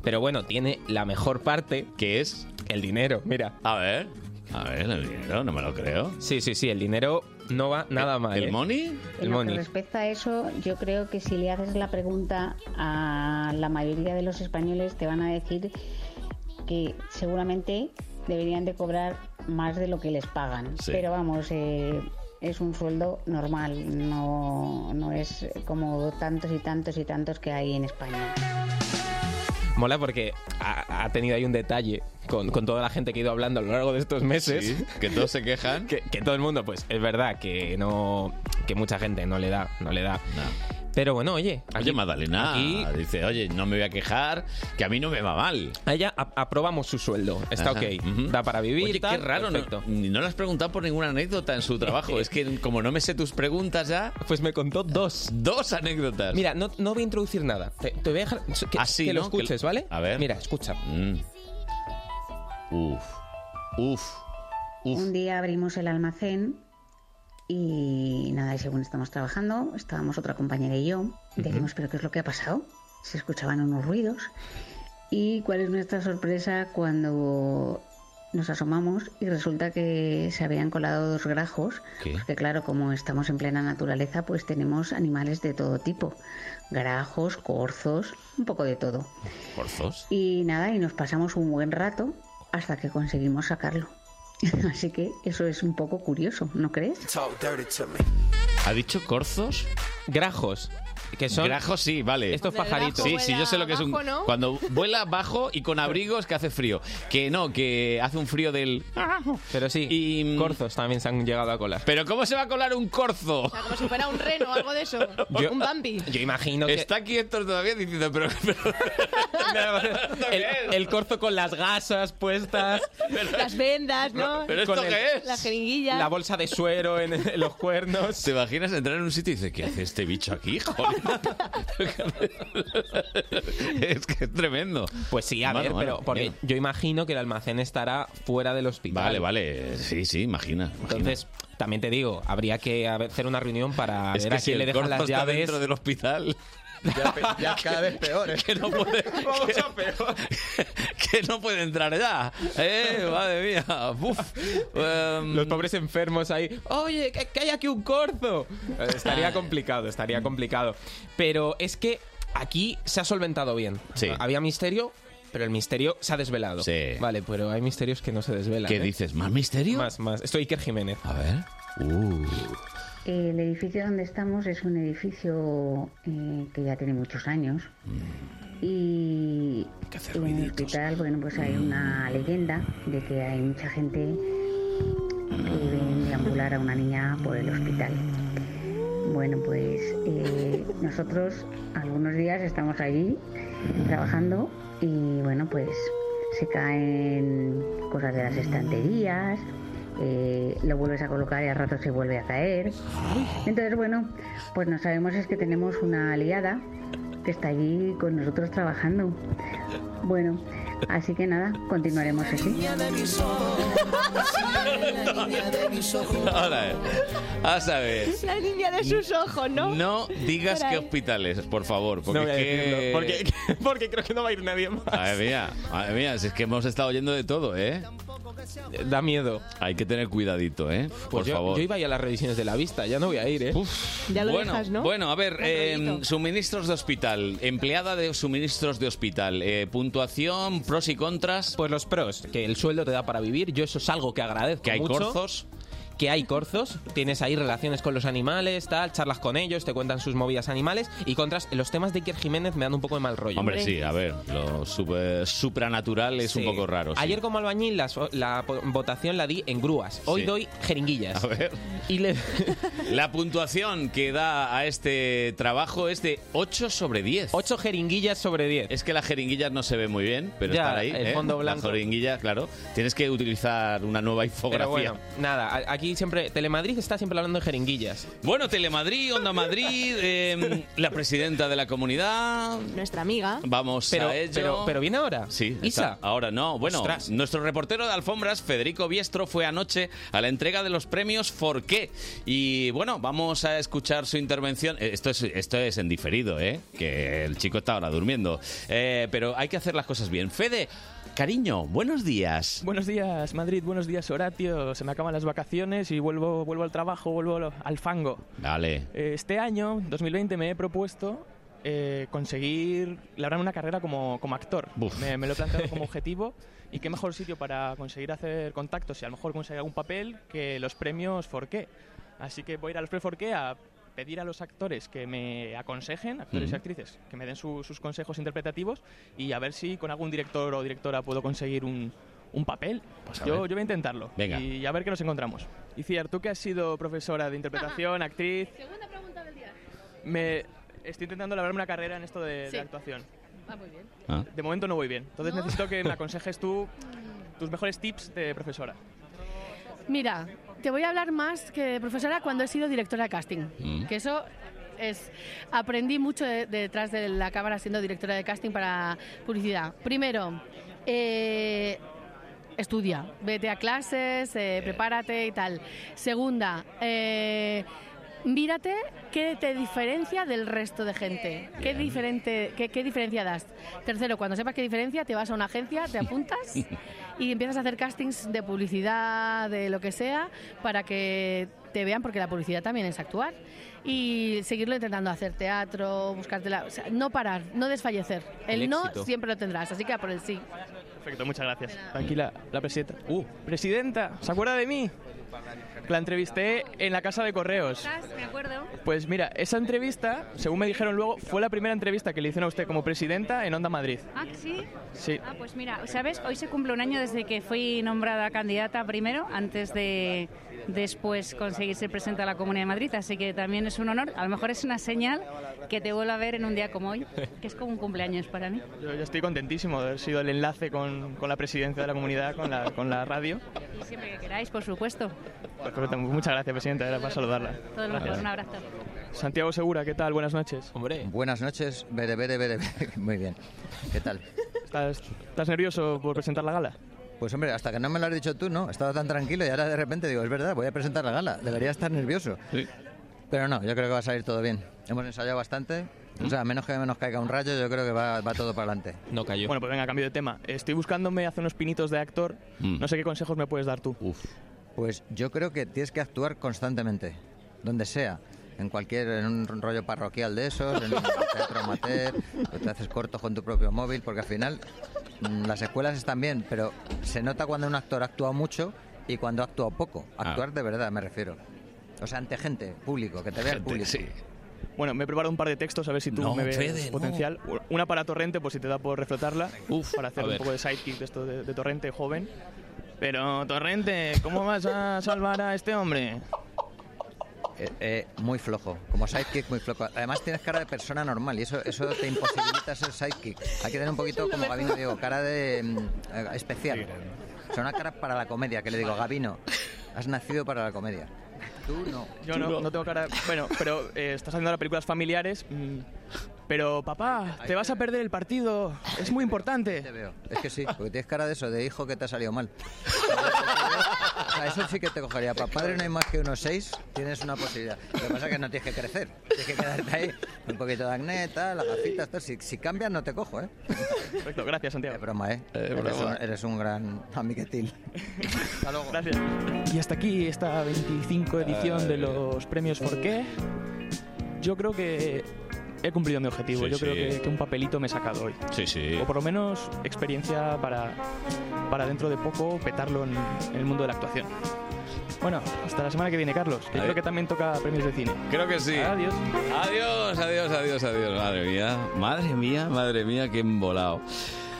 Speaker 6: Pero bueno, tiene la mejor parte.
Speaker 1: que es?
Speaker 6: El dinero, mira.
Speaker 1: A ver, a ver, el dinero, no me lo creo.
Speaker 6: Sí, sí, sí, el dinero no va nada mal.
Speaker 1: el
Speaker 6: ¿eh?
Speaker 1: money?
Speaker 6: El
Speaker 3: En lo que
Speaker 6: money.
Speaker 3: respecta a eso, yo creo que si le haces la pregunta a la mayoría de los españoles, te van a decir que seguramente deberían de cobrar más de lo que les pagan.
Speaker 2: Sí.
Speaker 3: Pero vamos, eh, es un sueldo normal, no, no es como tantos y tantos y tantos que hay en España.
Speaker 6: Mola porque ha, ha tenido ahí un detalle con, con toda la gente que he ido hablando a lo largo de estos meses.
Speaker 1: Sí, que todos se
Speaker 6: (laughs)
Speaker 1: quejan.
Speaker 6: que, que todo el mundo, pues, es verdad que no. que mucha gente no le da, no le da. Pero bueno, oye.
Speaker 1: Oye, Magdalena dice, oye, no me voy a quejar, que a mí no me va mal.
Speaker 6: A ella ap- aprobamos su sueldo, está
Speaker 1: Ajá,
Speaker 6: ok, da para vivir.
Speaker 1: Oye, qué
Speaker 6: tal,
Speaker 1: raro, no,
Speaker 6: perfecto.
Speaker 1: ni- no le has preguntado por ninguna anécdota en
Speaker 6: (laughs)
Speaker 1: su trabajo. es que como no me sé tus preguntas ya...
Speaker 6: Pues me contó dos.
Speaker 1: Dos anécdotas.
Speaker 6: Mira, no, no voy a introducir nada. Te, te voy a dejar que,
Speaker 1: Así,
Speaker 6: que lo
Speaker 1: ¿no? Que-
Speaker 6: escuches, ¿vale?
Speaker 1: A ver. Mm.
Speaker 6: Mira, escucha.
Speaker 1: Uf, uf.
Speaker 3: Un día abrimos el almacén y nada, y según estamos trabajando, estábamos otra compañera y yo, y decimos, pero ¿qué es lo que ha pasado? Se escuchaban unos ruidos. ¿Y cuál es nuestra sorpresa cuando nos asomamos y resulta que se habían colado dos grajos?
Speaker 2: ¿Qué?
Speaker 3: Porque claro, como estamos en plena naturaleza, pues tenemos animales de todo tipo. Grajos, corzos, un poco de todo.
Speaker 1: ¿Corzos?
Speaker 3: Y nada, y nos pasamos un buen rato hasta que conseguimos sacarlo. (laughs) Así que eso es un poco curioso, ¿no crees?
Speaker 1: ¿Ha dicho corzos?
Speaker 6: Grajos. Que
Speaker 1: son... Grajos, sí, vale.
Speaker 6: Estos Cuando el pajaritos.
Speaker 1: Sí,
Speaker 6: gajo
Speaker 1: sí,
Speaker 6: vuela
Speaker 1: yo sé lo que es un...
Speaker 6: abajo, ¿no?
Speaker 1: Cuando vuela bajo y con abrigos que hace frío. Que no, que hace un frío del...
Speaker 6: Pero sí, corzos también se han llegado a colar.
Speaker 1: Pero ¿cómo se va a colar un corzo?
Speaker 7: Como si fuera un reno o algo
Speaker 1: (laughs)
Speaker 7: de eso.
Speaker 6: Yo-
Speaker 7: un Bambi.
Speaker 6: Yo imagino que...
Speaker 1: Está aquí Héctor todavía diciendo, pero...
Speaker 6: el, el corzo con las gasas puestas,
Speaker 7: Las vendas, ¿no?
Speaker 6: ¿Pero esto
Speaker 7: Con el-
Speaker 6: qué es?
Speaker 7: Las jeringuillas.
Speaker 6: la bolsa de suero en, (laughs) en los cuernos.
Speaker 1: ¿Te imaginas entrar en un sitio y dices, ¿qué hace este bicho aquí, joder? (laughs) es que es tremendo.
Speaker 6: Pues sí, A ver, pero porque yo imagino que el almacén estará fuera del hospital.
Speaker 1: Vale, vale, sí, sí, imagina.
Speaker 6: Entonces, también te digo, habría que hacer una reunión para
Speaker 1: Es
Speaker 6: ver (laughs)
Speaker 1: que
Speaker 6: a
Speaker 1: si
Speaker 6: quién le
Speaker 1: el
Speaker 6: dejan las
Speaker 1: corzo está
Speaker 6: llaves.
Speaker 1: dentro del hospital.
Speaker 10: Ya cada vez
Speaker 6: ¿eh?
Speaker 10: peor.
Speaker 1: (laughs) Que no puede,
Speaker 10: (laughs)
Speaker 1: que,
Speaker 6: (laughs)
Speaker 1: que no puede entrar ya. Eh, madre mía. Uf. Um,
Speaker 6: Los pobres enfermos ahí. Oye, que, que hay aquí un corzo. Eh,
Speaker 1: Ah.
Speaker 6: Estaría complicado, estaría complicado. Pero es que aquí se ha solventado bien. Había misterio, pero el misterio se ha desvelado. Vale, pero hay misterios que no se desvelan.
Speaker 1: ¿Qué
Speaker 6: ¿eh?
Speaker 1: dices? ¿Más misterio?
Speaker 6: Más, más. Esto Iker Jiménez.
Speaker 1: A ver. Uh.
Speaker 3: El edificio donde estamos es un edificio eh, que ya tiene muchos años. Y en el hospital, bueno, pues hay una leyenda de que hay mucha gente que ven deambular a una niña por el hospital. Bueno, pues eh, nosotros algunos días estamos allí trabajando y bueno, pues se caen cosas de las estanterías, eh, lo vuelves a colocar y al rato se vuelve a caer. Entonces, bueno, pues no sabemos es que tenemos una aliada que está allí con nosotros trabajando. Bueno, Así que nada, continuaremos así.
Speaker 1: Ahora, eh, a saber.
Speaker 8: La niña de sus ojos, ¿no?
Speaker 1: No digas
Speaker 8: Caray.
Speaker 1: qué hospitales, por favor, porque
Speaker 6: No voy a
Speaker 1: es que-
Speaker 6: decirlo, porque, (laughs) porque creo que no va a ir nadie más.
Speaker 1: Madre mía, madre mía, si es que hemos estado oyendo de todo, ¿eh?
Speaker 6: Da miedo.
Speaker 1: Hay que tener cuidadito, ¿eh? por
Speaker 6: Pues yo,
Speaker 1: favor.
Speaker 6: yo iba a ir a las revisiones de la vista, ya no voy a ir, ¿eh?
Speaker 8: Ya lo
Speaker 1: bueno,
Speaker 8: dejas, ¿no?
Speaker 1: bueno, a ver, eh, suministros de hospital, empleada de suministros de hospital, eh, puntuación, pros y contras.
Speaker 6: Pues los pros, que el sueldo te da para vivir, yo eso es algo que agradezco.
Speaker 1: Que hay
Speaker 6: mucho.
Speaker 1: corzos.
Speaker 6: Que hay corzos, tienes ahí relaciones con los animales, tal, charlas con ellos, te cuentan sus movidas animales y contras. Los temas de Iker Jiménez me dan un poco de mal rollo.
Speaker 1: Hombre, sí, a ver, lo super- supranatural es un
Speaker 6: Sí.
Speaker 1: poco raro. sí.
Speaker 6: Ayer como albañil las- la, po- votación la di en grúas. Hoy
Speaker 1: Sí.
Speaker 6: doy jeringuillas.
Speaker 1: A ver.
Speaker 6: Y
Speaker 1: (laughs)
Speaker 6: le-
Speaker 1: La puntuación que da a este trabajo es de 8 sobre 10.
Speaker 6: 8 jeringuillas sobre 10.
Speaker 1: Es que las jeringuillas no se ve muy bien, pero
Speaker 6: Ya,
Speaker 1: están ahí.
Speaker 6: el
Speaker 1: ¿eh?
Speaker 6: fondo
Speaker 1: Las
Speaker 6: blanco.
Speaker 1: jeringuillas, claro. Tienes que utilizar una nueva infografía.
Speaker 6: Pero bueno, nada, a- aquí siempre, Telemadrid está siempre hablando de jeringuillas.
Speaker 1: Bueno, Telemadrid, Onda Madrid, eh, la presidenta de la comunidad.
Speaker 8: Nuestra amiga.
Speaker 1: Vamos
Speaker 6: Pero-
Speaker 1: a ello.
Speaker 6: pero- pero viene ahora.
Speaker 1: Sí,
Speaker 6: Isa.
Speaker 1: está- ahora no. Bueno,
Speaker 6: Ostras.
Speaker 1: nuestro reportero de alfombras, Federico Biestro, fue anoche a la entrega de los premios Forqué. Y bueno, vamos a escuchar su intervención. Eh, Esto es, esto es en diferido, ¿eh? Que el chico está ahora durmiendo. Eh, pero hay que hacer las cosas bien. Fede, cariño, buenos días.
Speaker 18: Buenos días, Madrid. Buenos días, Horatio. Se me acaban las vacaciones y vuelvo, vuelvo al trabajo, vuelvo al- al fango.
Speaker 1: Vale.
Speaker 18: Eh, Este año, 2020, me he propuesto eh, conseguir labrarme una carrera como, como actor. Me, me lo he planteado
Speaker 1: (laughs)
Speaker 18: como objetivo. ¿Y qué mejor sitio para conseguir hacer contactos y a lo mejor conseguir algún papel que los premios Forqué? Así que voy a ir a los premios Forqué a pedir a los actores que me aconsejen, actores y
Speaker 1: Ujú.
Speaker 18: actrices, que me den su- sus consejos interpretativos y a ver si con algún director o directora puedo conseguir un, un papel.
Speaker 1: Pues a
Speaker 18: yo,
Speaker 1: ver.
Speaker 18: yo voy a intentarlo
Speaker 1: Venga.
Speaker 18: y a ver qué nos encontramos. Y Ciar, tú que has sido profesora de
Speaker 10: (laughs)
Speaker 18: interpretación, actriz,
Speaker 19: Segunda pregunta del día.
Speaker 18: me estoy intentando labrarme una carrera en esto de, de
Speaker 19: Sí.
Speaker 18: actuación.
Speaker 19: Va Ah, muy bien.
Speaker 18: De momento no voy bien. Entonces
Speaker 19: ¿No?
Speaker 18: necesito
Speaker 19: (laughs)
Speaker 18: que me aconsejes tú tus mejores tips de profesora.
Speaker 19: Mira, te voy a hablar más que de profesora cuando he sido directora de casting.
Speaker 18: Mm.
Speaker 19: Que eso es. Aprendí mucho de- detrás de la cámara siendo directora de casting para publicidad. Primero, eh, estudia, vete a clases, eh, prepárate y tal. Segunda, eh, mírate qué te diferencia del resto de gente. ¿Qué, diferente, qué, qué diferencia das? Tercero, cuando sepas qué diferencia, te vas a una agencia, te
Speaker 18: (laughs)
Speaker 19: apuntas y empiezas a hacer castings de publicidad, de lo que sea, para que te vean, porque la publicidad también es actuar. Y seguirlo intentando hacer teatro, buscarte la... o sea, no parar, no desfallecer. El,
Speaker 18: El
Speaker 19: no
Speaker 18: éxito.
Speaker 19: siempre lo tendrás, así que a por el sí.
Speaker 18: Perfecto, muchas gracias. Tranquila, la presidenta. ¡Uh! ¡Presidenta! ¿Se acuerda de mí? La entrevisté en la casa de correos.
Speaker 19: Me acuerdo.
Speaker 18: Pues mira, esa entrevista, según me dijeron luego, fue la primera entrevista que le hicieron a usted como presidenta en Onda Madrid.
Speaker 20: Ah, sí.
Speaker 18: Sí.
Speaker 20: Ah, pues mira, ¿sabes? Hoy se cumple un año desde que fui nombrada candidata primero, antes de después conseguir ser presidenta de la Comunidad de Madrid, así que también es un honor. A lo mejor es una señal que te vuelva a ver en un día como hoy, que es como un cumpleaños para mí.
Speaker 18: Yo, yo estoy contentísimo de haber sido el enlace con, con la presidencia de la comunidad, con la, con la radio.
Speaker 20: Y siempre que queráis, por supuesto.
Speaker 18: Perfecto, muchas gracias, presidenta, era para saludarla.
Speaker 20: Todo lo mejor, un abrazo.
Speaker 18: Santiago Segura, ¿qué tal? Buenas noches.
Speaker 21: Hombre. Buenas noches, bere, bere, bere, bere. (laughs) Muy bien. ¿Qué tal?
Speaker 18: ¿Estás, estás nervioso por presentar la gala?
Speaker 21: Pues hombre, hasta que no me lo has dicho tú, no. Estaba tan tranquilo y ahora de repente digo, es verdad, voy a presentar la gala. Debería estar nervioso. Pero no, yo creo que va a salir todo bien. Hemos ensayado bastante. O sea, a menos que nos caiga un rayo, yo creo que va, va todo para adelante.
Speaker 6: No cayó.
Speaker 18: Bueno, pues venga, cambio de tema. Estoy buscándome hace unos pinitos de actor. No sé qué consejos me puedes dar tú.
Speaker 21: Pues yo creo que tienes que actuar constantemente, donde sea. En cualquier, en un rollo parroquial de esos, en un teatro amateur, o te haces cortos con tu propio móvil, porque al final mm, las escuelas están bien, pero se nota cuando un actor actúa mucho y cuando actúa poco. Actuar de verdad, me refiero. O sea, ante gente, público, que te vea el público.
Speaker 18: Bueno, me he preparado un par de textos a ver si tú
Speaker 21: No,
Speaker 18: me ves
Speaker 21: Fede, no.
Speaker 18: potencial. Una para Torrente, por si te da por reflotarla. para hacer
Speaker 21: a
Speaker 18: un
Speaker 21: ver.
Speaker 18: poco de sidekick de esto de, de Torrente joven. Pero, Torrente, ¿cómo vas a salvar a este hombre?
Speaker 21: Eh, eh, muy flojo, como sidekick muy flojo. Además tienes cara de persona normal y eso, eso te imposibilita ser sidekick. Hay que tener un poquito como Gabino Diego, cara de mm, eh, especial. O sea, una cara para la comedia, que le digo, Gabino, has nacido para la comedia. Tú no.
Speaker 18: Yo no, no tengo cara. Bueno, pero eh, estás haciendo ahora películas familiares. mm, Pero papá, te vas a perder el partido. Es muy importante.
Speaker 22: Es que sí, porque tienes cara de eso, de hijo que te ha salido mal. O sea, eso sí que te cogería. Para padre no hay más que unos seis, tienes una posibilidad. Lo que pasa es que no tienes que crecer, tienes que quedarte ahí. Un poquito de acné, tal, las gafitas, tal. Si, si cambias no te cojo, ¿eh?
Speaker 18: Perfecto, gracias Santiago.
Speaker 22: Es broma, ¿eh? Eres,
Speaker 18: broma.
Speaker 22: un, eres un gran amiguetil. Hasta luego.
Speaker 18: Gracias. Y hasta aquí esta 25 edición de
Speaker 22: Ay.
Speaker 18: los premios Forqué. Yo creo que he cumplido mi objetivo.
Speaker 1: Sí,
Speaker 18: Yo creo
Speaker 1: sí.
Speaker 18: que, que un papelito me he sacado hoy.
Speaker 1: Sí, sí.
Speaker 18: O por lo menos experiencia para, para dentro de poco petarlo en, en el mundo de la actuación. Bueno, hasta la semana que viene, Carlos. Que
Speaker 1: Adiós.
Speaker 18: creo que también toca premios de cine.
Speaker 1: Creo que sí.
Speaker 18: Adiós.
Speaker 1: Adiós, adiós, adiós, adiós. Madre mía, madre mía, madre mía, qué embolado.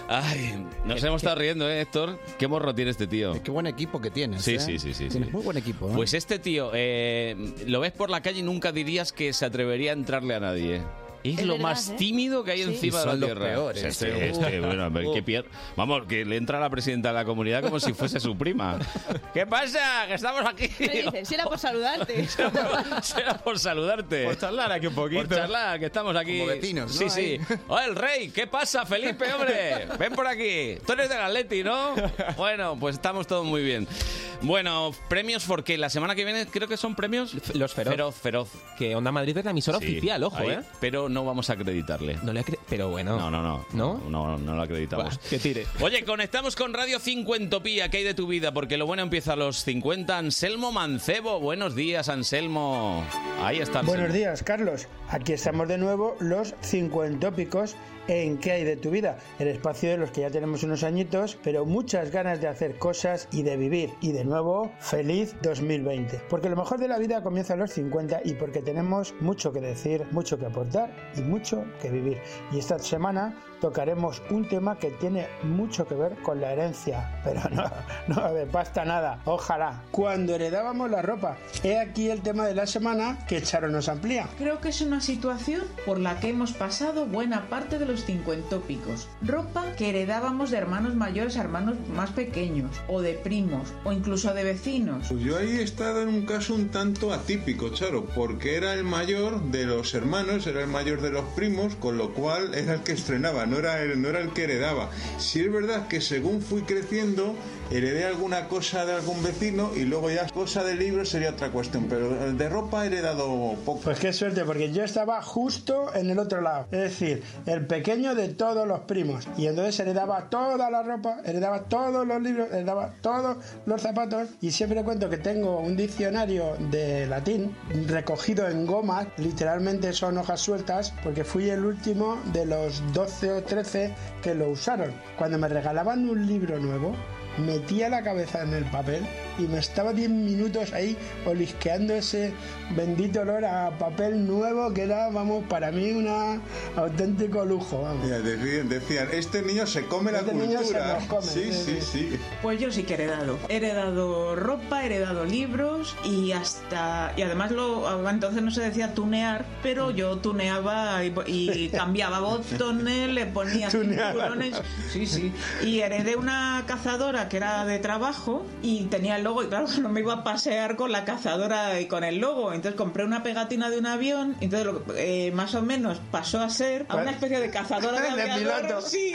Speaker 1: Ay, nos hemos estado riendo, ¿eh, Héctor? Qué morro tiene este tío.
Speaker 9: Qué buen equipo que tienes.
Speaker 1: Sí,
Speaker 9: ¿eh?
Speaker 1: sí, sí, sí,
Speaker 9: Tienes
Speaker 1: sí.
Speaker 9: muy buen equipo. ¿eh?
Speaker 1: Pues este tío, eh, lo ves por la calle y nunca dirías que se atrevería a entrarle a nadie. Es,
Speaker 3: Es
Speaker 1: lo
Speaker 3: verdad,
Speaker 1: más
Speaker 3: ¿eh?
Speaker 1: tímido que hay
Speaker 3: Sí.
Speaker 1: encima
Speaker 3: Y
Speaker 1: de
Speaker 3: son
Speaker 1: la
Speaker 3: los
Speaker 1: tierra.
Speaker 3: peores,
Speaker 1: Este-
Speaker 3: ¿eh?
Speaker 1: (laughs) este, bueno, a ver, qué pier- Vamos, que le entra a la presidenta de la comunidad como si fuese su prima. ¿Qué pasa? Que estamos aquí.
Speaker 7: Me dice, si era por saludarte.
Speaker 1: (laughs) Será por saludarte. Por charlar aquí un poquito. Por charlar, que estamos aquí.
Speaker 9: Como vecinos, ¿no?
Speaker 1: Sí, sí. ¡Oh, el rey! ¿Qué pasa, Felipe, hombre? Ven por aquí. Tú eres del Atleti, ¿no? Bueno, pues estamos todos muy bien. Bueno, premios porque la semana que viene creo que son premios... Los Feroz. Feroz,
Speaker 6: Que Onda Madrid es la emisora oficial, ojo, ¿eh?
Speaker 1: Pero no vamos a acreditarle. No le Pero bueno. No, no, no. ¿No? No, no lo acreditamos.
Speaker 6: Que tire.
Speaker 1: Oye, conectamos con Radio 50pía, ¿qué hay de tu vida? Porque lo bueno empieza a los 50. Anselmo Mancebo, buenos días, Anselmo. Ahí está. Anselmo.
Speaker 23: Buenos días, Carlos. Aquí estamos de nuevo los 50 tópicos en ¿Qué hay de tu vida? El espacio de los que ya tenemos unos añitos, pero muchas ganas de hacer cosas y de vivir. Y de nuevo, feliz 2020. Porque lo mejor de la vida comienza a los 50 y porque tenemos mucho que decir, mucho que aportar y mucho que vivir. Y esta semana tocaremos un tema que tiene mucho que ver con la herencia, (laughs) pero no, no de pasta nada, ojalá. Cuando heredábamos la ropa, he aquí el tema de la semana que Charo nos amplía.
Speaker 24: Creo que es una situación por la que hemos pasado buena parte de los cincuentópicos. Ropa que heredábamos de hermanos mayores a hermanos más pequeños, o de primos, o incluso de vecinos.
Speaker 25: Pues yo ahí he estado en un caso un tanto atípico, Charo, porque era el mayor de los hermanos, era el mayor de los primos, con lo cual era el que estrenaba, no era el, no era el que heredaba. Si es verdad que según fui creciendo, heredé alguna cosa de algún vecino y luego ya cosa de libro sería otra cuestión, pero de ropa he heredado poco.
Speaker 23: Pues qué suerte, porque yo estaba justo en el otro lado, es decir, el pequeño de todos los primos. Y entonces heredaba toda la ropa, heredaba todos los libros, heredaba todos los zapatos. Y siempre cuento que tengo un diccionario de latín recogido en gomas, literalmente son hojas sueltas, porque fui el último de los 12 o 13 que lo usaron. Cuando me regalaban un libro nuevo, metía la cabeza en el papel y me estaba 10 minutos ahí olisqueando ese bendito olor a papel nuevo que era, vamos, para mí un auténtico lujo, vamos.
Speaker 25: Mira, decían, decían, este niño se come la
Speaker 23: Este niño se
Speaker 25: cultura.
Speaker 23: nos come,
Speaker 25: sí,
Speaker 23: sí,
Speaker 25: sí, sí.
Speaker 24: Pues yo sí que he heredado. He heredado ropa, he heredado libros y hasta... Y además lo, entonces no se decía tunear, pero yo tuneaba y,
Speaker 23: (laughs)
Speaker 24: y cambiaba botones, le ponía
Speaker 23: Tuneaba.
Speaker 24: cinturones. Sí, sí. Y heredé una cazadora que era de trabajo y tenía el logo y claro, (laughs) no me iba a pasear con la cazadora y con el logo. Entonces compré una pegatina de un avión, entonces lo- eh, más o menos pasó a ser a una especie de cazadora
Speaker 23: (laughs)
Speaker 24: de,
Speaker 23: De
Speaker 24: aviador,
Speaker 23: piloto.
Speaker 6: (laughs)
Speaker 24: Sí.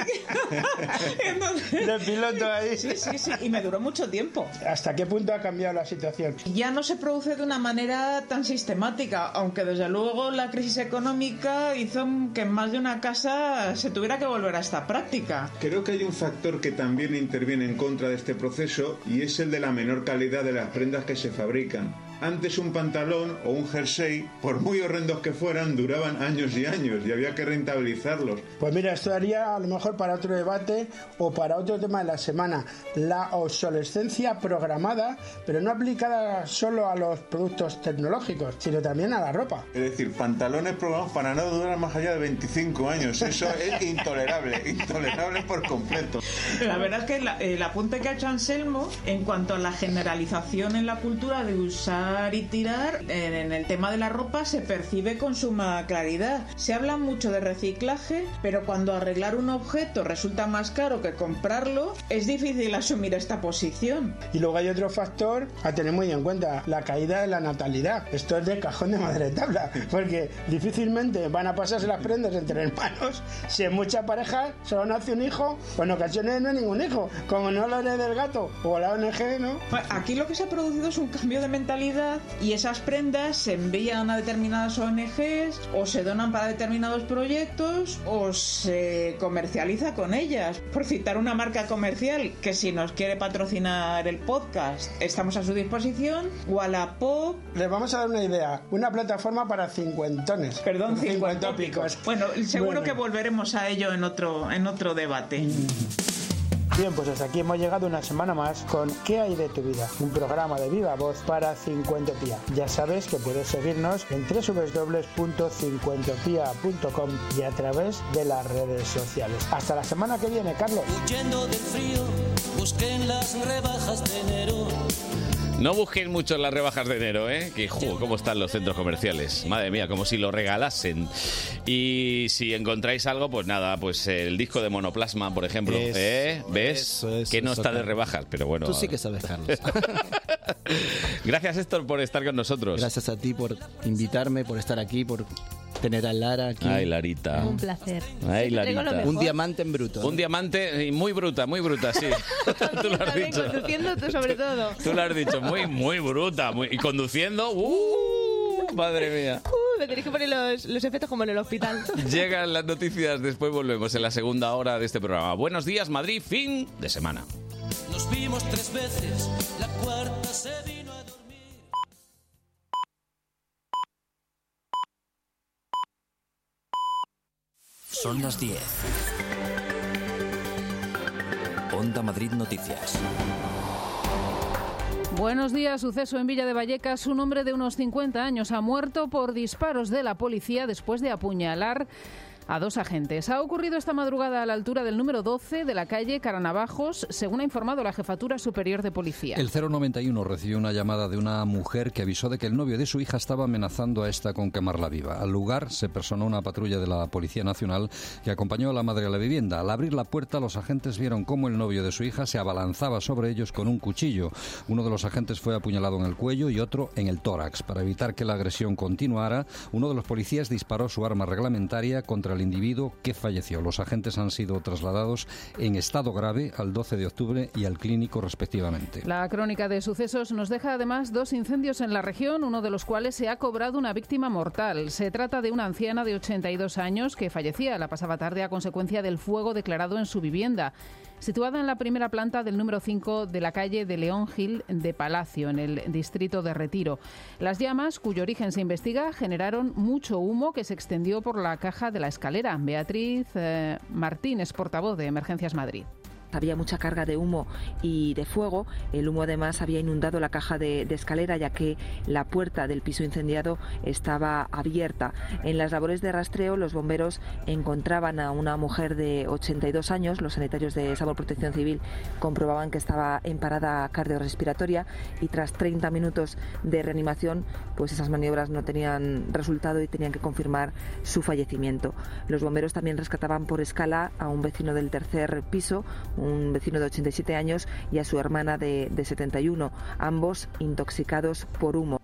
Speaker 24: Entonces-
Speaker 23: De piloto ahí.
Speaker 24: Sí, sí, sí. Y me duró mucho tiempo.
Speaker 23: ¿Hasta qué punto ha cambiado la situación?
Speaker 24: Ya no se produce de una manera tan sistemática, aunque desde luego la crisis económica hizo que en más de una casa se tuviera que volver a esta práctica.
Speaker 25: Creo que hay un factor que también interviene en contra de este proceso y es el de la menor calidad de las prendas que se fabrican. Antes un pantalón o un jersey, por muy horrendos que fueran, duraban años y años y había que rentabilizarlos.
Speaker 23: Pues mira, esto daría a lo mejor para otro debate o para otro tema de la semana. La obsolescencia programada, pero no aplicada solo a los productos tecnológicos, sino también a la ropa.
Speaker 25: Es decir, pantalones programados para no durar más allá de 25 años. Eso es intolerable, (laughs) intolerable por completo.
Speaker 24: La verdad es que la- el apunte que ha hecho Anselmo en cuanto a la generalización en la cultura de usar tirar y tirar, en, en el tema de la ropa se percibe con suma claridad. Se habla mucho de reciclaje, pero cuando arreglar un objeto resulta más caro que comprarlo, es difícil asumir esta posición.
Speaker 23: Y luego hay otro factor a tener muy en cuenta, la caída de la natalidad. Esto es de cajón de madre tabla, porque difícilmente van a pasarse las prendas entre hermanos si en muchas parejas solo nace un hijo, o en ocasiones no hay ningún hijo, como no lo del gato o la ONG, ¿no?
Speaker 24: Bueno, Aquí lo que se ha producido es un cambio de mentalidad y esas prendas se envían a determinadas ONGs o se donan para determinados proyectos o se comercializa con ellas. Por citar una marca comercial que si nos quiere patrocinar el podcast, estamos a su disposición. Wallapop.
Speaker 23: Les vamos a dar una idea, una plataforma para cincuentones.
Speaker 24: Perdón,
Speaker 23: cincuentópicos.
Speaker 24: Bueno, seguro
Speaker 23: Bueno.
Speaker 24: que volveremos a ello en otro, en otro debate.
Speaker 23: Bien, pues hasta aquí hemos llegado una semana más con ¿Qué hay de tu vida? Un programa de viva voz para Cincuentopía. Ya sabes que puedes seguirnos en www.cincuentopía.com y a través de las redes sociales. Hasta la semana que viene, Carlos.
Speaker 10: Huyendo del frío, busqué en las rebajas de enero.
Speaker 1: No busquen mucho en las rebajas de enero, ¿eh? Que, jo, cómo están los centros comerciales. Madre mía, como si lo regalasen. Y si encontráis algo, pues nada, pues el disco de Monoplasma, por ejemplo,
Speaker 9: Eso,
Speaker 1: ¿eh? ¿Ves?
Speaker 9: eso, eso,
Speaker 1: que no
Speaker 9: eso,
Speaker 1: está de
Speaker 9: Carlos.
Speaker 1: rebajas, pero bueno. pues
Speaker 9: Tú sí que sabes, Carlos.
Speaker 1: Gracias, Héctor, por estar con nosotros.
Speaker 9: Gracias a ti por invitarme, por estar aquí, por tener a Lara aquí.
Speaker 1: Ay, Larita.
Speaker 26: Un placer.
Speaker 1: Ay, Larita.
Speaker 9: Un diamante en bruto.
Speaker 1: Un diamante y muy bruta, muy bruta, (laughs) sí. Tú lo has
Speaker 7: También
Speaker 1: dicho.
Speaker 7: conduciendo tú sobre todo.
Speaker 1: Tú lo has dicho, muy, muy bruta. muy- y conduciendo, ¡uh! Madre mía.
Speaker 7: Uy, Uh, me tenéis que poner los, los efectos como en el hospital.
Speaker 1: Llegan las noticias, después volvemos en la segunda hora de este programa. Buenos días, Madrid, fin de semana.
Speaker 10: Nos vimos tres veces, la cuarta se vino a dormir.
Speaker 11: Son las 10. Onda Madrid Noticias.
Speaker 2: Buenos días. Suceso en Villa de Vallecas. Un hombre de unos 50 años ha muerto por disparos de la policía después de apuñalar a dos agentes. Ha ocurrido esta madrugada a la altura del número 12 de la calle Caranabajos, según ha informado la Jefatura Superior de Policía.
Speaker 27: El 091 recibió una llamada de una mujer que avisó de que el novio de su hija estaba amenazando a esta con quemarla viva. Al lugar se personó una patrulla de la Policía Nacional que acompañó a la madre a la vivienda. Al abrir la puerta, los agentes vieron cómo el novio de su hija se abalanzaba sobre ellos con un cuchillo. Uno de los agentes fue apuñalado en el cuello y otro en el tórax. Para evitar que la agresión continuara, uno de los policías disparó su arma reglamentaria contra el individuo que falleció. Los agentes han sido trasladados en estado grave al 12 de octubre y al clínico respectivamente.
Speaker 2: La crónica de sucesos nos deja además dos incendios en la región, uno de los cuales se ha cobrado una víctima mortal. Se trata de una anciana de 82 años que fallecía la pasada tarde a consecuencia del fuego declarado en su vivienda, situada en la primera planta del número 5 de la calle de León Gil de Palacio, en el distrito de Retiro. Las llamas, cuyo origen se investiga, generaron mucho humo que se extendió por la caja de la escalera. Beatriz eh, Martínez, portavoz de Emergencias Madrid.
Speaker 28: Había mucha carga de humo y de fuego. El humo además había inundado la caja de, de escalera ya que la puerta del piso incendiado estaba abierta. En las labores de rastreo los bomberos encontraban a una mujer de 82 años. Los sanitarios de Sabor Protección Civil comprobaban que estaba en parada cardiorrespiratoria y tras 30 minutos de reanimación pues esas maniobras no tenían resultado y tenían que confirmar su fallecimiento. Los bomberos también rescataban por escala a un vecino del tercer piso, un vecino de 87 años, y a su hermana de, de 71, ambos intoxicados por humo.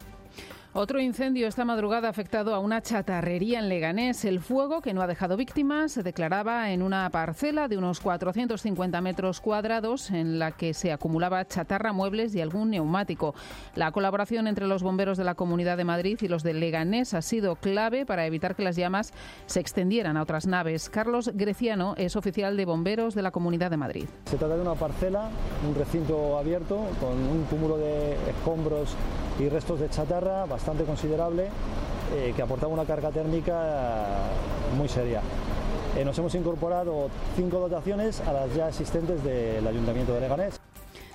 Speaker 2: Otro incendio esta madrugada ha afectado a una chatarrería en Leganés. El fuego, que no ha dejado víctimas, se declaraba en una parcela de unos 450 metros cuadrados en la que se acumulaba chatarra, muebles y algún neumático. La colaboración entre los bomberos de la Comunidad de Madrid y los de Leganés ha sido clave para evitar que las llamas se extendieran a otras naves. Carlos Greciano es oficial de bomberos de la Comunidad de Madrid.
Speaker 29: Se trata de una parcela, un recinto abierto con un cúmulo de escombros y restos de chatarra bastante considerable eh, que aportaba una carga térmica eh, muy seria. Eh, nos hemos incorporado cinco dotaciones a las ya existentes del Ayuntamiento de Leganés.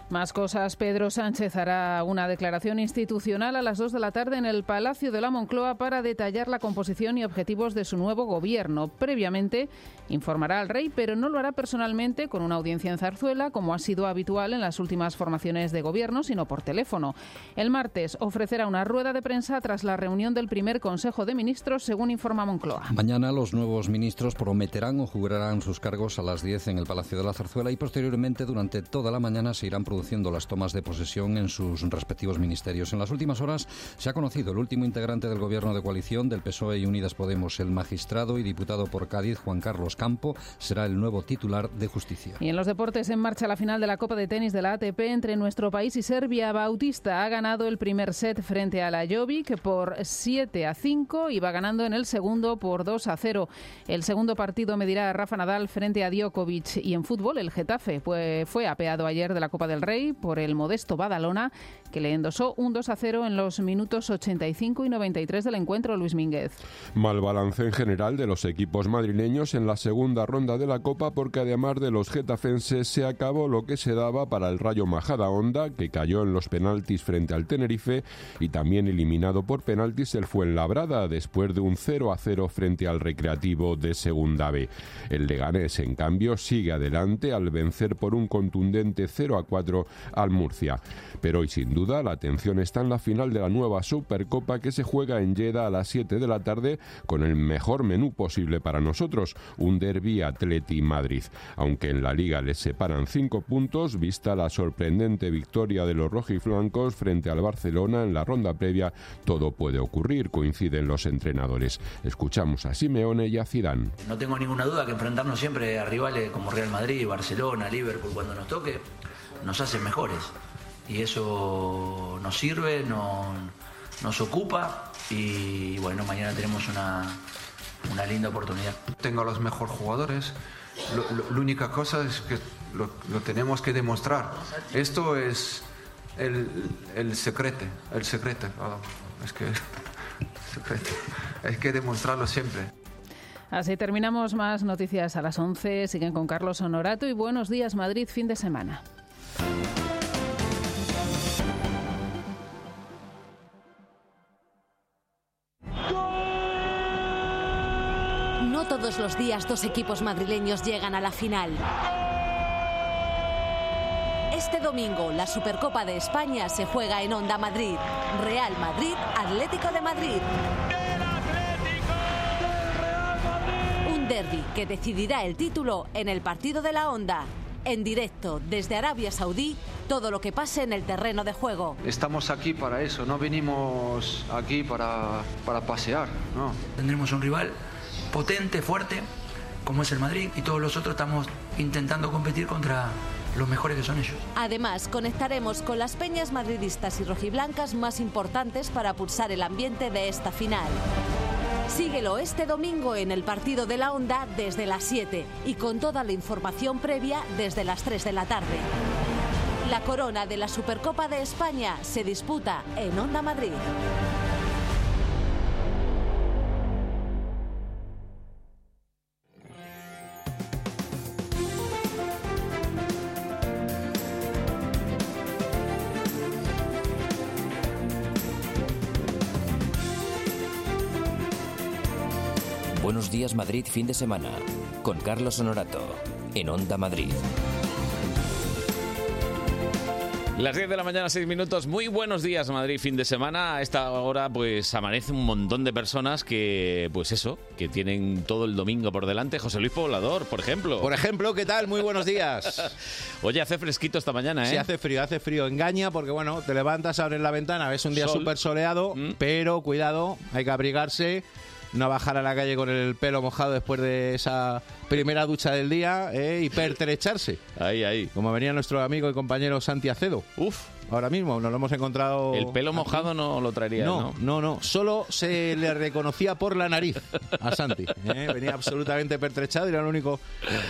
Speaker 2: Más cosas. Pedro Sánchez hará una declaración institucional a las 2 de la tarde en el Palacio de la Moncloa para detallar la composición y objetivos de su nuevo gobierno. Previamente informará al rey, pero no lo hará personalmente con una audiencia en Zarzuela, como ha sido habitual en las últimas formaciones de gobierno, sino por teléfono. El martes ofrecerá una rueda de prensa tras la reunión del primer Consejo de Ministros, según informa Moncloa.
Speaker 27: Mañana los nuevos ministros prometerán o jugarán sus cargos a las 10 en el Palacio de la Zarzuela y posteriormente durante toda la mañana se irán produciendo las tomas de posesión en sus respectivos ministerios. En las últimas horas se ha conocido el último integrante del gobierno de coalición del PSOE E y Unidas Podemos, el magistrado y diputado por Cádiz Juan Carlos Campo, será el nuevo titular de Justicia.
Speaker 2: Y en los deportes en marcha la final de la Copa de Tenis de la ATP entre nuestro país y Serbia. Bautista ha ganado el primer set frente a la Jovic por 7 a 5 y va ganando en el segundo por 2 a 0. El segundo partido medirá a Rafa Nadal frente a Djokovic. Y en fútbol, el Getafe fue, fue apeado ayer de la Copa del Rey por el modesto Badalona, que le endosó un 2 a 0 en los minutos 85 y 93 del encuentro Luis Mínguez.
Speaker 30: Mal balance en general de los equipos madrileños en la segunda ronda de la Copa porque además de los getafenses se acabó lo que se daba para el Rayo Majada Honda que cayó en los penaltis frente al Tenerife y también eliminado por penaltis el Fuenlabrada después de un 0 a 0 frente al Recreativo de Segunda B. El Leganés en cambio sigue adelante al vencer por un contundente 0 a 4 al Murcia. Pero hoy sin duda la atención está en la final de la nueva Supercopa que se juega en Jeddah a las 7 de la tarde con el mejor menú posible para nosotros, un derby Atleti Madrid. Aunque en la liga les separan 5 puntos, vista la sorprendente victoria de los rojiflancos frente al Barcelona en la ronda previa, todo puede ocurrir, coinciden los entrenadores. Escuchamos a Simeone y a Zidane.
Speaker 11: No tengo ninguna duda que enfrentarnos siempre a rivales como Real Madrid, Barcelona, Liverpool, cuando nos toque, nos hace mejores. Y eso nos sirve, no- nos ocupa y bueno, mañana tenemos una, una linda oportunidad.
Speaker 31: tengo los mejores jugadores. Lo- lo- la única cosa es que lo, lo tenemos que demostrar. Esto es el, el secreto, el secreto. Ah, es (laughs) que secreto. Hay que demostrarlo siempre.
Speaker 2: Así terminamos más noticias a las 11. Siguen con Carlos Honorato y buenos días Madrid fin de semana.
Speaker 14: No todos los días dos equipos madrileños llegan a la final. Este domingo la Supercopa de España se juega en Onda Madrid. Real Madrid, Atlético de Madrid. Un derby que decidirá el título en el partido de la Onda. En directo desde Arabia Saudí, todo lo que pase en el terreno de juego.
Speaker 31: Estamos aquí para eso, no venimos aquí para, para pasear, no.
Speaker 11: Tendremos un rival potente, fuerte, como es el Madrid, y todos los otros estamos intentando competir contra los mejores que son ellos.
Speaker 14: Además, conectaremos con las peñas madridistas y rojiblancas más importantes para pulsar el ambiente de esta final. Síguelo este domingo en el partido de la Onda desde las 7 y con toda la información previa desde las 3 de la tarde. La corona de la Supercopa de España se disputa en Onda Madrid.
Speaker 32: Buenos días Madrid fin de semana con Carlos Honorato en Onda Madrid.
Speaker 1: Las 10 de la mañana, 6 minutos. Muy buenos días, Madrid, fin de semana. A esta hora, pues, amanece un montón de personas que, pues eso, que tienen todo el domingo por delante. José Luis Poblador, por ejemplo.
Speaker 15: Por ejemplo, ¿qué tal? Muy buenos días.
Speaker 1: (laughs) Oye, hace fresquito esta mañana, ¿eh?
Speaker 15: Sí, hace frío, hace frío. Engaña porque, bueno, te levantas, abres la ventana, ves un día
Speaker 1: Sol. Mm.
Speaker 15: súper soleado, pero cuidado, hay que abrigarse, no bajar a la calle con el pelo mojado después de esa primera ducha del día ¿eh? y pertrecharse.
Speaker 1: (laughs) Ahí, ahí.
Speaker 15: Como venía nuestro amigo y compañero Santi Acedo.
Speaker 1: Uf.
Speaker 15: ahora mismo. Nos lo hemos encontrado.
Speaker 1: El pelo mojado no lo traería,
Speaker 15: No,
Speaker 1: ¿no?
Speaker 15: no, no. Solo se le reconocía por la nariz a Santi. ¿eh? Venía absolutamente pertrechado y era lo único,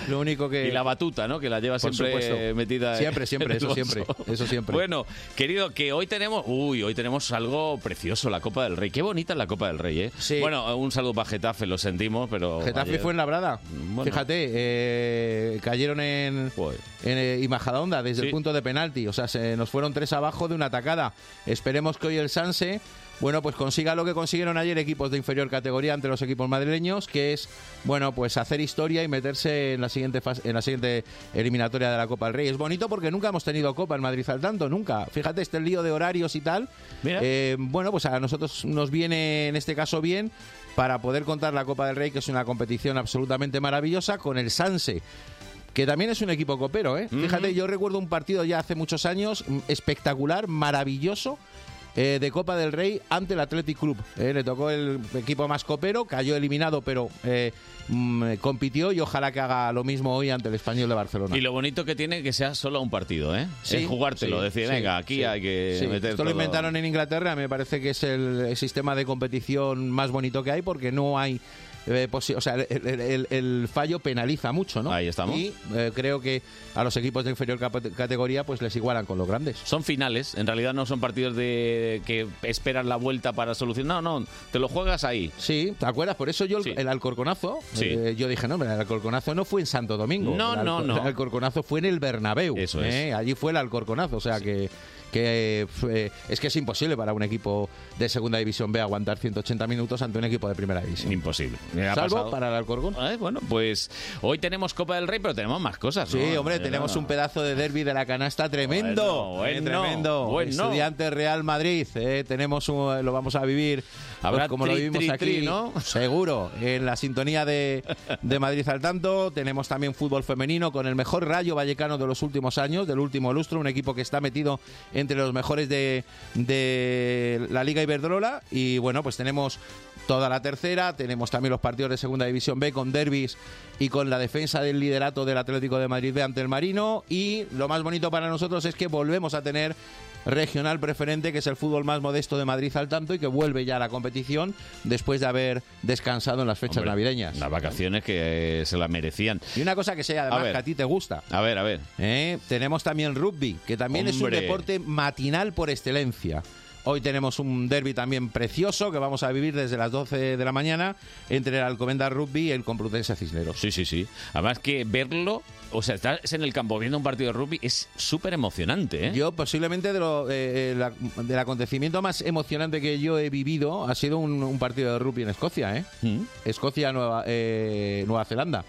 Speaker 15: lo único que.
Speaker 1: (laughs) (laughs) Y la batuta, ¿no? Que la lleva
Speaker 15: Por
Speaker 1: siempre
Speaker 15: supuesto.
Speaker 1: metida. en-
Speaker 15: Siempre, siempre,
Speaker 1: en el
Speaker 15: eso siempre,
Speaker 1: bolso.
Speaker 15: eso siempre.
Speaker 1: Bueno, querido, que hoy tenemos. Uy, hoy tenemos algo precioso, la Copa del Rey. Qué bonita es la Copa del Rey, ¿eh? Bueno, un saludo para Getafe, lo sentimos, pero.
Speaker 15: Getafe
Speaker 1: ayer-
Speaker 15: fue en Labrada. Fíjate, eh, cayeron en, en eh, y Majadahonda desde el punto de penalti. O sea, se nos fueron tres abajo de una atacada. Esperemos que hoy el Sanse, bueno, pues consiga lo que consiguieron ayer equipos de inferior categoría ante los equipos madrileños, que es, bueno, pues hacer historia y meterse en la siguiente fase, en la siguiente eliminatoria de la Copa del Rey. Es bonito porque nunca hemos tenido Copa en Madrid al tanto, nunca. Fíjate, este lío de horarios y tal. Eh, bueno, pues a nosotros nos viene en este caso bien para poder contar la Copa del Rey, que es una competición absolutamente maravillosa, con el Sanse. Que también es un equipo copero, ¿eh? Fíjate, yo recuerdo un partido ya hace muchos años, mm, espectacular, maravilloso, eh, de Copa del Rey ante el Athletic Club. Eh, le tocó el equipo más copero, cayó eliminado, pero eh, mm, compitió y ojalá que haga lo mismo hoy ante el Español de Barcelona.
Speaker 1: Y lo bonito que tiene que sea solo un partido, ¿eh?
Speaker 15: Sí,
Speaker 1: es jugártelo,
Speaker 15: sí,
Speaker 1: decir,
Speaker 15: sí,
Speaker 1: venga, aquí
Speaker 15: sí,
Speaker 1: hay que
Speaker 15: sí.
Speaker 1: eh, meter
Speaker 15: Esto lo
Speaker 1: todo.
Speaker 15: inventaron en Inglaterra, me parece que es el sistema de competición más bonito que hay porque no hay... eh, posi- o sea, el, el- el- el fallo penaliza mucho, ¿no? Ahí
Speaker 1: estamos.
Speaker 15: Y eh, creo que a los equipos de inferior capa- categoría pues les igualan con los grandes.
Speaker 1: Son finales, en realidad no son partidos de que esperas la vuelta para solucionar, no, no, te lo juegas ahí.
Speaker 15: Sí, ¿te acuerdas? Por eso yo el, el Alcorconazo,
Speaker 1: Sí.
Speaker 15: eh, yo dije, no, hombre, el Alcorconazo no fue en Santo Domingo.
Speaker 1: No,
Speaker 15: El
Speaker 1: no, no.
Speaker 15: El Alcorconazo fue en el Bernabéu. Eso
Speaker 1: es.
Speaker 15: Allí fue el Alcorconazo, o sea que, que fue- es que es imposible para un equipo de Segunda División B aguantar 180 minutos ante un equipo de Primera División.
Speaker 1: Imposible. ha
Speaker 15: Salvo
Speaker 1: pasado.
Speaker 15: para el Alcorcón.
Speaker 1: Eh, bueno, pues hoy tenemos Copa del Rey, pero tenemos más cosas. ¿no?
Speaker 15: Sí, hombre,
Speaker 1: Eh,
Speaker 15: tenemos
Speaker 1: no.
Speaker 15: un pedazo de derby de la canasta tremendo.
Speaker 1: Bueno,
Speaker 15: eh,
Speaker 1: bueno,
Speaker 15: tremendo.
Speaker 1: bueno.
Speaker 15: Estudiante Real Madrid. eh, tenemos un- lo vamos a vivir
Speaker 1: Habrá
Speaker 15: pues, como lo
Speaker 1: tri,
Speaker 15: vivimos
Speaker 1: tri,
Speaker 15: aquí,
Speaker 1: tri, ¿no?
Speaker 15: Seguro. En la sintonía de, de Madrid al tanto. Tenemos también fútbol femenino con el mejor rayo vallecano de los últimos años, del último lustro. Un equipo que está metido entre los mejores de, de la Liga Iberdrola. Y bueno, pues tenemos toda la tercera. Tenemos también los partidos de Segunda División B con derbis y con la defensa del liderato del Atlético de Madrid B ante el Marino. Y lo más bonito para nosotros es que volvemos a tener regional preferente, que es el fútbol más modesto de Madrid al tanto y que vuelve ya a la competición después de haber descansado en las fechas
Speaker 1: Hombre,
Speaker 15: navideñas.
Speaker 1: Las vacaciones que eh, se las merecían.
Speaker 15: Y una cosa que sea además
Speaker 1: A ver.
Speaker 15: que a ti te gusta.
Speaker 1: A ver, a ver.
Speaker 15: Eh, Tenemos también rugby, que también
Speaker 1: Hombre.
Speaker 15: es un deporte matinal por excelencia. Hoy tenemos un derby también precioso que vamos a vivir desde las 12 de la mañana entre el Alcomenda Rugby y el Complutense Cisneros.
Speaker 1: Sí, sí, sí. Además que verlo, o sea, estar en el campo viendo un partido de rugby es súper emocionante, ¿eh?
Speaker 15: Yo posiblemente de lo, eh, eh, la- del acontecimiento más emocionante que yo he vivido ha sido un, un partido de rugby en Escocia, ¿eh? Escocia Nueva eh, Nueva Zelanda.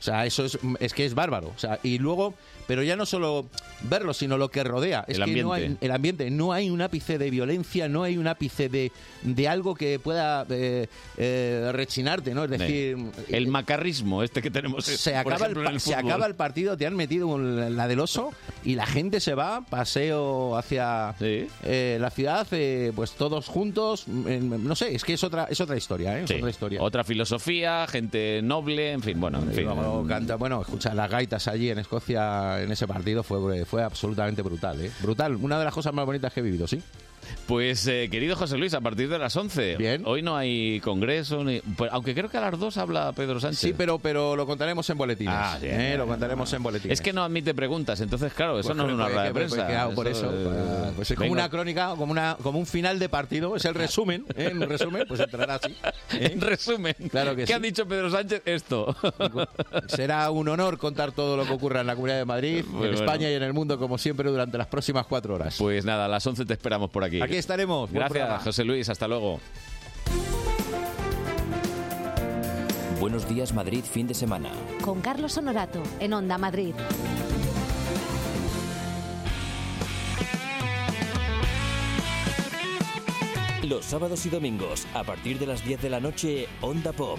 Speaker 15: O sea, eso es, es que es bárbaro. O sea, y luego, pero ya no solo verlo, sino lo que rodea. Es
Speaker 1: El
Speaker 15: que no
Speaker 1: ambiente.
Speaker 15: hay, el ambiente. No hay un ápice de violencia, no hay un ápice de, de algo que pueda eh, eh, rechinarte, ¿no? Es decir, eh,
Speaker 1: el macarrismo este que tenemos eh,
Speaker 15: se
Speaker 1: por
Speaker 15: acaba,
Speaker 1: ejemplo,
Speaker 15: el, pa-
Speaker 1: en el
Speaker 15: se
Speaker 1: fútbol.
Speaker 15: acaba el partido, te han metido un- la del oso y la gente se va, paseo hacia eh, la ciudad, eh, pues todos juntos. en- no sé, es que es otra, es otra historia, ¿eh? Es otra historia.
Speaker 1: Otra filosofía, gente noble, en fin, bueno, en
Speaker 15: Y
Speaker 1: fin.
Speaker 15: luego canta- bueno, escuchar las gaitas allí en Escocia en ese partido fue, fue absolutamente brutal, ¿eh? Brutal, una de las cosas más bonitas que he vivido, ¿sí?
Speaker 1: Pues eh, querido José Luis, a partir de las 11. Hoy no hay congreso, ni- pues, aunque creo que a las 2 habla Pedro Sánchez.
Speaker 15: Sí, pero, pero lo contaremos en boletines.
Speaker 1: Ah, sí,
Speaker 15: ¿eh?
Speaker 1: sí,
Speaker 15: Lo
Speaker 1: sí.
Speaker 15: contaremos en boletines.
Speaker 1: Es que no admite preguntas, entonces claro, eso
Speaker 15: Pues,
Speaker 1: no es una
Speaker 15: pues,
Speaker 1: rueda de
Speaker 15: pues,
Speaker 1: prensa.
Speaker 15: pues, claro, por eso,
Speaker 1: eh,
Speaker 15: pues, es como
Speaker 1: vengo-
Speaker 15: una crónica, como, una, como un final de partido, es el resumen, ¿eh? En resumen, pues entrará así.
Speaker 1: (laughs) En resumen,
Speaker 15: Claro que
Speaker 1: ¿qué
Speaker 15: sí.
Speaker 1: ha dicho Pedro Sánchez? Esto.
Speaker 15: Será un honor contar todo lo que ocurra en la Comunidad de Madrid,
Speaker 1: Pues
Speaker 15: en
Speaker 1: bueno.
Speaker 15: España y en el mundo, como siempre, durante las próximas cuatro horas.
Speaker 1: Pues nada, a las 11 te esperamos por aquí.
Speaker 15: Aquí estaremos. Buen
Speaker 1: Gracias,
Speaker 15: programa.
Speaker 1: José Luis, hasta luego.
Speaker 11: Buenos días Madrid fin de semana.
Speaker 14: Con Carlos Honorato, en Onda Madrid.
Speaker 11: Los sábados y domingos, a partir de las 10 de la noche, Onda Pop.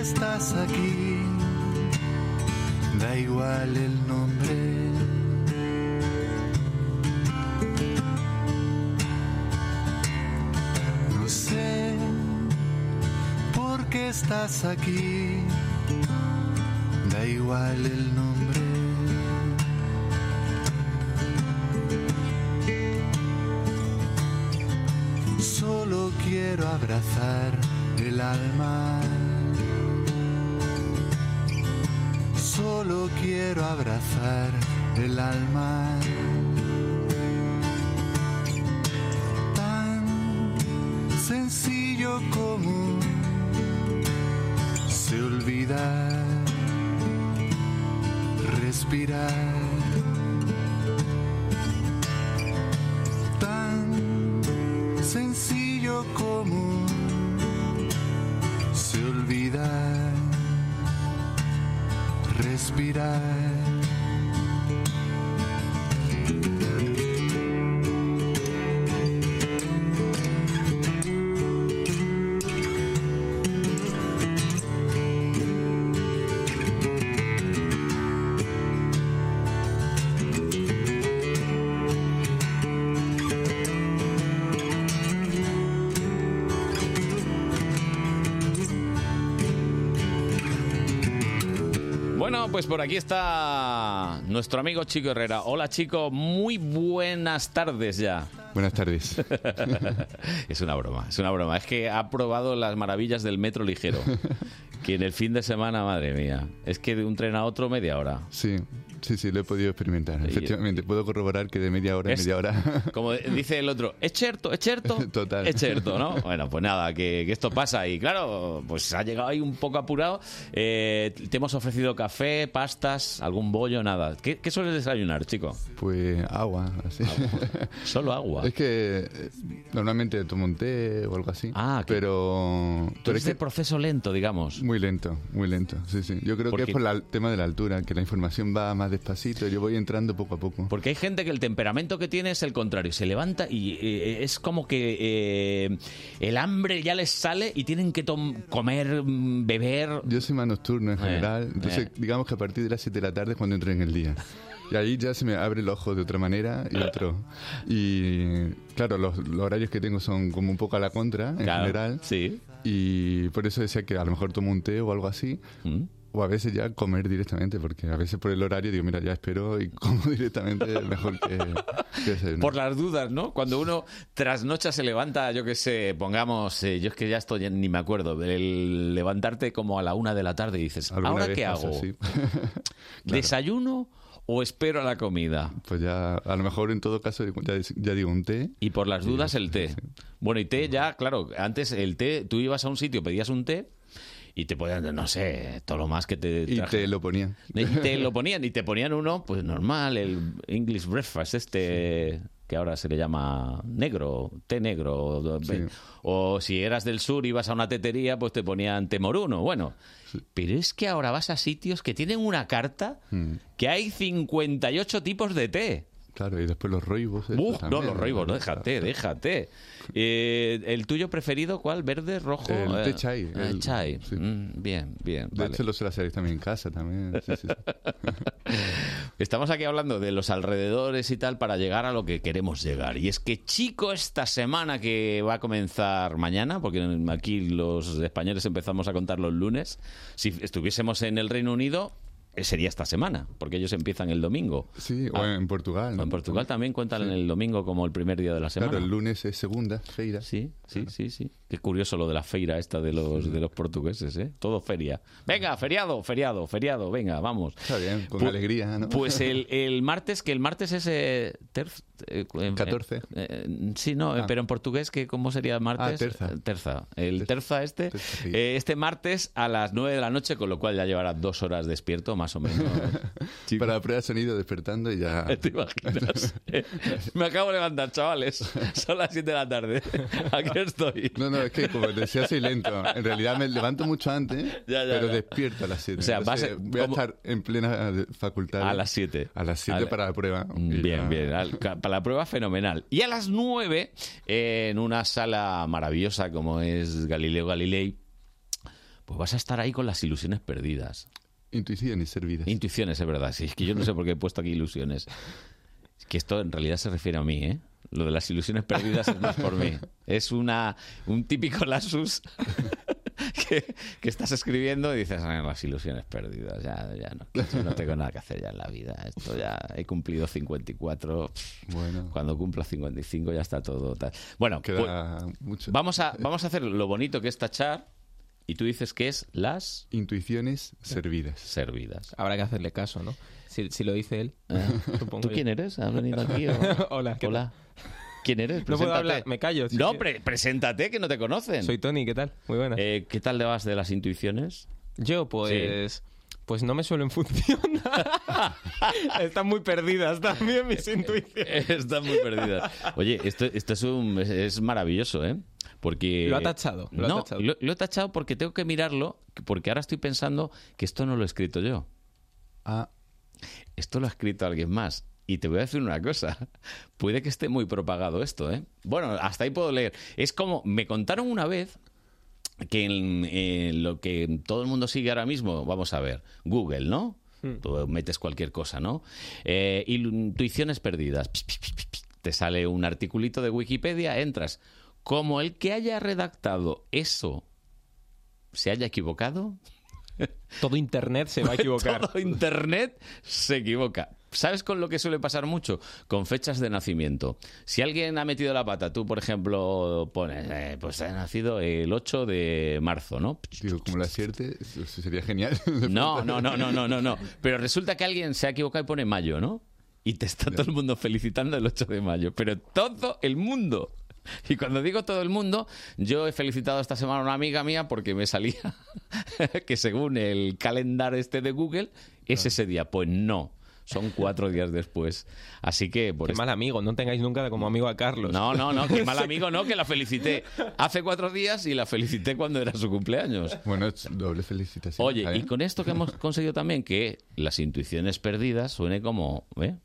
Speaker 33: estás aquí, da igual el nombre. No sé por qué estás aquí, da igual el nombre. Solo quiero abrazar el alma. Solo quiero abrazar el alma. Tan sencillo como se olvida respirar. Tan sencillo como se olvida respirar.
Speaker 1: Bueno, pues por aquí está nuestro amigo Chico Herrera. Hola Chico, muy buenas tardes ya.
Speaker 34: Buenas tardes.
Speaker 1: (laughs) es una broma, es una broma. Es que ha probado las maravillas del metro ligero. Que en el fin de semana, madre mía, es que de un tren a otro media hora.
Speaker 34: Sí, sí, sí, lo he podido experimentar. Efectivamente, puedo corroborar que de media hora a
Speaker 1: Es-
Speaker 34: media hora. (laughs)
Speaker 1: Como dice el otro, es cierto, es cierto.
Speaker 34: Total.
Speaker 1: Es
Speaker 34: (laughs)
Speaker 1: cierto, ¿no? Bueno, pues nada, que, que esto pasa. Y claro, pues ha llegado ahí un poco apurado. Eh, te hemos ofrecido café, pastas, algún bollo, nada. ¿Qué, qué sueles
Speaker 34: (laughs)
Speaker 1: desayunar, chico?
Speaker 34: Pues agua, así.
Speaker 1: Solo agua.
Speaker 34: (laughs) Es que eh, normalmente tomo un té o algo así. Ah, pero.
Speaker 1: Tú eres de proceso lento, digamos.
Speaker 34: Muy lento, muy lento. Sí, sí. Yo creo que
Speaker 1: Porque-
Speaker 34: es por la- el tema de la altura, que la información va más despacito. Yo voy entrando poco a poco.
Speaker 1: Porque hay gente que el temperamento que tiene es el contrario. Se levanta y eh, es como que eh, el hambre ya les sale y tienen que tom- comer, mm, beber.
Speaker 34: Yo soy más nocturno en
Speaker 1: Eh,
Speaker 34: general, entonces
Speaker 1: eh.
Speaker 34: digamos que a partir de las 7 de la tarde es cuando entro en el día. Y ahí ya se me abre el ojo de otra manera y otro. Y claro, los, los horarios que tengo son como un poco a la contra en
Speaker 1: Claro,
Speaker 34: general.
Speaker 1: Sí.
Speaker 34: Y por eso decía que a lo mejor tomo un té o algo así.
Speaker 1: Mm.
Speaker 34: O a veces ya comer directamente, porque a veces por el horario digo, mira, ya espero y (laughs) como directamente mejor que, (laughs) que desayunar.
Speaker 1: Por las dudas, ¿no? Cuando uno tras noche se levanta, yo que sé, pongamos, eh, yo es que ya estoy, ni me acuerdo, el levantarte como a la una de la tarde y dices,
Speaker 34: Alguna
Speaker 1: ¿ahora
Speaker 34: vez
Speaker 1: qué
Speaker 34: pasa
Speaker 1: hago? (laughs)
Speaker 34: así.
Speaker 1: ¿Desayuno o espero a la comida?
Speaker 34: Pues ya, a lo mejor en todo caso, ya, ya digo un té.
Speaker 1: Y por las dudas, el té. Bueno, y té ya, claro, antes el té, tú ibas a un sitio, pedías un té y te podían, no sé, todo lo más que te
Speaker 34: Y
Speaker 1: traje.
Speaker 34: te lo ponían.
Speaker 1: Y te
Speaker 34: (laughs)
Speaker 1: lo ponían, y te ponían uno, pues normal, el English breakfast este... que ahora se le llama negro, té negro. o- O si eras del sur, ibas a una tetería, pues te ponían té moruno. Bueno, pero es que ahora vas a sitios que tienen una carta
Speaker 34: Mm.
Speaker 1: que hay 58 tipos de té.
Speaker 34: Claro, y después los roibos. eso
Speaker 1: Uf, no,
Speaker 34: también.
Speaker 1: los roibos, no, déjate, déjate. Eh, ¿El tuyo preferido cuál? ¿Verde, rojo?
Speaker 34: El
Speaker 1: Eh,
Speaker 34: té chai,
Speaker 1: eh,
Speaker 34: el-
Speaker 1: chai. Mm, bien, bien.
Speaker 34: De
Speaker 1: vale.
Speaker 34: hecho, lo suelo hacer también en casa también. Sí, sí, sí.
Speaker 1: Estamos aquí hablando de los alrededores y tal para llegar a lo que queremos llegar. Y es que Chico esta semana que va a comenzar mañana, porque aquí los españoles empezamos a contar los lunes, si estuviésemos en el Reino Unido eh, sería esta semana, porque ellos empiezan el domingo. Ah,
Speaker 34: Sí, o en Portugal.
Speaker 1: En Portugal también cuentan
Speaker 34: Sí.
Speaker 1: el domingo como el primer día de la semana.
Speaker 34: Claro, el lunes es segunda feira. (laughs)
Speaker 1: Sí, sí, sí, sí. Qué curioso lo de la feira esta de los, de los portugueses, ¿eh? Todo feria. Venga, feriado, feriado, feriado, venga, vamos.
Speaker 34: Está bien, con
Speaker 1: Pu-
Speaker 34: alegría, ¿no? (laughs)
Speaker 1: Pues el, el martes, que el martes es... Eh, terz- eh, cu- eh,
Speaker 34: 14.
Speaker 1: eh, eh, sí, no, eh,
Speaker 34: Ah.
Speaker 1: pero en portugués, que ¿cómo sería martes?
Speaker 34: Ah, terza.
Speaker 1: Eh, Terza. El terza este, eh, este martes a las 9 de la noche, con lo cual ya llevará dos horas despierto, más o menos.
Speaker 34: (laughs) Para la prueba de sonido despertando y ya.
Speaker 1: (laughs)
Speaker 34: (laughs)
Speaker 1: ¿Te imaginas? Me acabo de levantar, chavales. Son las 7 de la tarde. Aquí estoy.
Speaker 34: No, no, es que como te decía, soy lento. En realidad me levanto mucho antes,
Speaker 1: (laughs) Ya, ya,
Speaker 34: pero
Speaker 1: ya.
Speaker 34: despierto a las 7.
Speaker 1: O sea, vas a-
Speaker 34: voy a
Speaker 1: como-
Speaker 34: estar en plena eh, facultad.
Speaker 1: A las 7.
Speaker 34: A las 7
Speaker 1: Al-
Speaker 34: para la prueba.
Speaker 1: Bien, bien. Al- ca- Para la prueba, fenomenal. Y a las 9, en una sala maravillosa como es Galileo Galilei, pues vas a estar ahí con las ilusiones perdidas.
Speaker 34: Intuiciones servidas.
Speaker 1: Intuiciones, es verdad. Sí, es que yo no sé por qué he puesto aquí ilusiones. Es que esto en realidad se refiere a mí, ¿eh? Lo de las ilusiones perdidas es más por mí. Es una, un típico (laughs) lasus (laughs) que, que estás escribiendo y dices, "Ah, las ilusiones perdidas, ya, ya no, yo no tengo nada que hacer ya en la vida. Esto ya he cumplido 54, bueno. cuando cumpla 55 ya está todo tal. Bueno,
Speaker 34: Queda
Speaker 1: pues,
Speaker 34: mucho.
Speaker 1: vamos, a, vamos a hacer lo bonito que es tachar y tú dices que es las...
Speaker 34: Intuiciones servidas.
Speaker 1: Servidas.
Speaker 6: (laughs) Habrá que hacerle caso, ¿no? Si, si lo dice él.
Speaker 1: Ah.
Speaker 6: (laughs) supongo
Speaker 1: ¿Tú
Speaker 6: yo.
Speaker 1: quién eres? ¿Has
Speaker 6: (laughs)
Speaker 1: venido aquí? o-
Speaker 6: Hola, ¿qué
Speaker 1: Hola. ¿Quién
Speaker 6: (laughs)
Speaker 1: eres?
Speaker 6: No puedo
Speaker 1: Preséntate.
Speaker 6: hablar, me callo. sí,
Speaker 1: no,
Speaker 6: sí.
Speaker 1: pre- preséntate, que no te conocen.
Speaker 6: Soy Tony, ¿qué tal? Muy buenas.
Speaker 1: Eh, ¿Qué tal le vas de las intuiciones?
Speaker 6: (laughs) Yo, pues. Pues no me suelen funcionar. (laughs) Están muy perdidas también
Speaker 1: (laughs)
Speaker 6: mis intuiciones.
Speaker 1: Están muy perdidas. Oye, esto, esto es, un- es- es maravilloso, ¿eh? Porque...
Speaker 6: (laughs) Lo ha tachado, lo ha
Speaker 1: no,
Speaker 6: tachado.
Speaker 1: Lo, lo he tachado porque tengo que mirarlo, porque ahora estoy pensando que esto no lo he escrito yo.
Speaker 34: Ah.
Speaker 1: Esto lo ha escrito alguien más. Y te voy a decir una cosa. (laughs) Puede que esté muy propagado esto, ¿eh? Bueno, hasta ahí puedo leer. Es como... Me contaron una vez que en, eh, lo que todo el mundo sigue ahora mismo, vamos a ver, Google, ¿no? Tú metes cualquier cosa, ¿no? Eh, ilu- intuiciones perdidas. Psh, psh, psh, psh, psh. Te sale un articulito de Wikipedia, entras. Como el que haya redactado eso se haya equivocado,
Speaker 6: (laughs) Todo internet se va a equivocar.
Speaker 1: todo (laughs) internet se equivoca. ¿Sabes con lo que suele pasar mucho? Con fechas de nacimiento. Si alguien ha metido la pata, tú, por ejemplo, pones, eh, pues ha nacido el 8 de marzo, ¿no?
Speaker 34: Digo, como lo acierte, eso sería
Speaker 1: (laughs)
Speaker 34: genial.
Speaker 1: No, no, no, no, no, no, no. Pero resulta que alguien se ha equivocado y pone mayo, ¿no? Y te está todo el mundo felicitando el 8 de mayo. Pero todo el mundo. Y cuando digo todo el mundo, yo he felicitado esta semana a una amiga mía porque me salía (laughs) que según el calendario este de Google, es ese día. Pues no. Son cuatro días después. Así que... Por
Speaker 6: Qué mal amigo, no tengáis nunca como amigo a Carlos.
Speaker 1: No, no,
Speaker 6: (laughs)
Speaker 1: no, que mal amigo no, que la felicité hace cuatro días y la felicité cuando era su cumpleaños.
Speaker 34: Bueno, es doble felicitación.
Speaker 1: Oye,
Speaker 34: ¿eh?
Speaker 1: y con esto que hemos conseguido también que las intuiciones perdidas suene como ¿eh?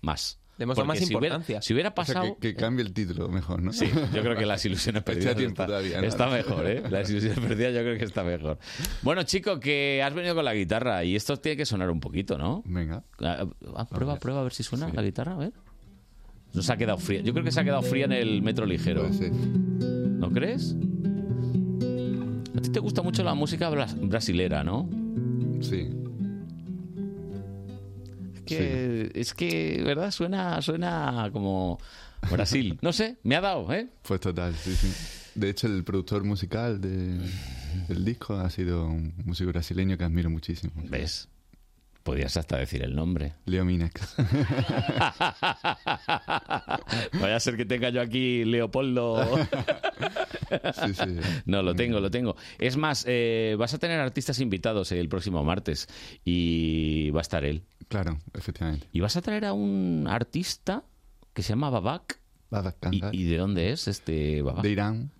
Speaker 1: más.
Speaker 6: Le hemos dado
Speaker 1: Porque
Speaker 6: más
Speaker 1: si hubiera-
Speaker 6: importancia.
Speaker 1: si hubiera
Speaker 6: O sea, que-
Speaker 1: pasado...
Speaker 34: Que cambie el título mejor, ¿no?
Speaker 1: Sí, yo creo
Speaker 34: (laughs)
Speaker 1: que las ilusiones
Speaker 34: Está
Speaker 1: perdidas
Speaker 34: tiempo
Speaker 1: está,
Speaker 34: todavía, ¿no?
Speaker 1: está mejor, ¿eh? Las (laughs) ilusiones perdidas yo creo que está mejor. Bueno, chico, que has venido con la guitarra y esto tiene que sonar un poquito, ¿no? Ah,
Speaker 34: Venga.
Speaker 1: prueba, prueba a ver si suena la guitarra, a ver. No se ha quedado fría. Yo creo que se ha quedado fría en el metro ligero. ¿No crees? A ti te gusta mucho la música bras- brasilera, ¿no?
Speaker 34: Sí.
Speaker 1: Es que, es que, ¿verdad? Suena, suena como Brasil. No sé, me ha dado, ¿eh?
Speaker 34: Pues total, sí, sí. De hecho, el productor musical de- del disco ha sido un músico brasileño que admiro muchísimo.
Speaker 1: ¿Ves? Podías hasta decir el nombre.
Speaker 34: Leo Minax.
Speaker 1: Vaya a ser que tenga yo aquí Leopoldo. No,
Speaker 34: Mm.
Speaker 1: lo tengo, lo tengo. Es más, eh, vas a tener artistas invitados el próximo martes y va a estar él.
Speaker 34: Claro, efectivamente.
Speaker 1: Y vas a traer a un artista que se llama Babak.
Speaker 34: Babak
Speaker 1: ¿Y, y de dónde es este Babak?
Speaker 34: De Irán.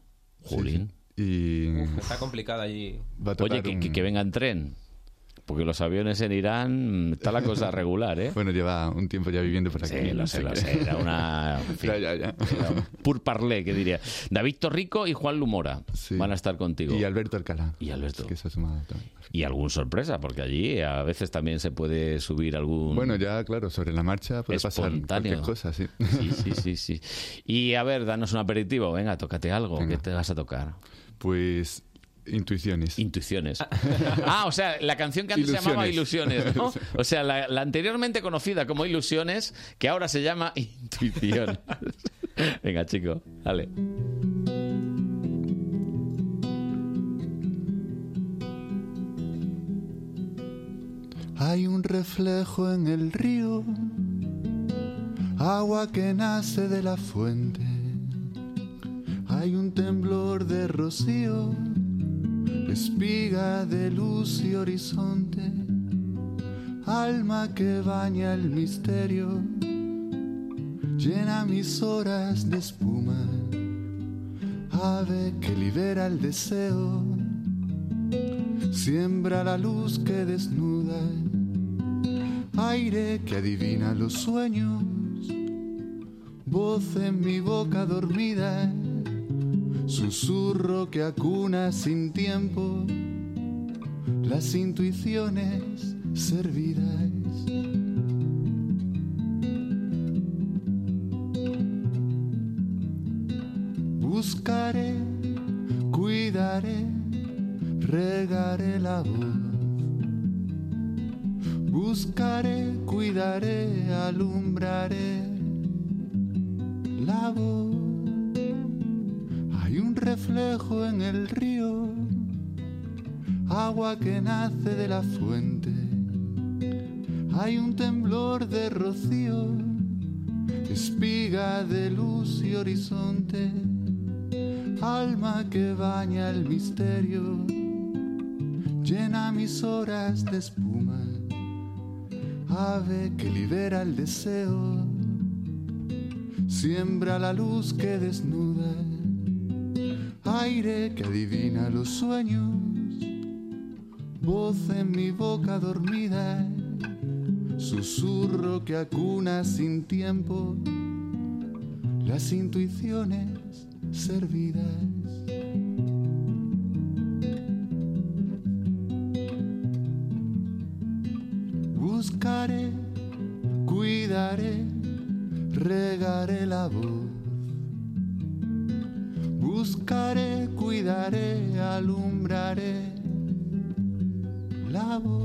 Speaker 1: Jolín.
Speaker 34: Y...
Speaker 6: Está complicado allí.
Speaker 1: Oye, que, que- que venga en tren. Porque los aviones en Irán mm, está
Speaker 34: (laughs)
Speaker 1: la cosa regular, ¿eh?
Speaker 34: Bueno, lleva un tiempo ya viviendo por aquí.
Speaker 1: Sí, lo
Speaker 34: no
Speaker 1: sé, lo
Speaker 34: qué.
Speaker 1: sé.
Speaker 34: (laughs)
Speaker 1: Era una. en fin, era un pur parlé, que diría. David Torrico y Juan Lumora van a estar contigo.
Speaker 34: Y Alberto Alcalá. (laughs)
Speaker 1: Y Alberto.
Speaker 34: Que se ha sumado también.
Speaker 1: Y algún sorpresa, porque allí a veces también se puede subir algún.
Speaker 34: Bueno, ya, claro, sobre la marcha puede pasar cualquier
Speaker 1: Espontáneo.
Speaker 34: cosa, sí.
Speaker 1: Sí, sí, sí, sí. Y a ver, danos un aperitivo. Venga, tócate algo. ¿Qué te vas a tocar?
Speaker 34: Pues intuiciones.
Speaker 1: Intuiciones. Ah, o sea, la canción que antes se llamaba
Speaker 34: (laughs)
Speaker 1: Ilusiones, ¿no? O sea, la, la anteriormente conocida como Ilusiones, que ahora se llama
Speaker 34: (laughs)
Speaker 1: Intuición. Venga, chico, dale.
Speaker 33: Hay un reflejo en el río, agua que nace de la fuente. Hay un temblor de rocío, espiga de luz y horizonte. Alma que baña el misterio, llena mis horas de espuma. Ave que libera el deseo, siembra la luz que desnuda, aire que adivina los sueños, voz en mi boca dormida, susurro que acuna sin tiempo las intuiciones servidas. Buscaré, cuidaré, regaré la voz. Buscaré, cuidaré, alumbraré la voz. Hay un reflejo en el río, agua que nace de la fuente. Hay un temblor de rocío, espiga de luz y horizonte. Alma que baña el misterio, llena mis horas de espuma. Ave que libera el deseo, siembra la luz que desnuda aire que adivina los sueños, voz en mi boca dormida, susurro que acuna sin tiempo las intuiciones servidas. Buscaré, cuidaré, regaré la voz. Buscaré, cuidaré, alumbraré la voz.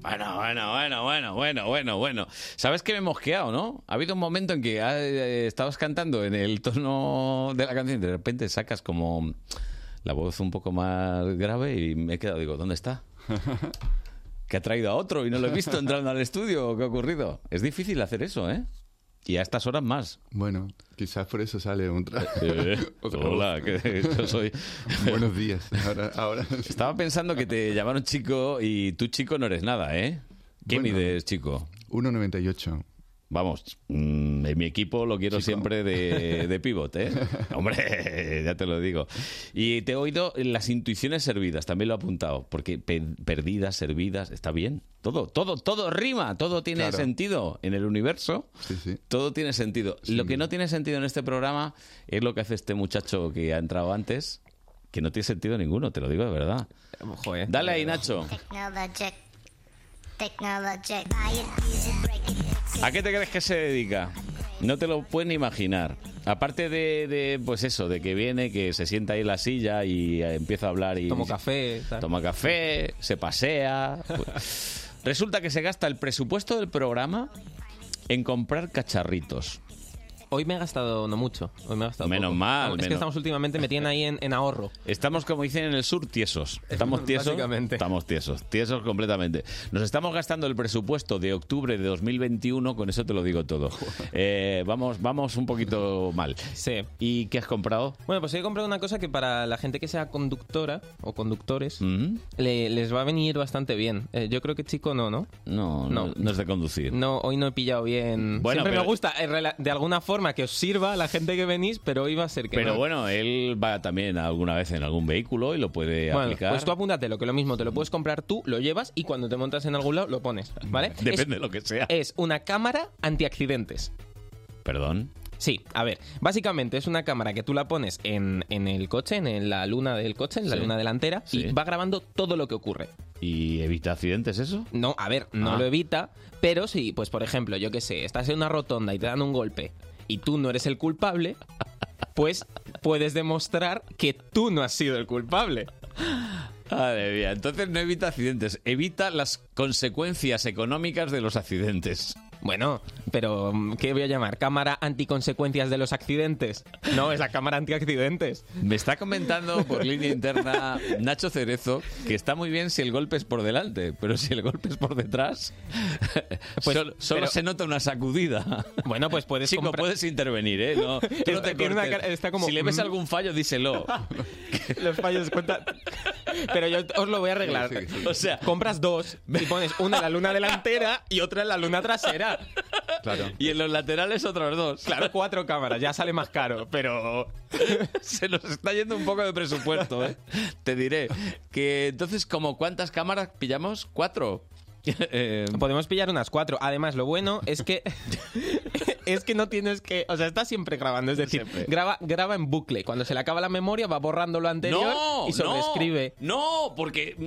Speaker 1: Bueno, bueno, bueno, bueno, bueno, bueno, bueno. ¿Sabes que me he mosqueado, no? Ha habido un momento en que ah, eh, estabas cantando en el tono de la canción y de repente sacas como la voz un poco más grave y me he quedado, digo, ¿dónde está? Que ha traído a otro y no lo he visto entrando al estudio. ¿Qué ha (laughs) ocurrido? Es difícil hacer eso, ¿eh? Y a estas horas más.
Speaker 34: Bueno, quizás por eso sale un traje. (laughs)
Speaker 1: Eh, hola, que yo soy-
Speaker 34: Buenos días. Ahora, ahora-
Speaker 1: Estaba pensando que te llamaron chico y tú chico no eres nada, ¿eh? ¿Qué mides, chico?
Speaker 34: 1,98.
Speaker 1: Vamos, mm, en mi equipo lo quiero
Speaker 34: (laughs)
Speaker 1: siempre de, de pivot, ¿eh? Hombre, ya te lo digo. Y te he oído las intuiciones servidas, también lo he apuntado, porque pe- perdidas, servidas, está bien. Todo, todo, todo rima, todo tiene
Speaker 34: Claro.
Speaker 1: sentido en el universo.
Speaker 34: Sí, sí.
Speaker 1: Todo tiene sentido. Lo que no tiene sentido en este programa es lo que hace este muchacho que ha entrado antes, que no tiene sentido ninguno, te lo digo de verdad. Dale ahí, Nacho.
Speaker 18: Technologic. Technologic. Buy it, use it, break it.
Speaker 1: ¿A qué te crees que se dedica? No te lo pueden imaginar. Aparte de, de, pues eso, de que viene, que se sienta ahí en la silla y eh, empieza a hablar y...
Speaker 6: Tomo café, tal.
Speaker 1: Toma café, se pasea... pues. Resulta que se gasta el presupuesto del programa en comprar cacharritos.
Speaker 6: Hoy me he gastado no mucho. Hoy me he gastado
Speaker 1: Menos
Speaker 6: poco.
Speaker 1: mal,
Speaker 6: Ah, Es
Speaker 1: menos-
Speaker 6: que estamos últimamente me tienen ahí en, en ahorro.
Speaker 1: Estamos, como dicen en el sur,
Speaker 6: (laughs)
Speaker 1: tiesos. Estamos tiesos. Estamos tiesos, tiesos completamente. Nos estamos gastando el presupuesto de octubre de 2021, con eso te lo digo todo. Eh, vamos, vamos un poquito mal.
Speaker 6: Sí.
Speaker 1: ¿Y qué has comprado?
Speaker 6: Bueno, pues he comprado una cosa que para la gente que sea conductora o conductores
Speaker 1: Mm,
Speaker 6: le- les va a venir bastante bien. Eh, yo creo que chico no, ¿no?
Speaker 1: No, no, no es de conducir.
Speaker 6: No, hoy no he pillado bien.
Speaker 1: Bueno,
Speaker 6: Siempre
Speaker 1: pero-
Speaker 6: me gusta eh, rela- de alguna forma que os sirva a la gente que venís, pero hoy va a ser que
Speaker 1: Pero
Speaker 6: no.
Speaker 1: bueno, él va también alguna vez en algún vehículo y lo puede
Speaker 6: Bueno,
Speaker 1: aplicar.
Speaker 6: pues tú apúntatelo, que lo mismo te lo puedes comprar tú, lo llevas y cuando te montas en algún lado lo pones, ¿vale?
Speaker 1: (laughs) Depende de lo que sea.
Speaker 6: Es una cámara antiaccidentes.
Speaker 1: ¿Perdón?
Speaker 6: Sí, a ver, básicamente es una cámara que tú la pones en, en el coche, en, el- la luna del coche, en la
Speaker 1: Sí.
Speaker 6: luna delantera, y va grabando todo lo que ocurre.
Speaker 1: ¿Y evita accidentes eso?
Speaker 6: No, a ver, no
Speaker 1: Ah.
Speaker 6: lo evita, pero sí, pues por ejemplo, yo qué sé, estás en una rotonda y te dan un golpe y tú no eres el culpable, pues puedes demostrar que tú no has sido el culpable.
Speaker 1: Madre mía, entonces no evita accidentes, evita las consecuencias económicas de los accidentes.
Speaker 6: Bueno, pero mm, ¿qué voy a llamar? ¿Cámara anticonsecuencias de los accidentes? No, es la cámara antiaccidentes.
Speaker 1: Me está comentando por línea interna Nacho Cerezo que está muy bien si el golpe es por delante, pero si el golpe es
Speaker 6: (laughs)
Speaker 1: por detrás, solo, solo
Speaker 6: Pues, pero-
Speaker 1: se nota una sacudida.
Speaker 6: Bueno, pues puedes
Speaker 1: Chico,
Speaker 6: comprar-
Speaker 1: puedes intervenir, ¿eh?
Speaker 6: (laughs)
Speaker 1: No, tú no te
Speaker 6: Tiene una
Speaker 1: cortes.
Speaker 6: cara- está como,
Speaker 1: Si le ves
Speaker 6: mm.
Speaker 1: algún fallo, díselo.
Speaker 6: Los fallos cuenta. Pero yo os lo voy a arreglar.
Speaker 1: Sí, sí, sí. O sea,
Speaker 6: compras dos y pones una en la luna delantera y otra en la luna trasera.
Speaker 34: Claro.
Speaker 1: Y en los laterales otros dos.
Speaker 6: Claro, cuatro cámaras, ya sale (laughs) más caro, pero
Speaker 1: (laughs) se nos está yendo un poco de presupuesto, ¿eh? Te diré que entonces, como cuántas cámaras pillamos? Cuatro. (laughs) Eh,
Speaker 6: podemos pillar unas cuatro. Además, lo bueno es que (laughs) es que no tienes que. O sea, está siempre grabando. Es decir, graba, graba en bucle. Cuando se le acaba la memoria, va borrando lo anterior
Speaker 1: No,
Speaker 6: y sobreescribe.
Speaker 1: No, porque. mm,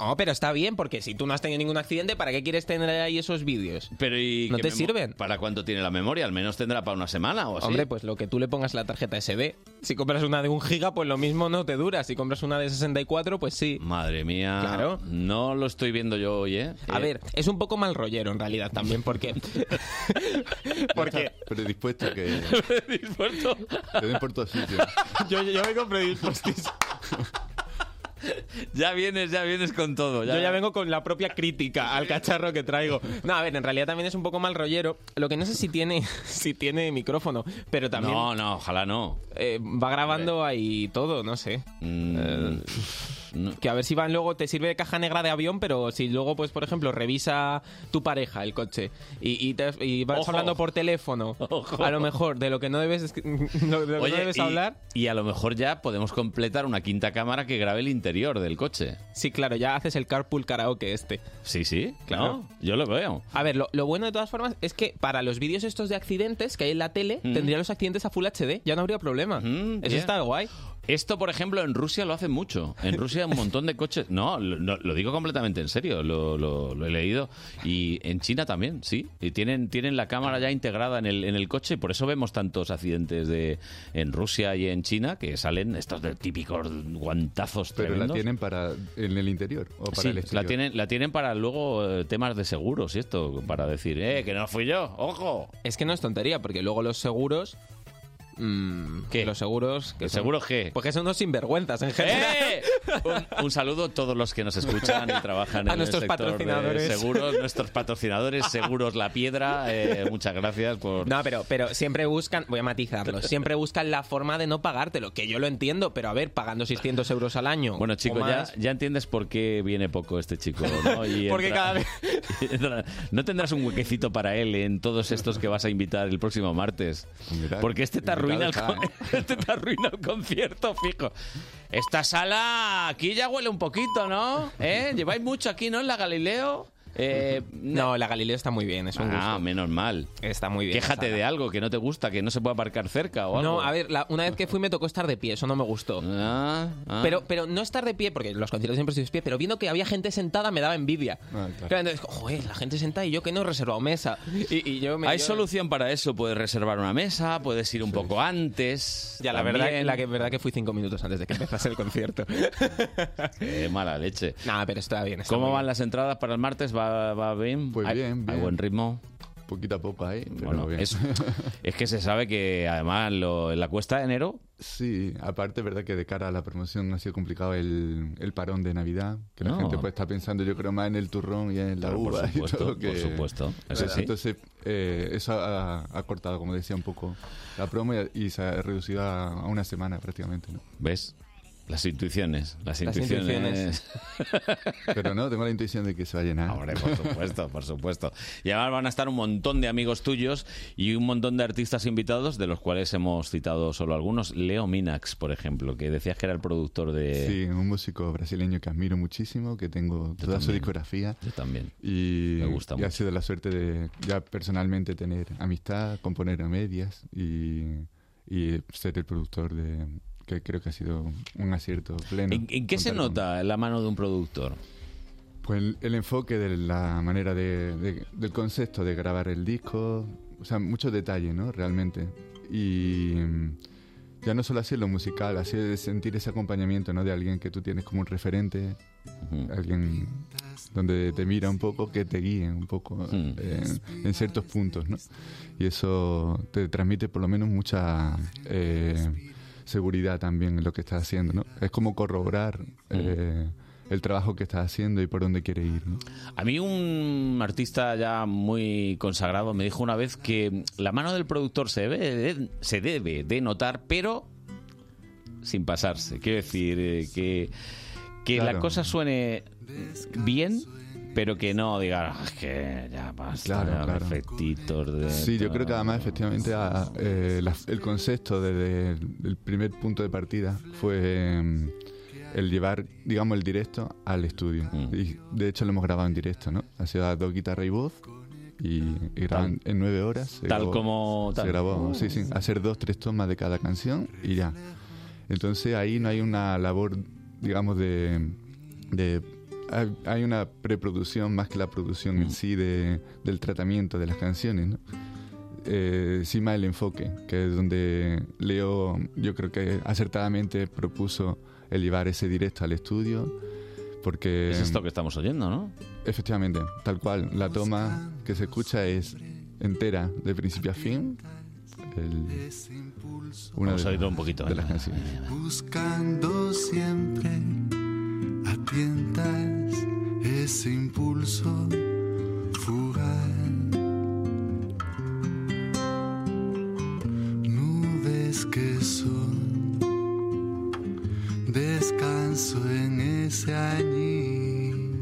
Speaker 6: No, pero está bien, porque si tú no has tenido ningún accidente, ¿para qué quieres tener ahí esos vídeos?
Speaker 1: Pero ¿y
Speaker 6: ¿No
Speaker 1: qué
Speaker 6: te
Speaker 1: memo-
Speaker 6: sirven?
Speaker 1: ¿Para cuánto tiene la memoria? Al menos tendrá para una semana o así.
Speaker 6: Hombre, pues lo que tú le pongas la tarjeta SD. Si compras una de un giga, pues lo mismo no te dura. Si compras una de 64, pues sí.
Speaker 1: Madre mía.
Speaker 6: Claro.
Speaker 1: No lo estoy viendo yo hoy, ¿eh?
Speaker 6: A
Speaker 1: Eh,
Speaker 6: ver, es un poco mal rollero en realidad
Speaker 34: (laughs)
Speaker 6: también, porque. porque.
Speaker 34: Predispuesto a que
Speaker 1: Dispuesto.
Speaker 34: te den por todos sitios.
Speaker 6: Yo, yo vengo predispuestísimo.
Speaker 1: Ya vienes, ya vienes con todo.
Speaker 6: Yo ya vengo con la propia crítica al cacharro que traigo. No, a ver, en realidad también es un poco mal rollero. Lo que no sé si tiene, (laughs) si tiene micrófono, pero también.
Speaker 1: No, no, ojalá no.
Speaker 6: Eh, va grabando ahí todo, no sé. Eh, Que a ver si van luego, te sirve de caja negra de avión, pero si luego, pues, por ejemplo, revisa tu pareja el coche y, y te- y vas
Speaker 1: Ojo.
Speaker 6: hablando por teléfono, a lo mejor de lo que no debes, (laughs) es- lo- de lo que
Speaker 1: Oye,
Speaker 6: no debes
Speaker 1: y-
Speaker 6: hablar.
Speaker 1: Y a lo mejor ya podemos completar una quinta cámara que grabe el interior del coche.
Speaker 6: Sí, claro, ya haces el carpool karaoke este.
Speaker 1: Sí, sí, claro.
Speaker 6: Claro.
Speaker 1: Yo lo veo.
Speaker 6: A ver, lo, lo bueno de todas formas es que para los vídeos estos de accidentes que hay en la tele,
Speaker 1: Mm.
Speaker 6: tendrían los accidentes a Full HD, ya no habría problema. Eso
Speaker 1: bien.
Speaker 6: está guay.
Speaker 1: Esto, por ejemplo, en Rusia lo hacen mucho. En Rusia un montón de coches... No, lo, no, lo digo completamente en serio, lo, lo- lo he leído. Y en China también, sí. Y tienen, tienen la cámara ya integrada en el, en el coche, por eso vemos tantos accidentes de en Rusia y en China que salen estos de típicos guantazos
Speaker 34: Pero la
Speaker 1: tremendos.
Speaker 34: tienen para en el interior o para
Speaker 1: Sí,
Speaker 34: el exterior.
Speaker 1: la tienen, la tienen para luego eh, temas de seguros y esto, para decir, eh, que no fui yo, ojo.
Speaker 6: Es que no es tontería, porque luego los seguros. ¿Qué? Los seguros. Que
Speaker 1: seguros qué? Eh.
Speaker 6: Pues que son unos sinvergüenzas en general.
Speaker 1: Un, un saludo a todos los que nos escuchan
Speaker 6: (laughs)
Speaker 1: y trabajan
Speaker 6: A
Speaker 1: en
Speaker 6: nuestros
Speaker 1: el sector de
Speaker 6: patrocinadores.
Speaker 1: seguros, nuestros patrocinadores, seguros La Piedra. eh, muchas gracias por.
Speaker 6: No, pero, pero siempre buscan, voy a
Speaker 1: (laughs)
Speaker 6: matizarlo, siempre buscan la forma de no pagártelo, que yo lo entiendo, pero a ver, pagando 600 euros al año.
Speaker 1: Bueno, chicos,
Speaker 6: o
Speaker 1: ya,
Speaker 6: más,
Speaker 1: ya entiendes por qué viene poco este chico, (laughs) ¿no? Y
Speaker 6: Porque cada vez-
Speaker 1: y entra- (laughs) No tendrás un huequecito para él en todos estos que vas a invitar el próximo martes. Porque este te arruina el,
Speaker 34: invitado
Speaker 1: con-
Speaker 6: ¿eh?
Speaker 1: (laughs) este te arruina el concierto, fijo. Esta sala aquí ya huele un poquito, ¿no? ¿Eh? Lleváis mucho aquí, ¿no? En la Galileo. Eh,
Speaker 6: no, la Galileo Eh, está muy bien, es un
Speaker 1: Ah,
Speaker 6: gusto.
Speaker 1: menos mal.
Speaker 6: Está muy bien.
Speaker 1: Quéjate
Speaker 6: Sara.
Speaker 1: de algo que no te gusta, que no se puede aparcar cerca Ah, o algo.
Speaker 6: No, a ver, la- una vez que fui me tocó estar de pie, eso no me gustó.
Speaker 1: ah.
Speaker 6: Pero, pero no estar de pie, porque en los conciertos siempre estoy de pie, pero viendo que había gente sentada me daba envidia.
Speaker 1: Ah,
Speaker 6: Claro, entonces, joder, la gente sentada y yo que no he reservado mesa. Y, y yo me,
Speaker 1: Hay
Speaker 6: yo-
Speaker 1: solución para Ah, eso, puedes reservar una mesa, puedes ir un poco antes.
Speaker 6: Ya, la verdad,
Speaker 1: también.
Speaker 6: la que, verdad que fui cinco minutos antes de que empezase el concierto.
Speaker 1: Qué Eh, mala leche.
Speaker 6: Nada, pero está bien. está
Speaker 1: ¿Cómo
Speaker 6: muy
Speaker 1: van las entradas para el martes? ¿Va, va bien? Pues bien, ¿Hay buen ritmo?
Speaker 34: Poquito a poco ahí, pero
Speaker 1: Bueno,
Speaker 34: bien.
Speaker 1: es, es que se sabe que además lo- en la cuesta de enero...
Speaker 34: Sí, aparte, verdad que de cara a la promoción ha sido complicado el, el parón de Navidad, que la
Speaker 1: No.
Speaker 34: gente pues está pensando yo creo más en el turrón y en la
Speaker 1: Pero por
Speaker 34: uva y
Speaker 1: supuesto,
Speaker 34: todo que-
Speaker 1: por supuesto, eso sí.
Speaker 34: Entonces, eh, eso ha, ha cortado, como decía, un poco la promo y, y se ha reducido a, a una semana prácticamente. ¿no?
Speaker 1: ¿Ves? Las intuiciones, las intuiciones. (laughs)
Speaker 34: Pero no, tengo la intuición de que se va a llenar.
Speaker 1: Hombre, por supuesto, por supuesto. Y además van a estar un montón de amigos tuyos y un montón de artistas invitados, de los cuales hemos citado solo algunos. Leo Minax, por ejemplo, que decías que era el productor de...
Speaker 34: Sí, un músico brasileño que admiro muchísimo, que tengo toda su
Speaker 1: también.
Speaker 34: discografía.
Speaker 1: Yo también.
Speaker 34: Y,
Speaker 1: Me gusta
Speaker 34: y ha
Speaker 1: mucho.
Speaker 34: sido la suerte de ya personalmente tener amistad, componer a medias y, y ser el productor de que creo que ha sido un acierto pleno.
Speaker 1: ¿En, en qué se
Speaker 34: contar con-
Speaker 1: nota la mano de un productor?
Speaker 34: Pues el, el enfoque de la manera de, de- del concepto de grabar el disco, o sea, mucho detalle, ¿no? Realmente. Y mm, ya no solo así lo musical, así de sentir ese acompañamiento, ¿no? De alguien que tú tienes como un referente, alguien donde te mira un poco, que te guíe un poco eh, en ciertos puntos, ¿no? Y eso te transmite por lo menos mucha... eh, seguridad también en lo que estás haciendo, ¿no? Es como corroborar eh, el trabajo que estás haciendo y por dónde quiere ir, ¿no?
Speaker 1: A mí un artista ya muy consagrado me dijo una vez que la mano del productor se debe, se debe de notar, pero sin pasarse. Quiero decir, eh, que, que la
Speaker 34: Claro.
Speaker 1: cosa suene bien, pero que no diga, "Ah, es que ya basta,
Speaker 34: Claro,
Speaker 1: ya,
Speaker 34: claro.
Speaker 1: efectitos de...
Speaker 34: Sí, yo creo que
Speaker 1: tal".
Speaker 34: además efectivamente a- eh, la- el concepto desde el, el primer punto de partida fue mm, el llevar, digamos, el directo al estudio. Y de hecho lo hemos grabado en directo, ¿no? Ha sido a dos guitarras y voz y, y graban en nueve horas. se
Speaker 1: tal
Speaker 34: grabó-
Speaker 1: como
Speaker 34: Se
Speaker 1: tal.
Speaker 34: grabó,
Speaker 1: Uh.
Speaker 34: sí, sí. Hacer dos, tres tomas de cada canción y ya. Entonces ahí no hay una labor, digamos, de... de- hay- hay una preproducción más que la producción
Speaker 1: Mm.
Speaker 34: en sí de- del tratamiento de las canciones, ¿no? eh, sí más el enfoque, que es donde Leo, yo creo que acertadamente propuso el llevar ese directo al estudio, porque...
Speaker 1: Es esto que estamos oyendo, ¿no?
Speaker 34: Efectivamente, tal cual, la toma que se escucha es entera, de principio a fin. El, una
Speaker 1: Vamos
Speaker 34: de
Speaker 1: a oírlo
Speaker 34: las-
Speaker 1: un poquito,
Speaker 34: De
Speaker 1: venga.
Speaker 34: las canciones.
Speaker 33: buscando siempre a tientas ese impulso fugaz. Nubes que son descanso en ese añil,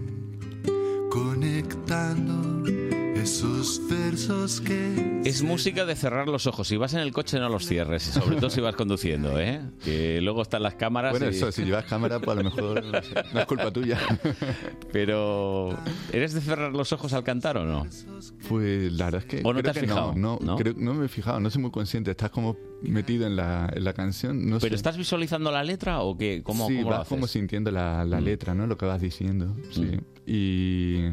Speaker 33: conectando esos versos que
Speaker 1: Es música de cerrar los ojos. Si vas en el coche, no los cierres. Sobre todo si vas conduciendo, ¿eh? Que luego están las cámaras.
Speaker 34: Bueno,
Speaker 1: y-
Speaker 34: eso,
Speaker 1: (laughs)
Speaker 34: si llevas cámara, pues a lo mejor no, sé, no es culpa tuya.
Speaker 1: Pero, ¿eres de cerrar los ojos al cantar o no?
Speaker 34: Pues la verdad es que.
Speaker 1: ¿O no te
Speaker 34: creo
Speaker 1: has
Speaker 34: que
Speaker 1: fijado?
Speaker 34: No, no,
Speaker 1: ¿No?
Speaker 34: creo- no me he fijado, no soy muy consciente. Estás como metido en la, en la canción. No
Speaker 1: ¿Pero
Speaker 34: sé.
Speaker 1: estás visualizando la letra o qué? ¿Cómo,
Speaker 34: sí,
Speaker 1: cómo lo
Speaker 34: vas
Speaker 1: haces? Mm.
Speaker 34: como sintiendo la, la letra, ¿no? Lo que vas diciendo. Sí. Y.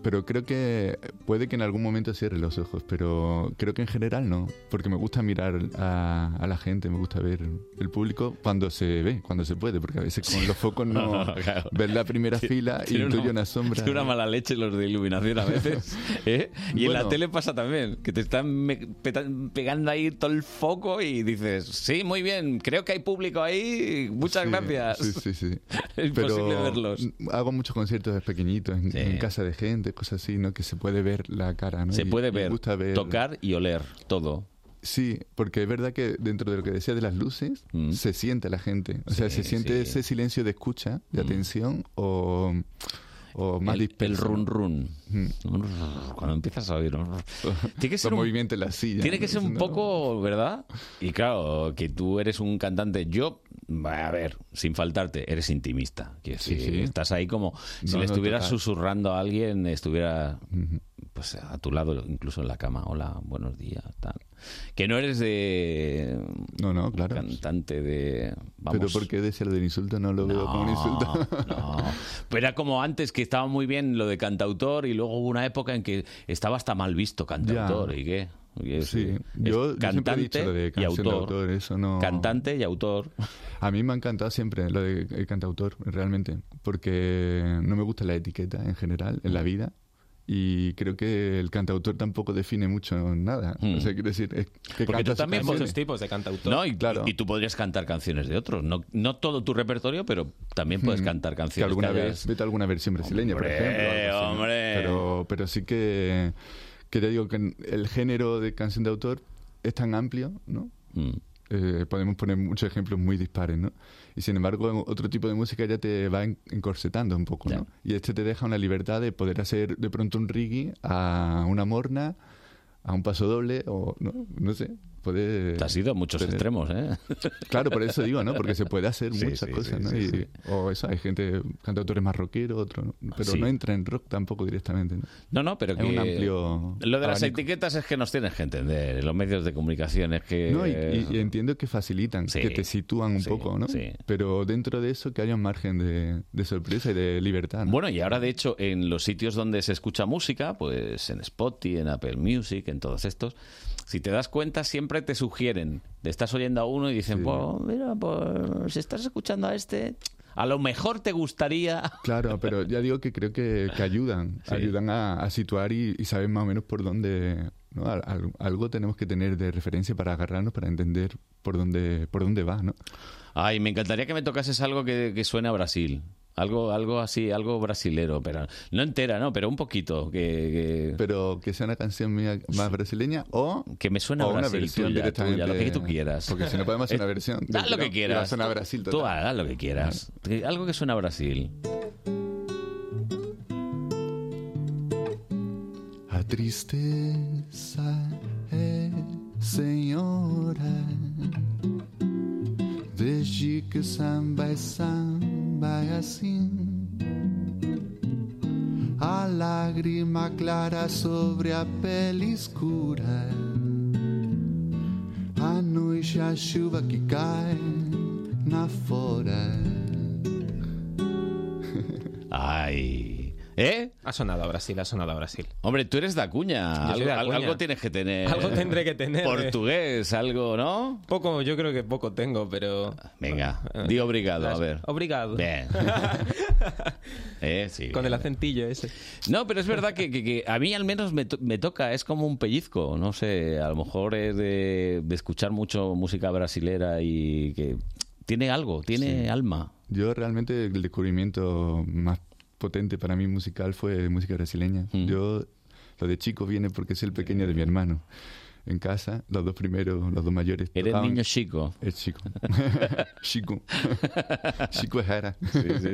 Speaker 34: Pero creo que puede que en algún momento cierre los ojos, pero creo que en general no, porque me gusta mirar a, a la gente, me gusta ver el público cuando se ve, cuando se puede, porque a veces con los
Speaker 1: (laughs)
Speaker 34: focos no
Speaker 1: Claro.
Speaker 34: ves la primera
Speaker 1: Ti-
Speaker 34: fila y
Speaker 1: tiene
Speaker 34: intuye una sombra.
Speaker 1: Tiene una mala (laughs) leche los de iluminación
Speaker 34: (laughs)
Speaker 1: a veces. ¿eh? Y en la
Speaker 34: Bueno.
Speaker 1: tele pasa también, que te están me- peta- pegando ahí todo el foco y dices, sí, muy bien, creo que hay público ahí, muchas
Speaker 34: Sí,
Speaker 1: gracias.
Speaker 34: Sí, sí, sí.
Speaker 1: (laughs) Es imposible verlos.
Speaker 34: Hago muchos conciertos pequeñitos en, en casa de gente, cosas así, ¿no? Que se puede ver la cara, ¿no?
Speaker 1: Se
Speaker 34: Y-
Speaker 1: puede
Speaker 34: y me
Speaker 1: ver,
Speaker 34: gusta ver.
Speaker 1: tocar y oler todo.
Speaker 34: Sí, porque es verdad que dentro de lo que decía de las luces, se siente la gente. O sea,
Speaker 1: Mm. Sí,
Speaker 34: se siente
Speaker 1: sí. Mm.
Speaker 34: ese silencio de escucha, de atención o, o más
Speaker 1: El- el
Speaker 34: disperso.
Speaker 1: run run. Cuando empiezas a oír.
Speaker 34: (laughs)
Speaker 1: ¿no? Tiene que ser
Speaker 34: Los
Speaker 1: un-
Speaker 34: movimientos en la silla.
Speaker 1: Tiene
Speaker 34: ¿no?
Speaker 1: que ser un
Speaker 34: ¿No?
Speaker 1: poco, ¿verdad? Y claro, que tú eres un cantante. Yo, a ver, sin faltarte, eres intimista. Quiero
Speaker 34: Sí,
Speaker 1: decir,
Speaker 34: sí.
Speaker 1: Estás ahí como si
Speaker 34: No,
Speaker 1: le
Speaker 34: no,
Speaker 1: estuvieras
Speaker 34: total.
Speaker 1: susurrando a alguien, estuviera pues a tu lado, incluso en la cama. Hola, buenos días, tal. Que no eres de.
Speaker 34: No, no, claro.
Speaker 1: Cantante de. Vamos,
Speaker 34: Pero ¿por qué decía lo del insulto? No lo veo como un insulto.
Speaker 1: no. Pero era como antes que estaba muy bien lo de cantautor y luego hubo una época en que estaba hasta mal visto cantautor
Speaker 34: Ya.
Speaker 1: y qué. Y es-
Speaker 34: Sí,
Speaker 1: es
Speaker 34: yo, yo siempre he dicho
Speaker 1: cantante
Speaker 34: lo de
Speaker 1: y
Speaker 34: canción de
Speaker 1: autor.
Speaker 34: autor, eso no...
Speaker 1: Cantante y autor.
Speaker 34: A mí me ha encantado siempre lo de el cantautor, realmente, porque no me gusta la etiqueta en general,
Speaker 1: Mm.
Speaker 34: en la vida, y creo que el cantautor tampoco define mucho nada. O sea, quiero decir, es que
Speaker 1: Mm. Porque
Speaker 34: canta
Speaker 1: tú
Speaker 34: sus
Speaker 1: también
Speaker 34: canciones.
Speaker 1: puedes- tipos
Speaker 6: de cantautor.
Speaker 1: No, y, y tú podrías cantar canciones de otros. No, no todo tu repertorio, pero también puedes
Speaker 34: Mm.
Speaker 1: cantar
Speaker 34: que
Speaker 1: canciones.
Speaker 34: alguna
Speaker 1: hayas-
Speaker 34: vez, vete a alguna versión brasileña,
Speaker 1: Hombre,
Speaker 34: por ejemplo. o algo así, ¿no?
Speaker 1: hombre.
Speaker 34: Pero, pero sí que, que te digo que el género de canción de autor es tan amplio, ¿no? Eh, podemos poner muchos ejemplos muy dispares, ¿no? Y sin embargo, otro tipo de música ya te va en- encorsetando un poco, ¿no? Y este te deja una libertad de poder hacer de pronto un reggae a una morna, a un paso doble, o no, no sé. Poder
Speaker 1: Te has ido a muchos
Speaker 34: eh, tener-
Speaker 1: extremos, ¿eh? (laughs)
Speaker 34: Claro, por eso digo, ¿no? Porque se puede hacer
Speaker 1: Sí,
Speaker 34: muchas
Speaker 1: sí,
Speaker 34: cosas,
Speaker 1: sí,
Speaker 34: ¿no?
Speaker 1: sí,
Speaker 34: Y-
Speaker 1: sí.
Speaker 34: O eso, hay gente, cantautores más rockeros, otro, ¿no? pero
Speaker 1: Sí.
Speaker 34: no entra en rock tampoco directamente, ¿no?
Speaker 1: No, no, pero
Speaker 34: Es
Speaker 1: que
Speaker 34: un amplio
Speaker 1: Lo de las
Speaker 34: abanico.
Speaker 1: etiquetas es que nos tienes que entender. Los medios de comunicación es que...
Speaker 34: No, y, y- y entiendo que facilitan, que te sitúan un
Speaker 1: sí,
Speaker 34: poco, ¿no?
Speaker 1: sí.
Speaker 34: Pero dentro de eso que haya un margen de, de sorpresa y de libertad. ¿no?
Speaker 1: Bueno, y ahora de hecho en los sitios donde se escucha música, pues en Spotify, en Apple Music, en todos estos, si te das cuenta siempre te sugieren, te estás oyendo a uno y dicen, "Pues, mira, pues si estás escuchando a este, a lo mejor te gustaría...
Speaker 34: Claro, pero ya digo que creo que, que ayudan,
Speaker 1: Sí.
Speaker 34: ayudan a, a situar y, y saben más o menos por dónde, ¿no? Al- al- algo tenemos que tener de referencia para agarrarnos, para entender por dónde, por dónde va, ¿no?
Speaker 1: Ay, me encantaría que me tocases algo que, que suene a Brasil. Algo, algo así, algo brasilero, pero no entera, no, pero un poquito. Que,
Speaker 34: Pero que sea una canción mía más brasileña o
Speaker 1: que me suena a
Speaker 34: o una
Speaker 1: Brasil,
Speaker 34: versión
Speaker 1: tuya,
Speaker 34: directamente,
Speaker 1: tuya, lo que tú quieras. Eh,
Speaker 34: Porque si no podemos hacer una versión.
Speaker 1: Haz lo que
Speaker 34: La
Speaker 1: quieras.
Speaker 34: zona Brasil
Speaker 1: Tú
Speaker 34: total.
Speaker 1: haz lo que quieras. Que- Algo que suena a Brasil.
Speaker 33: A tristeza
Speaker 34: eh,
Speaker 33: é senhora Desde que o samba é samba é assim A lágrima clara sobre a pele escura. À noite a chuva que cai na fora.
Speaker 1: Ay. ¿Eh?
Speaker 6: Ha sonado a Brasil, ha sonado a Brasil.
Speaker 1: Hombre, tú eres de Acuña.
Speaker 6: Yo soy
Speaker 1: Algo,
Speaker 6: de
Speaker 1: al-
Speaker 6: Acuña.
Speaker 1: algo tienes que tener.
Speaker 6: Algo tendré que tener, eh.
Speaker 1: Portugués, algo, ¿no?
Speaker 6: Poco, yo creo que poco tengo, pero. Ah.
Speaker 1: Venga, di obrigado, a ver.
Speaker 6: Obrigado.
Speaker 1: Bien.
Speaker 34: (laughs)
Speaker 1: Eh, sí,
Speaker 6: Con el
Speaker 1: bien.
Speaker 6: acentillo ese.
Speaker 1: No, pero es verdad que, que- que a mí al menos me, to- me toca, es como un pellizco, no sé, a lo mejor es de, de escuchar mucho música brasilera y que tiene algo, tiene
Speaker 34: Sí.
Speaker 1: alma.
Speaker 34: Yo realmente el descubrimiento más potente para mí musical fue música brasileña.
Speaker 1: Mm.
Speaker 34: Yo lo de chico viene porque es el pequeño de mi hermano. En casa, los dos primeros, los dos mayores.
Speaker 1: Eres niño chico.
Speaker 34: Es chico. (laughs)
Speaker 1: (laughs)
Speaker 34: chico. chico Herrera.
Speaker 1: sí, sí,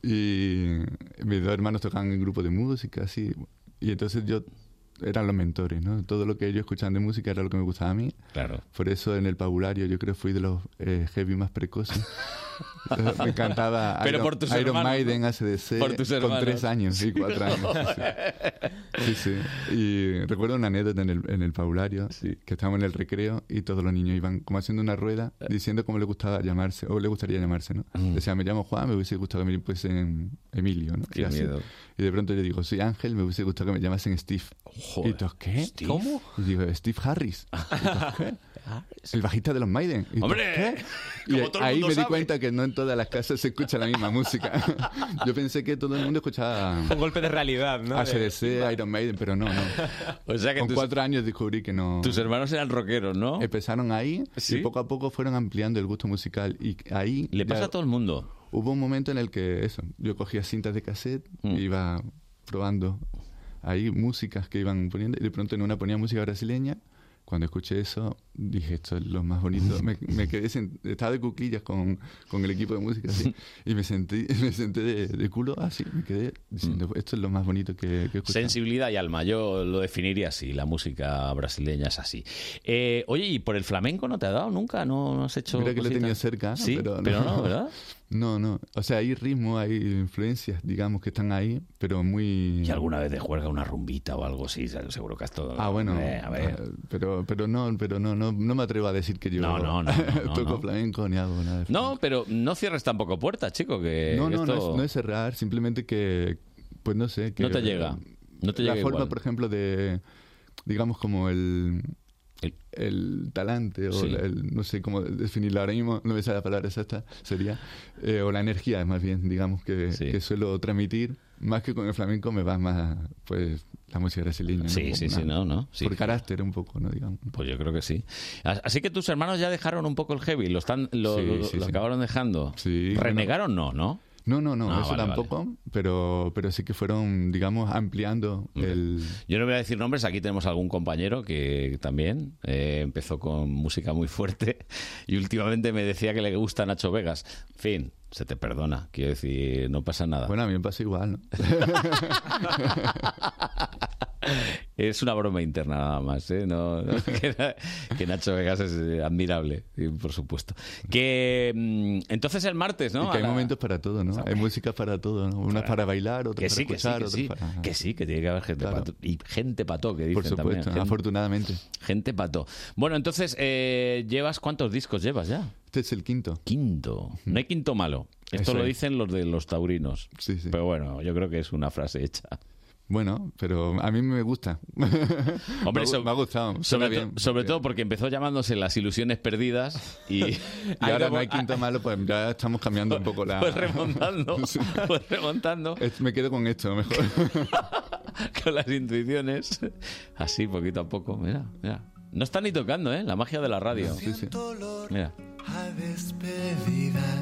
Speaker 34: (laughs) Y mis dos hermanos tocaban en grupo de música, así. Y entonces yo eran los mentores, ¿no? Todo lo que ellos escuchaban de música era lo que me gustaba a mí.
Speaker 1: Claro.
Speaker 34: Por eso en el pabulario yo creo que fui de los eh, heavy más
Speaker 1: (laughs)
Speaker 34: precoces. Eh, (laughs) me encantaba
Speaker 1: Pero
Speaker 34: Iron,
Speaker 1: por tus
Speaker 34: Iron
Speaker 1: hermanos,
Speaker 34: Maiden
Speaker 1: ¿no?
Speaker 34: ACDC
Speaker 1: Por tus
Speaker 34: con
Speaker 1: hermanos.
Speaker 34: tres años y
Speaker 1: Sí, (laughs)
Speaker 34: cuatro años. Sí, sí. Y recuerdo una anécdota en el, en el paulario, que estábamos en el recreo y todos los niños iban como haciendo una rueda
Speaker 1: Eh.
Speaker 34: diciendo cómo le gustaba llamarse, o le gustaría llamarse, ¿no?
Speaker 1: Mm.
Speaker 34: Decía, me llamo Juan, me hubiese gustado que me pusiesen Emilio, ¿no?
Speaker 1: Qué
Speaker 34: y, así.
Speaker 1: miedo.
Speaker 34: y de pronto yo digo, soy Ángel, me hubiese gustado que me llamasen Steve.
Speaker 1: Joder.
Speaker 34: Y todos, ¿qué?
Speaker 1: ¿Steve? ¿Cómo?
Speaker 34: Y digo, Steve
Speaker 1: (laughs)
Speaker 34: Harris. Y todos, ¿qué? El bajista de los Maiden. Y todos,
Speaker 1: ¡Hombre!
Speaker 34: ¿qué? Y
Speaker 1: Como todo el
Speaker 34: ahí
Speaker 1: mundo
Speaker 34: me di
Speaker 1: sabe.
Speaker 34: cuenta que no en todas las casas se escucha la misma música. (laughs) Yo pensé que todo el mundo escuchaba
Speaker 6: Un golpe de realidad, ¿no?
Speaker 34: ACDC, Iron Maiden, pero no, no.
Speaker 1: (laughs) O sea que
Speaker 34: Con
Speaker 1: tus-
Speaker 34: cuatro años descubrí que no.
Speaker 1: Tus hermanos eran rockeros, ¿no?
Speaker 34: Empezaron ahí
Speaker 1: ¿Sí?
Speaker 34: y poco a poco fueron ampliando el gusto musical. Y ahí.
Speaker 1: Le pasa
Speaker 34: ya
Speaker 1: a todo el mundo.
Speaker 34: Hubo un momento en el que eso, yo cogía cintas de cassette,
Speaker 1: Mm.
Speaker 34: iba probando ahí músicas que iban poniendo, y de pronto en una ponía música brasileña. Cuando escuché eso, dije, esto es lo más bonito. Me, me quedé sen- estaba de cuclillas con, con el equipo de música
Speaker 1: (laughs)
Speaker 34: así, y me sentí, (laughs) me senté de, de culo así, me quedé diciendo,
Speaker 1: Mm.
Speaker 34: esto es lo más bonito que, que he escuchado.
Speaker 1: Sensibilidad y alma, yo lo definiría así, la música brasileña es así. Eh, oye, ¿y por el flamenco no te ha dado nunca? ¿No, no has hecho
Speaker 34: Mira que lo he
Speaker 1: cositas?
Speaker 34: tenido cerca,
Speaker 1: Sí,
Speaker 34: pero, no.
Speaker 1: no, ¿verdad?
Speaker 34: (laughs) No, no. O sea, hay ritmo, hay influencias, digamos, que están ahí, pero muy...
Speaker 1: ¿Y alguna vez de juerga una rumbita o algo así? Seguro que has todo...
Speaker 34: Ah, bueno.
Speaker 1: Eh, a ver.
Speaker 34: ah, Pero, pero no, pero no, no, no me atrevo a decir que yo
Speaker 1: No, no, no, no, no,
Speaker 34: (laughs) toco
Speaker 1: no.
Speaker 34: flamenco ni hago nada. de
Speaker 1: No, pero no cierres tampoco puertas, chico, que
Speaker 34: no, no,
Speaker 1: Eh, esto...
Speaker 34: no, es, no es cerrar, simplemente que, pues no sé. Que,
Speaker 1: No te llega, no te
Speaker 34: la
Speaker 1: llega
Speaker 34: forma,
Speaker 1: igual.
Speaker 34: por ejemplo, de, digamos, como el, el, talante, o
Speaker 1: Sí.
Speaker 34: la- el- no sé cómo definirlo ahora mismo, no me sale la palabra exacta, sería, eh, o la energía, más bien, digamos, que, que suelo transmitir. Más que con el flamenco me va más, pues, la música brasileña.
Speaker 1: Sí,
Speaker 34: Como
Speaker 1: sí,
Speaker 34: una-
Speaker 1: sí, no, no, sí.
Speaker 34: Por carácter un poco, ¿no? Digamos.
Speaker 1: Pues yo creo que sí. A- Así que tus hermanos ya dejaron un poco el heavy, lo, están, lo,
Speaker 34: Sí,
Speaker 1: lo-
Speaker 34: sí,
Speaker 1: lo
Speaker 34: sí.
Speaker 1: acabaron dejando. ¿Renegaron? No, ¿no?
Speaker 34: No, no, no,
Speaker 1: Ah,
Speaker 34: eso
Speaker 1: vale, vale.
Speaker 34: tampoco, pero pero sí que fueron, digamos, ampliando el...
Speaker 1: Yo no voy a decir nombres, aquí tenemos algún compañero que también eh, empezó con música muy fuerte (laughs) y últimamente me decía que le gusta Nacho Vegas. En fin, se te perdona, quiero decir, no pasa nada.
Speaker 34: Bueno, a mí me pasa igual, ¿no?
Speaker 1: (laughs) Es una broma interna nada más, ¿eh? No, no, (laughs) que, que Nacho Vegas es eh, admirable, y por supuesto. Que mm, entonces el martes, ¿no?
Speaker 34: Y que hay
Speaker 1: A la-
Speaker 34: momentos para todo, ¿no? Hay música para todo, ¿no? Unas para bailar, otras
Speaker 1: que sí,
Speaker 34: para
Speaker 1: que sí,
Speaker 34: escuchar,
Speaker 1: que sí,
Speaker 34: otras para...
Speaker 1: que sí, que tiene que haber gente
Speaker 34: Claro.
Speaker 1: pato. Y gente pato, que dicen
Speaker 34: Por supuesto,
Speaker 1: también. Gente-
Speaker 34: afortunadamente.
Speaker 1: Gente pato. Bueno, entonces, eh, ¿llevas cuántos discos llevas ya?
Speaker 34: Este es el quinto.
Speaker 1: Quinto. No hay quinto malo. Esto
Speaker 34: Eso
Speaker 1: lo
Speaker 34: es.
Speaker 1: dicen los de los taurinos. Pero bueno, yo creo que es una frase hecha.
Speaker 34: Bueno, pero a mí me gusta. me, ha
Speaker 1: Hombre,
Speaker 34: gu-
Speaker 1: so-
Speaker 34: me ha gustado. suena
Speaker 1: Sobre, to-
Speaker 34: bien.
Speaker 1: sobre todo porque empezó llamándose Las Ilusiones Perdidas
Speaker 34: (laughs)
Speaker 1: y, y
Speaker 34: Y ahora no hay quinto malo, pues ya estamos cambiando un poco la...
Speaker 1: Pues remontando,
Speaker 34: (laughs) Sí.
Speaker 1: pues remontando
Speaker 34: Es- Me quedo con esto, mejor.
Speaker 1: (laughs) con las intuiciones. Así, poquito a poco. Mira, mira. No está ni tocando, ¿eh? La magia de la radio. Mira.
Speaker 33: A despedida,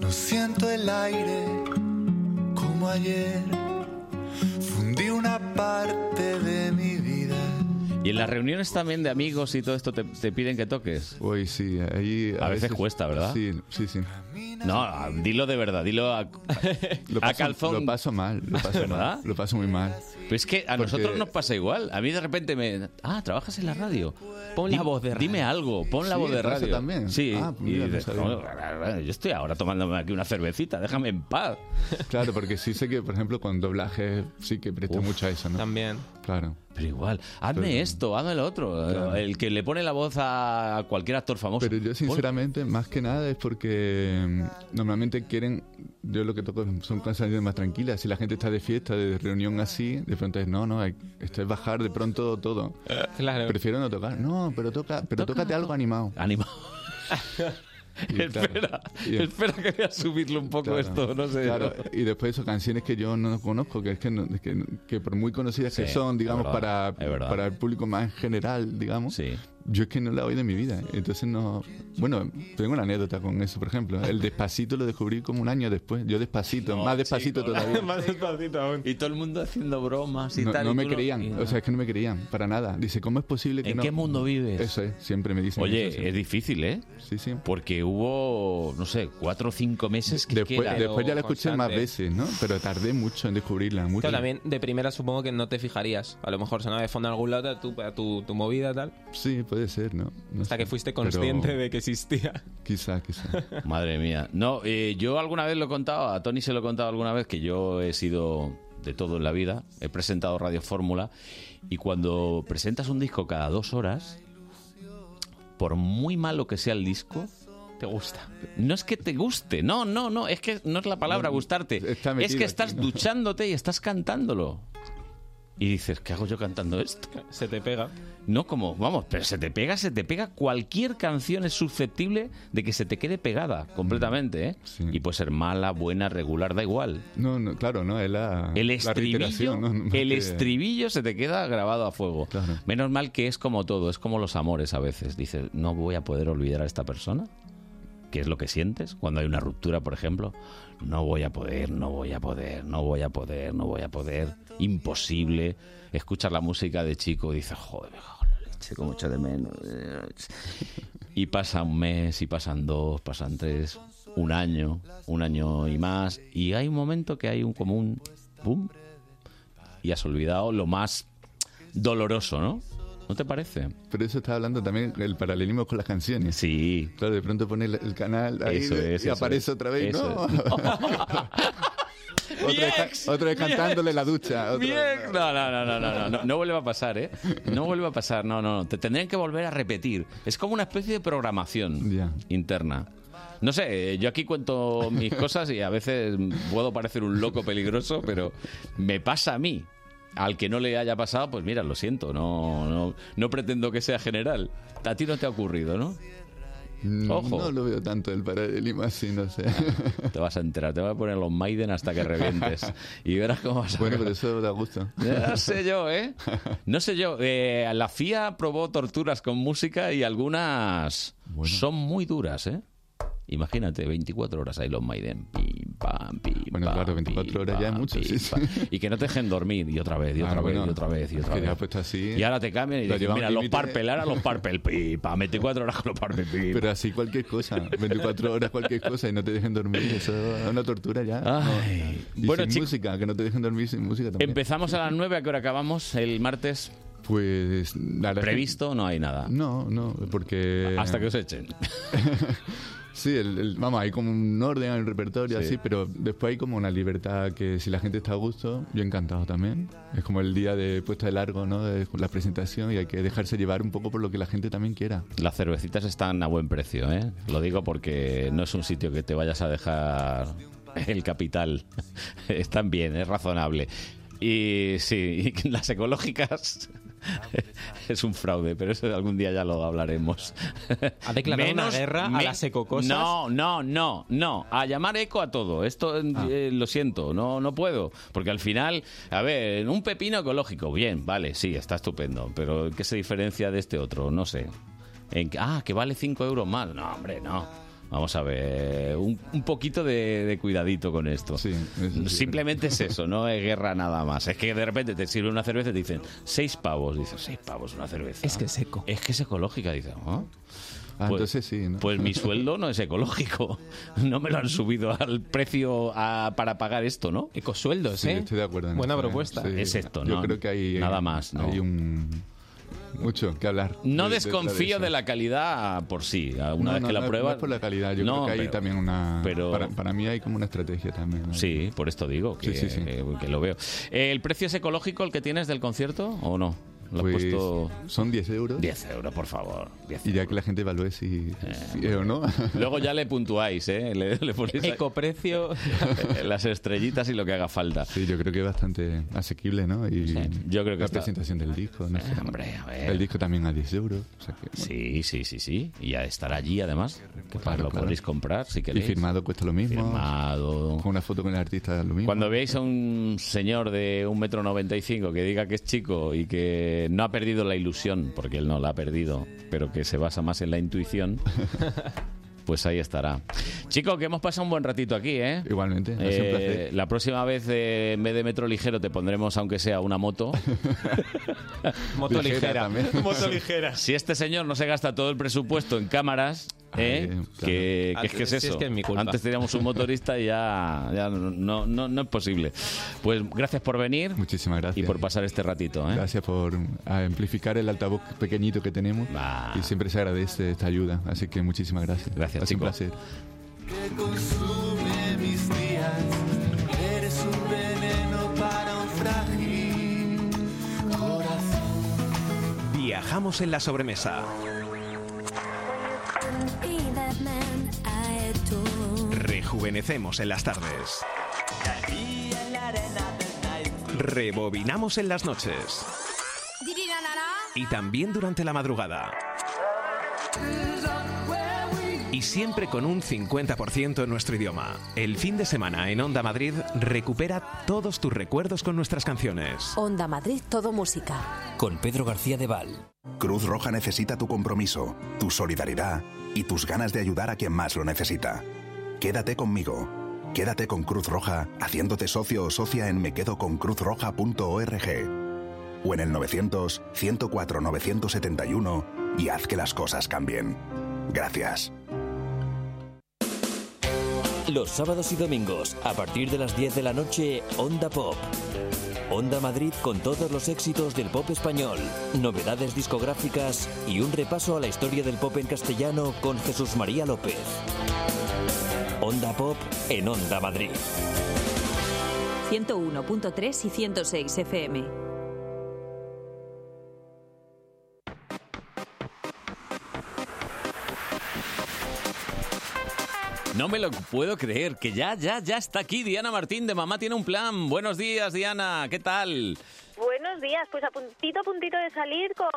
Speaker 33: no siento el aire como ayer. Fundí una parte de mi vida.
Speaker 1: Y en las reuniones también de amigos y todo esto te, te piden que toques.
Speaker 34: Uy, sí, ahí.
Speaker 1: A, veces, cuesta, ¿verdad?
Speaker 34: Sí, sí, sí.
Speaker 1: No, a- dilo de verdad, dilo a,
Speaker 34: (laughs) Lo
Speaker 1: a
Speaker 34: paso-
Speaker 1: calzón.
Speaker 34: Lo paso mal, lo paso
Speaker 1: ¿Verdad?
Speaker 34: mal. Lo paso muy mal.
Speaker 1: Pero es que a nosotros nos pasa igual. A mí de repente me. Ah, trabajas en la radio.
Speaker 6: Pon
Speaker 1: Di-
Speaker 6: la voz de radio.
Speaker 1: Dime algo, pon la
Speaker 6: Sí,
Speaker 1: voz de
Speaker 6: pasa
Speaker 1: radio.
Speaker 6: también.
Speaker 1: Sí,
Speaker 6: Ah,
Speaker 1: y
Speaker 34: pues mira, no
Speaker 1: dices,
Speaker 34: sabía.
Speaker 1: "No, yo estoy ahora tomándome aquí una cervecita, déjame en paz.
Speaker 34: Claro, porque sí sé que, por ejemplo, con doblaje sí que presta mucho a eso, ¿no?
Speaker 6: También.
Speaker 34: Claro.
Speaker 1: Pero igual, hazme esto, hazme lo otro. eh, El que le pone la voz a cualquier actor famoso.
Speaker 34: Pero yo sinceramente, más que nada es porque mm, normalmente quieren, yo lo que toco son canciones más tranquilas. Si la gente está de fiesta, de reunión así, de pronto es, no, no, hay- esto es bajar de pronto todo.
Speaker 6: (laughs) Claro.
Speaker 34: Prefiero no tocar. No, pero toca, pero tócate algo animado. (laughs)
Speaker 1: Animado. (laughs)
Speaker 34: espera,
Speaker 1: espera que voy a subirle un poco esto, no sé.
Speaker 34: Claro. Y después son canciones que yo no conozco, que es que, no- es que, que por muy conocidas que
Speaker 1: Sí,
Speaker 34: son,
Speaker 1: es
Speaker 34: digamos,
Speaker 1: verdad, es
Speaker 34: para,
Speaker 1: verdad.
Speaker 34: para el público más general, digamos, yo es que no la oí de mi vida. Entonces no... Bueno, tengo una anécdota con eso, por ejemplo. El despacito lo descubrí como un año después. Yo despacito,
Speaker 1: No,
Speaker 34: más despacito
Speaker 1: chico,
Speaker 34: todavía.
Speaker 1: (laughs) más
Speaker 6: despacito aún.
Speaker 1: Y todo el mundo haciendo bromas y
Speaker 34: No,
Speaker 1: tal.
Speaker 34: no
Speaker 1: y
Speaker 34: me
Speaker 1: tú no-
Speaker 34: creían, o sea, es que no me creían, para nada. Dice, ¿cómo es posible que
Speaker 1: ¿En
Speaker 34: no?
Speaker 1: qué mundo vives?
Speaker 34: Eso es, siempre me dicen
Speaker 1: Oye,
Speaker 34: eso, sí.
Speaker 1: es difícil, ¿eh?
Speaker 34: Sí, sí.
Speaker 1: Porque hubo, no sé, cuatro o cinco meses que
Speaker 34: Después,
Speaker 1: que era-
Speaker 34: Pues, después ya la escuché más veces, ¿no? Pero tardé mucho en descubrirla. Mucho.
Speaker 6: Claro, también de primera supongo que no te fijarías. A lo mejor sonaba de fondo en algún lado tú, para tu, tu movida tal.
Speaker 34: Sí, puede ser, ¿no? No
Speaker 6: Hasta
Speaker 34: sé,
Speaker 6: que fuiste
Speaker 34: pero-
Speaker 6: consciente de que
Speaker 1: (laughs)
Speaker 6: existía.
Speaker 34: Quizá, quizá.
Speaker 1: Madre mía. No, eh, yo alguna vez lo he contado, a Tony se lo he contado alguna vez, que yo he sido de todo en la vida, he presentado Radio Fórmula y cuando presentas un disco cada dos horas, por muy malo que sea el disco, te gusta. No es que te guste, no, no, no, es que no es la palabra gustarte. Es
Speaker 34: metido
Speaker 1: que estás
Speaker 34: aquí.
Speaker 1: duchándote y estás cantándolo. Y dices, ¿qué hago yo
Speaker 34: (laughs)
Speaker 1: cantando esto?
Speaker 6: Se te pega.
Speaker 1: No como, vamos, pero se te pega, se te pega. Cualquier canción es susceptible de que se te quede pegada
Speaker 34: Mm,
Speaker 1: completamente, ¿eh? Y puede ser mala, buena, regular, da igual.
Speaker 34: No, no, claro, no, es Ah, la.
Speaker 1: El
Speaker 34: la
Speaker 1: estribillo,
Speaker 34: reiteración, ¿no? (laughs) No,
Speaker 1: el
Speaker 34: que-
Speaker 1: estribillo se te queda grabado a fuego. Menos mal que es como todo, es como los amores a veces. Dices, no voy a poder olvidar a esta persona. ¿Qué es lo que sientes cuando hay una ruptura, por ejemplo? No voy a poder, no voy a poder, no voy a poder, no voy a poder. Imposible. Escuchas la música de chico y dices, joder, me cago en la leche, como echo de menos. Y pasa un mes, y pasan dos, pasan tres, un año, un año y más. Y hay un momento que hay un como un boom y has olvidado lo más doloroso, ¿no? ¿No te parece?
Speaker 34: Pero eso está hablando también el paralelismo con las canciones.
Speaker 1: Sí.
Speaker 34: Claro, de pronto pone el, el canal ahí
Speaker 1: Eso
Speaker 34: de-
Speaker 1: es,
Speaker 34: y
Speaker 1: eso
Speaker 34: aparece
Speaker 1: es.
Speaker 34: otra vez.
Speaker 1: Eso
Speaker 34: ¿no? (laughs)
Speaker 1: es.
Speaker 34: otra, vez, ca- otra vez
Speaker 1: Mi ex.
Speaker 34: cantándole en la ducha. otra-
Speaker 1: Bien. No, no, no, no, no, no, no, no vuelve a pasar, ¿eh? No vuelve a pasar, no, no, no. Te tendrían que volver a repetir. Es como una especie de programación interna. No sé, eh, yo aquí
Speaker 34: (laughs)
Speaker 1: cuento mis cosas y a veces puedo parecer un loco peligroso, pero me pasa a mí. Al que no le haya pasado, pues mira, lo siento, no, no, no pretendo que sea general. A ti no te ha ocurrido, ¿no?
Speaker 34: Mm,
Speaker 1: Ojo.
Speaker 34: No lo veo tanto el paralelismo así, no sé.
Speaker 1: Te vas a enterar, te vas a poner (laughs) los Maiden hasta que
Speaker 34: (laughs)
Speaker 1: revientes. Y verás cómo vas a...
Speaker 34: Bueno, pero eso da gusto.
Speaker 1: (laughs) Ya sé yo, ¿eh? No sé yo. eh, la FIA probó torturas con música y algunas son muy duras, ¿eh? Imagínate, 24 horas ahí los Maiden. Pim, pam, pim, bueno, claro, 24 horas ya es mucho. Y que no te dejen dormir. Y otra vez, y
Speaker 34: Ah,
Speaker 1: otra
Speaker 34: bueno.
Speaker 1: vez, y otra vez, y
Speaker 34: Es
Speaker 1: otra
Speaker 34: que
Speaker 1: vez.
Speaker 34: ya puesto así.
Speaker 1: Y ahora te cambian y
Speaker 34: Lo
Speaker 1: dicen,
Speaker 34: llevan
Speaker 1: mira,
Speaker 34: al
Speaker 1: los
Speaker 34: límite.
Speaker 1: Parpel, ahora los Parpel, pipa, 24 horas con los Parpel, pipa.
Speaker 34: Pero así cualquier cosa, 24 horas cualquier cosa y no te dejen dormir, eso es una tortura ya. No,
Speaker 1: Ay.
Speaker 34: no. Y
Speaker 1: Bueno,
Speaker 34: sin
Speaker 1: chicos-
Speaker 34: música, que no te dejen dormir sin música también.
Speaker 1: Empezamos a las 9, ¿a qué hora acabamos el martes?
Speaker 34: Pues...
Speaker 1: Previsto no hay nada.
Speaker 34: No, no, porque...
Speaker 1: Hasta que os echen.
Speaker 34: Sí, el- el- vamos, hay como un orden en el repertorio
Speaker 1: Sí.
Speaker 34: así, pero después hay como una libertad que si la gente está a gusto, yo encantado también. Es como el día de puesta de largo, ¿no? De la presentación y hay que dejarse llevar un poco por lo que la gente también quiera.
Speaker 1: Las cervecitas están a buen precio, ¿eh? Lo digo porque no es un sitio que te vayas a dejar el capital. (laughs) Están bien, es razonable. Y sí, y (laughs) las ecológicas (laughs) es un fraude, pero eso algún día ya lo hablaremos.
Speaker 6: Ha declarado una guerra a las ecocosas.
Speaker 1: No, no, no, no. A llamar eco a todo. Esto
Speaker 6: Ah.
Speaker 1: eh, lo siento, no, no puedo. Porque al final, a ver, un pepino ecológico, bien, vale, sí, está estupendo. Pero ¿qué se diferencia de este otro? No sé. En que- ah, que vale 5 euros más. No, hombre, no. Vamos a ver, un, un poquito de, de cuidadito con esto. Simplemente es eso, no es guerra nada más. Es que de repente te sirve una cerveza y te dicen, seis pavos. Dices, seis pavos una cerveza.
Speaker 6: Es que es seco.
Speaker 1: Es que es ecológica, dices. "Ah".
Speaker 34: Ah, entonces sí, ¿no? (laughs)
Speaker 1: Pues mi sueldo no es ecológico. (laughs) No me lo han subido al precio a- para pagar esto, ¿no?
Speaker 6: Ecosueldos,
Speaker 34: Sí, ¿eh? estoy de acuerdo en Buena eso, ¿eh? propuesta. Sí.
Speaker 1: Es esto,
Speaker 34: Yo
Speaker 1: ¿no?
Speaker 34: creo que hay-
Speaker 1: Nada más, ¿no?
Speaker 34: hay un- mucho que hablar.
Speaker 1: No
Speaker 34: de- de- de
Speaker 1: desconfío
Speaker 34: eso.
Speaker 1: de, la calidad por sí. Una
Speaker 34: No,
Speaker 1: vez
Speaker 34: no,
Speaker 1: que la
Speaker 34: no,
Speaker 1: pruebas.
Speaker 34: no es por la calidad, yo
Speaker 1: No,
Speaker 34: creo que hay
Speaker 1: pero-
Speaker 34: también una.
Speaker 1: pero-
Speaker 34: para, para mí hay como una estrategia también.
Speaker 1: Sí, por esto digo que,
Speaker 34: Sí, sí, sí.
Speaker 1: que- que lo veo. ¿El precio es ecológico el que tienes del concierto o no? ¿Lo has
Speaker 34: Pues,
Speaker 1: puesto?
Speaker 34: Son 10 euros.
Speaker 1: 10 euros, por favor. 10
Speaker 34: Y ya que la gente evalúe si, si- o no. (laughs)
Speaker 1: Luego ya le puntuáis, ¿eh? Le, le ponéis
Speaker 6: Ecoprecio.
Speaker 1: eh, las estrellitas y lo que haga falta.
Speaker 34: Sí, yo creo que es bastante asequible, ¿no? Y
Speaker 1: yo creo que
Speaker 34: La
Speaker 1: está- Eh,
Speaker 34: presentación del disco, no sé.
Speaker 1: hombre, a ver.
Speaker 34: El disco también a 10 euros.
Speaker 1: Sí, sí, sí, sí. Y ya estará allí, además. que lo
Speaker 34: claro.
Speaker 1: podréis comprar si
Speaker 34: Y
Speaker 1: queréis.
Speaker 34: firmado cuesta lo mismo.
Speaker 1: Firmado.
Speaker 34: Con una foto con el artista lo mismo.
Speaker 1: (laughs) Cuando veáis a un señor de un metro noventa y cinco que diga que es chico y que no ha perdido la ilusión, porque él no la ha perdido, pero que se basa más en la intuición, pues ahí estará. Chicos, que hemos pasado un buen ratito aquí, ¿eh?
Speaker 34: Igualmente, ha sido un
Speaker 1: Eh,
Speaker 34: placer.
Speaker 1: La próxima vez, eh, en vez de metro ligero, te pondremos, aunque sea
Speaker 34: (laughs)
Speaker 1: una moto.
Speaker 6: Moto Ligera ligera. también. (laughs) Moto
Speaker 1: ligera. Si este señor no se gasta todo el presupuesto en cámaras, ¿eh? que, que es que es
Speaker 6: Antes- si
Speaker 1: eso.
Speaker 6: Ah, es que es mi culpa.
Speaker 1: Antes teníamos un motorista y ya, ya no, no, no es posible. Pues gracias por venir.
Speaker 34: Muchísimas gracias.
Speaker 1: Y por pasar este ratito. ¿eh?
Speaker 34: Gracias por amplificar el altavoz pequeñito que tenemos. Y siempre se agradece esta ayuda. Así que muchísimas gracias. Gracias,
Speaker 1: chicos.
Speaker 34: un placer.
Speaker 33: que consume mis días. Eres un veneno para un frágil corazón.
Speaker 23: Viajamos en la sobremesa. Rejuvenecemos en las tardes. Rebobinamos en las noches. Y también durante la madrugada. Y siempre con un 50% en nuestro idioma. El fin de semana en Onda Madrid recupera todos tus recuerdos con nuestras canciones.
Speaker 14: Onda Madrid Todo Música.
Speaker 23: Con Pedro García de Val.
Speaker 16: Cruz Roja necesita tu compromiso, tu solidaridad y tus ganas de ayudar a quien más lo necesita. Quédate conmigo. Quédate con Cruz Roja haciéndote socio o socia en mequedoconcruzroja.org o en el 900 104 971 y haz que las cosas cambien. Gracias.
Speaker 11: Los sábados y domingos, a partir de las 10 de la noche, Onda Pop. Onda Madrid con todos los éxitos del pop español, novedades discográficas y un repaso a la historia del pop en castellano con Jesús María López. Onda Pop en Onda Madrid.
Speaker 10: 101.3 y 106 FM.
Speaker 1: No me lo puedo creer, que ya, ya, ya está aquí Diana Martín de Mamá Tiene un Plan. Buenos días, Diana, ¿qué tal?
Speaker 22: Buenos días, pues a puntito a puntito de salir con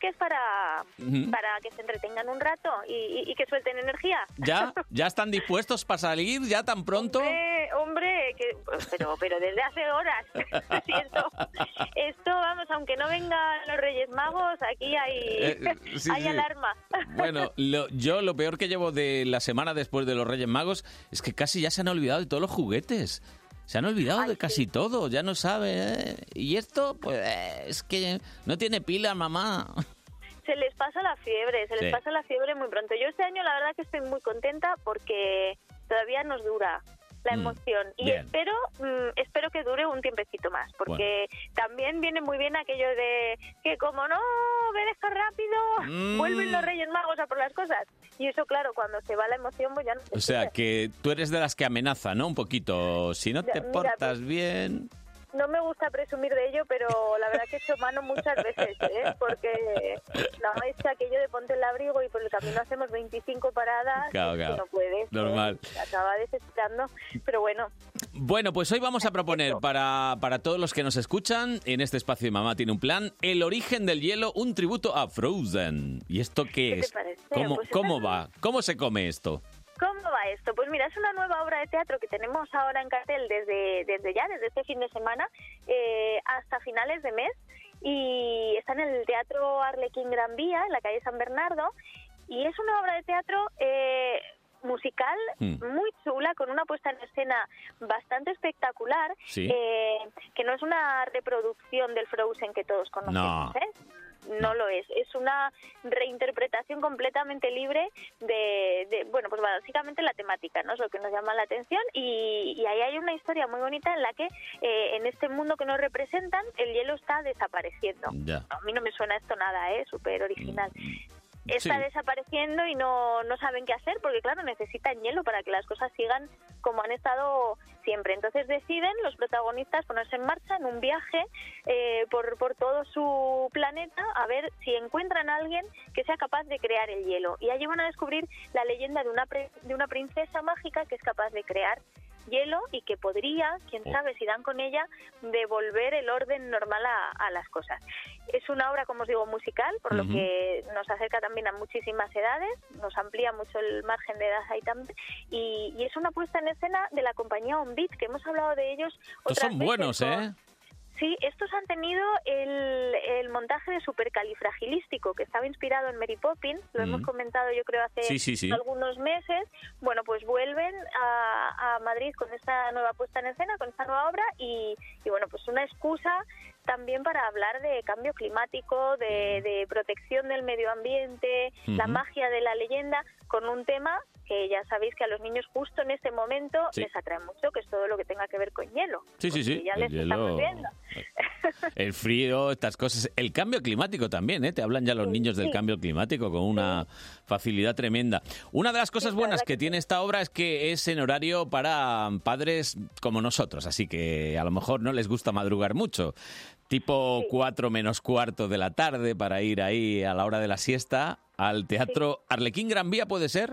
Speaker 22: que es para,
Speaker 1: Ujú.
Speaker 22: para que se entretengan un rato y, y- y que suelten energía.
Speaker 1: ¿Ya? ¿Ya están dispuestos para salir ya tan pronto?
Speaker 22: Eh, hombre, que, pero, pero desde hace horas, (laughs) lo siento. Esto, vamos, aunque no vengan los Reyes Magos, aquí hay,
Speaker 1: Eh, sí,
Speaker 22: hay
Speaker 1: sí.
Speaker 22: alarma.
Speaker 1: Bueno, lo- yo lo peor que llevo de la semana después de los Reyes Magos es que casi ya se han olvidado de todos los juguetes. Se han olvidado de casi todo, ya no saben. ¿eh? Y esto, pues, eh, es que no tiene pila, mamá.
Speaker 22: Se les pasa la fiebre, se les
Speaker 1: Sí.
Speaker 22: pasa la fiebre muy pronto. Yo este año la verdad que estoy muy contenta porque todavía nos dura la
Speaker 1: Mm,
Speaker 22: emoción y
Speaker 1: bien.
Speaker 22: espero mm, espero que dure un tiempecito más porque también viene muy bien aquello de que como no obedezco rápido
Speaker 1: Mm.
Speaker 22: vuelven los Reyes Magos a por las cosas y eso claro cuando se va la emoción pues ya no se
Speaker 1: O sea,
Speaker 22: sirve.
Speaker 1: que tú eres de las que amenaza, ¿no? Un poquito. Si no te
Speaker 22: Mira,
Speaker 1: portas
Speaker 22: pues-
Speaker 1: bien.
Speaker 22: No me gusta presumir de ello, pero la verdad que he hecho mano muchas veces, ¿eh? Porque no es aquello de ponte el abrigo y por el camino hacemos 25 paradas.
Speaker 1: Claro,
Speaker 22: es que
Speaker 1: claro.
Speaker 22: No puedes. ¿eh?
Speaker 1: Normal.
Speaker 22: Acaba desesperando, pero bueno.
Speaker 1: Bueno, pues hoy vamos a proponer para, para todos los que nos escuchan en este espacio de Mamá tiene un plan, El origen del hielo, un tributo a Frozen. ¿Y esto qué,
Speaker 22: te
Speaker 1: es?
Speaker 22: parece?
Speaker 1: ¿Cómo,
Speaker 22: Pues
Speaker 1: ¿Cómo va? ¿Cómo se come esto?
Speaker 22: ¿Cómo va esto? Pues mira, es una nueva obra de teatro que tenemos ahora en cartel desde, desde ya, desde este fin de semana eh, hasta finales de mes. Y está en el Teatro Arlequín Gran Vía, en la calle San Bernardo. Y es una obra de teatro eh, musical
Speaker 7: Mm.
Speaker 22: muy chula, con una puesta en escena bastante espectacular,
Speaker 7: Sí.
Speaker 22: eh, que no es una reproducción del Frozen que todos conocemos,
Speaker 7: No.
Speaker 22: ¿eh? No lo es, es una reinterpretación completamente libre de, de, bueno, pues básicamente la temática, ¿no? Es lo que nos llama la atención y, y ahí hay una historia muy bonita en la que eh, en este mundo que nos representan el hielo está desapareciendo.
Speaker 1: Ya.
Speaker 22: A mí no me suena esto nada, ¿eh? Súper original está
Speaker 1: Sí.
Speaker 22: desapareciendo y no, no saben qué hacer porque, claro, necesitan hielo para que las cosas sigan como han estado siempre. Entonces deciden los protagonistas ponerse en marcha en un viaje eh, por, por todo su planeta a ver si encuentran a alguien que sea capaz de crear el hielo. Y allí van a descubrir la leyenda de una, pre- de una princesa mágica que es capaz de crear hielo y que podría, quién sabe si dan con ella, devolver el orden normal a, a las cosas. Es una obra, como os digo, musical, por lo
Speaker 7: Ujú.
Speaker 22: que nos acerca también a muchísimas edades, nos amplía mucho el margen de edad ahí también, y, y es una puesta en escena de la compañía Onbit, que hemos hablado de ellos
Speaker 1: Estos
Speaker 22: otras
Speaker 1: son
Speaker 22: veces
Speaker 1: buenos,
Speaker 22: con-
Speaker 1: ¿eh?
Speaker 22: Sí, estos han tenido el, el montaje de supercalifragilístico, que estaba inspirado en Mary Poppins, lo hemos
Speaker 1: Mm.
Speaker 22: comentado yo creo hace
Speaker 1: Sí, sí, sí.
Speaker 22: algunos meses. Bueno, pues vuelven a, a Madrid con esta nueva puesta en escena, con esta nueva obra y, y bueno, pues una excusa también para hablar de cambio climático, de, de protección del medio ambiente, la
Speaker 7: Ujú.
Speaker 22: magia de la leyenda, con un tema que ya sabéis que a los niños justo en este momento
Speaker 1: Sí.
Speaker 22: les atrae mucho, que es todo lo que tenga que ver con hielo.
Speaker 1: Sí, sí, sí,
Speaker 22: porque Ya
Speaker 1: el
Speaker 22: les
Speaker 1: hielo.
Speaker 22: estamos viendo.
Speaker 1: El frío, estas cosas. El cambio climático también, ¿eh? Te hablan ya los niños del
Speaker 22: sí.
Speaker 1: cambio climático con una facilidad tremenda. Una de las cosas buenas que tiene esta obra es que es en horario para padres como nosotros, así que a lo mejor no les gusta madrugar mucho. Tipo 4 menos cuarto de la tarde para ir ahí a la hora de la siesta al teatro Arlequín Gran Vía, ¿puede ser?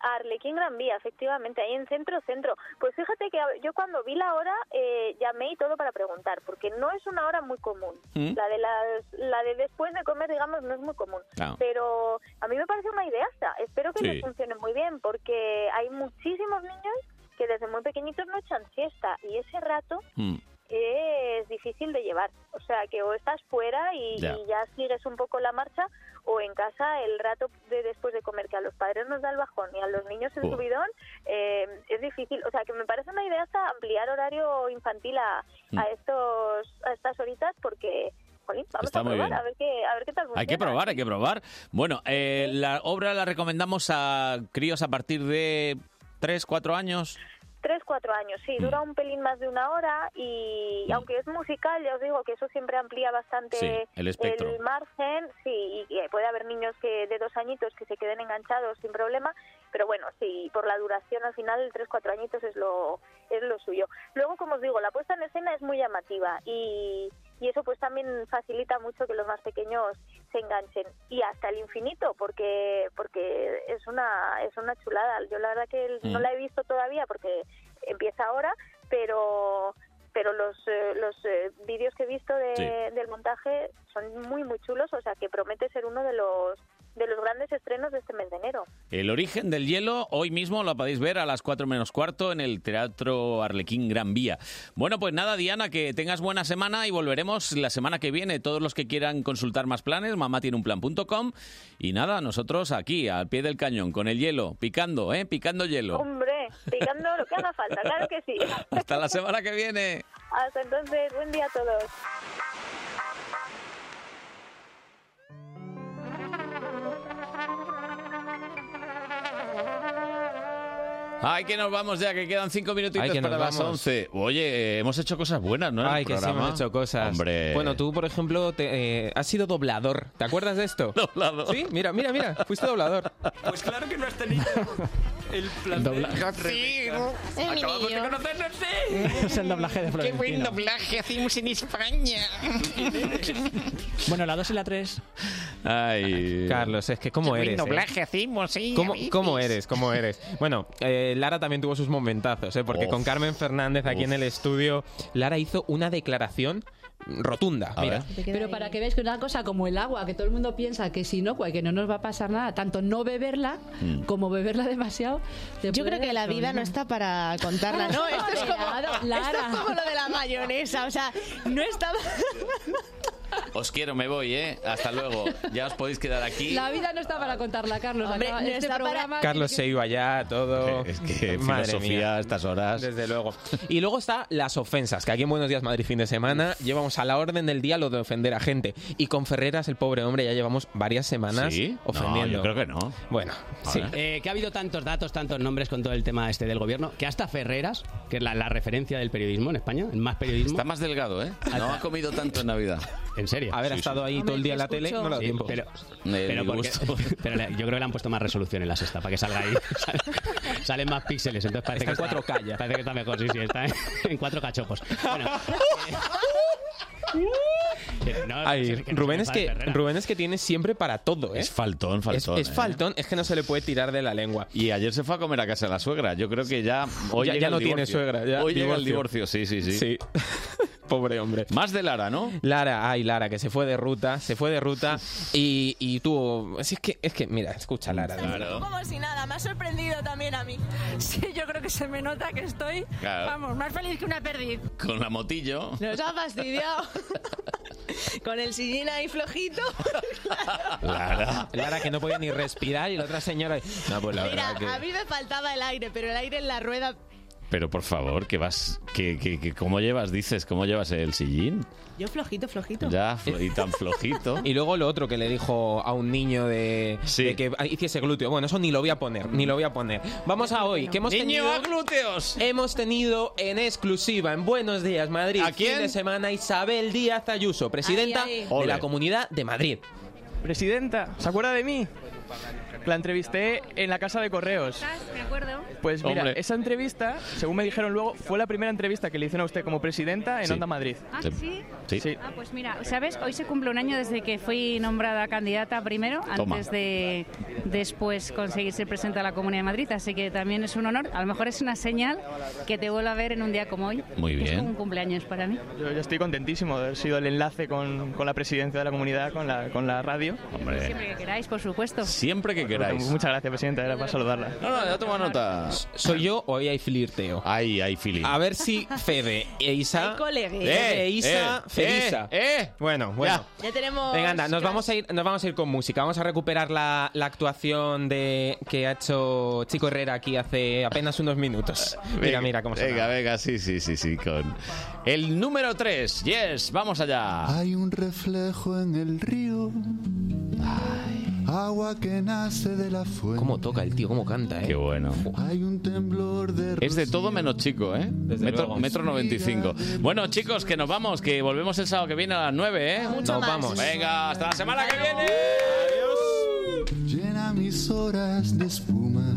Speaker 22: Arlequín Gran Vía, efectivamente, ahí en centro, centro. Pues fíjate que yo cuando vi la hora eh, llamé y todo para preguntar, porque no es una hora muy común.
Speaker 7: ¿Mm?
Speaker 22: La de las, la de después de comer, digamos, no es muy común.
Speaker 7: Claro.
Speaker 22: Pero a mí me parece una ideaza. Espero que
Speaker 7: Sí.
Speaker 22: les funcione muy bien, porque hay muchísimos niños que desde muy pequeñitos no echan siesta y ese rato
Speaker 19: Hmm.
Speaker 22: es difícil de llevar. O sea, que o estás fuera y y
Speaker 7: Ya.
Speaker 22: ya. sigues un poco la marcha, o en casa el rato de después de comer, que a los padres nos da el bajón y a los niños el
Speaker 7: Joder.
Speaker 22: subidón, eh, es difícil. O sea, que me parece una idea hasta ampliar horario infantil a,
Speaker 1: Mm.
Speaker 22: a estos, a estas horitas, porque, jolín, vamos
Speaker 1: Está
Speaker 22: a
Speaker 1: muy
Speaker 22: probar,
Speaker 1: bien.
Speaker 22: a ver, qué, a ver qué tal
Speaker 1: Hay que
Speaker 22: funciona.
Speaker 1: probar, hay que probar. Bueno, eh, la obra la recomendamos a críos a partir de 3, 4 años.
Speaker 22: Tres, cuatro años,
Speaker 1: Mm.
Speaker 22: sí, dura un pelín más de una hora y aunque es musical, ya os digo que eso siempre amplía bastante
Speaker 1: Sí, el espectro.
Speaker 22: el margen, sí, y y puede haber niños que de dos añitos que se queden enganchados sin problema, pero bueno, sí, por la duración al final el tres, cuatro añitos es lo, es lo suyo. Luego, como os digo, la puesta en escena es muy llamativa y, y eso pues también facilita mucho que los más pequeños se enganchen y hasta el infinito porque porque es una es una chulada yo la verdad que
Speaker 7: Mm.
Speaker 22: no la he visto todavía porque empieza ahora pero pero los eh, los eh, vídeos que he visto de-
Speaker 7: Sí.
Speaker 22: del montaje son muy muy chulos o sea que promete ser uno de los de los grandes estrenos de este mes de enero
Speaker 1: El origen del hielo, hoy mismo lo podéis ver a las 4 menos cuarto en el Teatro Arlequín Gran Vía. Bueno, pues nada, Diana, que tengas buena semana y volveremos la semana que viene. Todos los que quieran consultar más planes, mamá tiene un plan.com. Y nada, nosotros aquí, al pie del cañón, con el hielo, picando, ¿eh? Picando hielo.
Speaker 22: hombre picando lo que haga falta claro que sí
Speaker 1: Hasta la semana que viene.
Speaker 22: hasta entonces buen día a todos
Speaker 1: Ay, que nos vamos ya, que quedan cinco minutitos
Speaker 6: Ay, que nos
Speaker 1: para las
Speaker 6: vamos.
Speaker 1: 11. Oye, eh, hemos hecho cosas buenas, ¿no? en el
Speaker 6: Ay, que sí,
Speaker 1: programa.
Speaker 6: hemos hecho cosas.
Speaker 1: Hombre.
Speaker 6: Bueno, tú, por ejemplo, te, eh, has sido doblador. ¿Te acuerdas de esto?
Speaker 1: (laughs) doblador.
Speaker 6: Sí, mira, mira, mira. Fuiste doblador.
Speaker 9: Pues claro que no has
Speaker 19: (laughs)
Speaker 9: tenido el plan
Speaker 6: Doblaje.
Speaker 9: Acabamos de conocernos, sí.
Speaker 19: Es el doblaje de
Speaker 9: Qué buen
Speaker 19: Florentino.
Speaker 9: doblaje hacemos en España.
Speaker 19: Bueno, la 2 y la 3.
Speaker 1: Ay.
Speaker 6: Carlos, es que cómo
Speaker 9: Qué buen
Speaker 6: eres. ¿eh?
Speaker 9: doblaje hacemos, sí.
Speaker 6: ¿Cómo,
Speaker 9: a veces.
Speaker 6: cómo eres? ¿Cómo eres? Bueno, eh, Lara también tuvo sus momentazos, ¿eh? porque
Speaker 1: Uf.
Speaker 6: con Carmen Fernández aquí
Speaker 1: Uf.
Speaker 6: en el estudio, Lara hizo una declaración rotunda.
Speaker 1: A
Speaker 6: Mira.
Speaker 1: ver.
Speaker 24: Pero para que veáis que una cosa como el agua, que todo el mundo piensa que es inocua y que no nos va a pasar nada, tanto no beberla
Speaker 18: Mm.
Speaker 24: como beberla demasiado.
Speaker 25: Yo creo que la vida no está para contarla,
Speaker 24: (laughs)
Speaker 25: ¿no? Esto es como,
Speaker 24: Claro,
Speaker 25: esto
Speaker 24: Lara.
Speaker 25: es como lo de la mayonesa, o sea, no estaba...
Speaker 1: Os quiero, me voy, ¿eh? Hasta luego. Ya os podéis quedar aquí.
Speaker 35: La vida no está para contarla, Carlos.
Speaker 7: Hombre,
Speaker 35: acaba
Speaker 7: no
Speaker 35: este
Speaker 7: está para-
Speaker 35: programa.
Speaker 6: Carlos se iba ya, todo.
Speaker 1: Eh, Es
Speaker 6: (laughs)
Speaker 1: que filosofía a estas horas.
Speaker 6: Desde luego. Y luego está las ofensas, que aquí en Buenos Días Madrid fin de semana llevamos a la orden del día lo de ofender a gente. Y con Ferreras, el pobre hombre, ya llevamos varias semanas
Speaker 1: ¿Sí? No,
Speaker 6: ofendiendo.
Speaker 1: yo creo que no.
Speaker 6: Bueno, sí.
Speaker 11: Eh, que ha habido tantos datos, tantos nombres con todo el tema este del gobierno, que hasta Ferreras, que es la, la referencia del periodismo en España, el más periodismo. Está
Speaker 1: más delgado, ¿eh? No ha comido tanto en Navidad.
Speaker 11: ¿En serio?
Speaker 6: Haber estado ahí todo el día en la tele, no le da
Speaker 11: Sí,
Speaker 6: tiempo.
Speaker 11: Pero,
Speaker 1: Me
Speaker 11: pero porque- (laughs)
Speaker 1: disgusto.
Speaker 11: pero le- yo creo que le han puesto más resolución en la sexta para que salga ahí. Sale- Salen más píxeles, entonces parece
Speaker 6: Está
Speaker 11: que
Speaker 6: en 4K ya.
Speaker 11: Parece que está mejor, sí, sí, está en, en cuatro cachopos. Bueno, (laughs) eh, no,
Speaker 6: Ay,
Speaker 11: que no se
Speaker 6: Rubén,
Speaker 11: me
Speaker 6: es
Speaker 11: enfade
Speaker 6: que,
Speaker 11: Ferreras.
Speaker 6: Rubén es que tiene siempre para todo, ¿eh?
Speaker 1: Es faltón, faltón. ¿eh?
Speaker 6: Es- es faltón, es que no se le puede tirar de la lengua.
Speaker 1: Y ayer se fue a comer a casa de la suegra. Yo creo que ya. Hoy
Speaker 6: Ya-
Speaker 1: llega
Speaker 6: ya
Speaker 1: el
Speaker 6: no tiene
Speaker 1: divorcio.
Speaker 6: suegra, ya,
Speaker 1: Hoy llega el
Speaker 6: divorcio.
Speaker 1: divorcio, sí, sí, sí.
Speaker 6: Sí. (laughs) Pobre hombre.
Speaker 1: Más de Lara, ¿no?
Speaker 6: Lara, ay, Lara, que se fue de ruta, se fue de ruta y, y tuvo. Si es que, es que, mira, escucha, Lara. de verdad.
Speaker 20: Como si nada, me ha sorprendido también a mí. Sí, yo creo que se me nota que estoy,
Speaker 1: Claro.
Speaker 20: vamos, más feliz que una perdiz.
Speaker 1: Con la motillo.
Speaker 7: Nos ha fastidiado. (laughs) Con el sillín ahí flojito.
Speaker 1: Lara.
Speaker 6: Lara que no podía ni respirar y la otra señora. No, pues la
Speaker 7: Mira,
Speaker 6: verdad que-
Speaker 7: a mí me faltaba el aire, pero el aire en la rueda.
Speaker 1: Pero por favor, que vas. Que, que, que- ¿Cómo llevas, dices? ¿Cómo llevas el sillín?
Speaker 7: Yo flojito, flojito.
Speaker 1: Ya, flo- y tan flojito.
Speaker 6: Y luego lo otro que le dijo a un niño de, de que hiciese glúteo. Bueno, eso ni lo voy a poner, ni lo voy a poner. Vamos a hoy, que hemos
Speaker 1: Niño,
Speaker 6: tenido...
Speaker 1: haz glúteos!
Speaker 6: Hemos tenido en exclusiva, en Buenos Días, Madrid,
Speaker 1: ¿A quién?
Speaker 6: fin de semana, Isabel Díaz Ayuso, presidenta
Speaker 18: Ay, ay.
Speaker 6: de
Speaker 18: Ole.
Speaker 6: la Comunidad de Madrid.
Speaker 18: Presidenta, ¿se acuerda de mí? La entrevisté en la casa de correos.
Speaker 20: Me acuerdo.
Speaker 18: Pues mira,
Speaker 1: Hombre.
Speaker 18: esa entrevista, según me dijeron luego, fue la primera entrevista que le hicieron a usted como presidenta en
Speaker 1: Sí.
Speaker 18: Onda Madrid.
Speaker 20: Ah, sí.
Speaker 18: Sí.
Speaker 20: Ah, pues mira, ¿sabes? Hoy se cumple un año desde que fui nombrada candidata primero,
Speaker 18: Toma.
Speaker 20: antes de después conseguir ser presidenta de la Comunidad de Madrid, así que también es un honor. A lo mejor es una señal que te vuelva a ver en un día como hoy.
Speaker 18: Muy
Speaker 20: Es
Speaker 18: bien.
Speaker 20: Pues como un cumpleaños para mí.
Speaker 18: Yo, yo estoy contentísimo de haber sido el enlace con, con la presidencia de la comunidad, con la, con la radio.
Speaker 20: Siempre que queráis, por supuesto.
Speaker 1: Siempre que
Speaker 18: queráis. Muchas gracias, presidenta, era para saludarla.
Speaker 1: No, no, ya toma nota.
Speaker 6: ¿Soy yo o hoy hay flirteo?
Speaker 1: Ahí hay flirteo.
Speaker 6: A ver si Fede e Isa...
Speaker 7: Ay, colegueo.
Speaker 6: Eh, e Isa,
Speaker 7: Eh,
Speaker 6: Felisa. Bueno, bueno.
Speaker 7: Ya tenemos.
Speaker 6: Venga, anda, nos vamos, a ir, nos vamos a ir con música. Vamos a recuperar la, la actuación de que ha hecho Chico Herrera aquí hace apenas unos minutos. Mira, mira cómo se
Speaker 1: Venga, venga, sí, sí, sí, sí. Con el número 3. Yes, vamos allá.
Speaker 33: Hay un reflejo en el río. Agua que nace de la fuente.
Speaker 6: Cómo toca el tío, cómo canta, eh.
Speaker 1: Qué bueno.
Speaker 33: Hay un temblor de
Speaker 1: Es de todo menos chico, ¿eh? Metro,
Speaker 6: luego.
Speaker 1: metro 95. Bueno, chicos, que nos vamos, que volvemos el sábado que viene a las 9, ¿eh?
Speaker 33: Mucho
Speaker 1: nos
Speaker 33: más.
Speaker 1: vamos. Venga, hasta la semana que viene.
Speaker 33: Llena mis horas de espuma.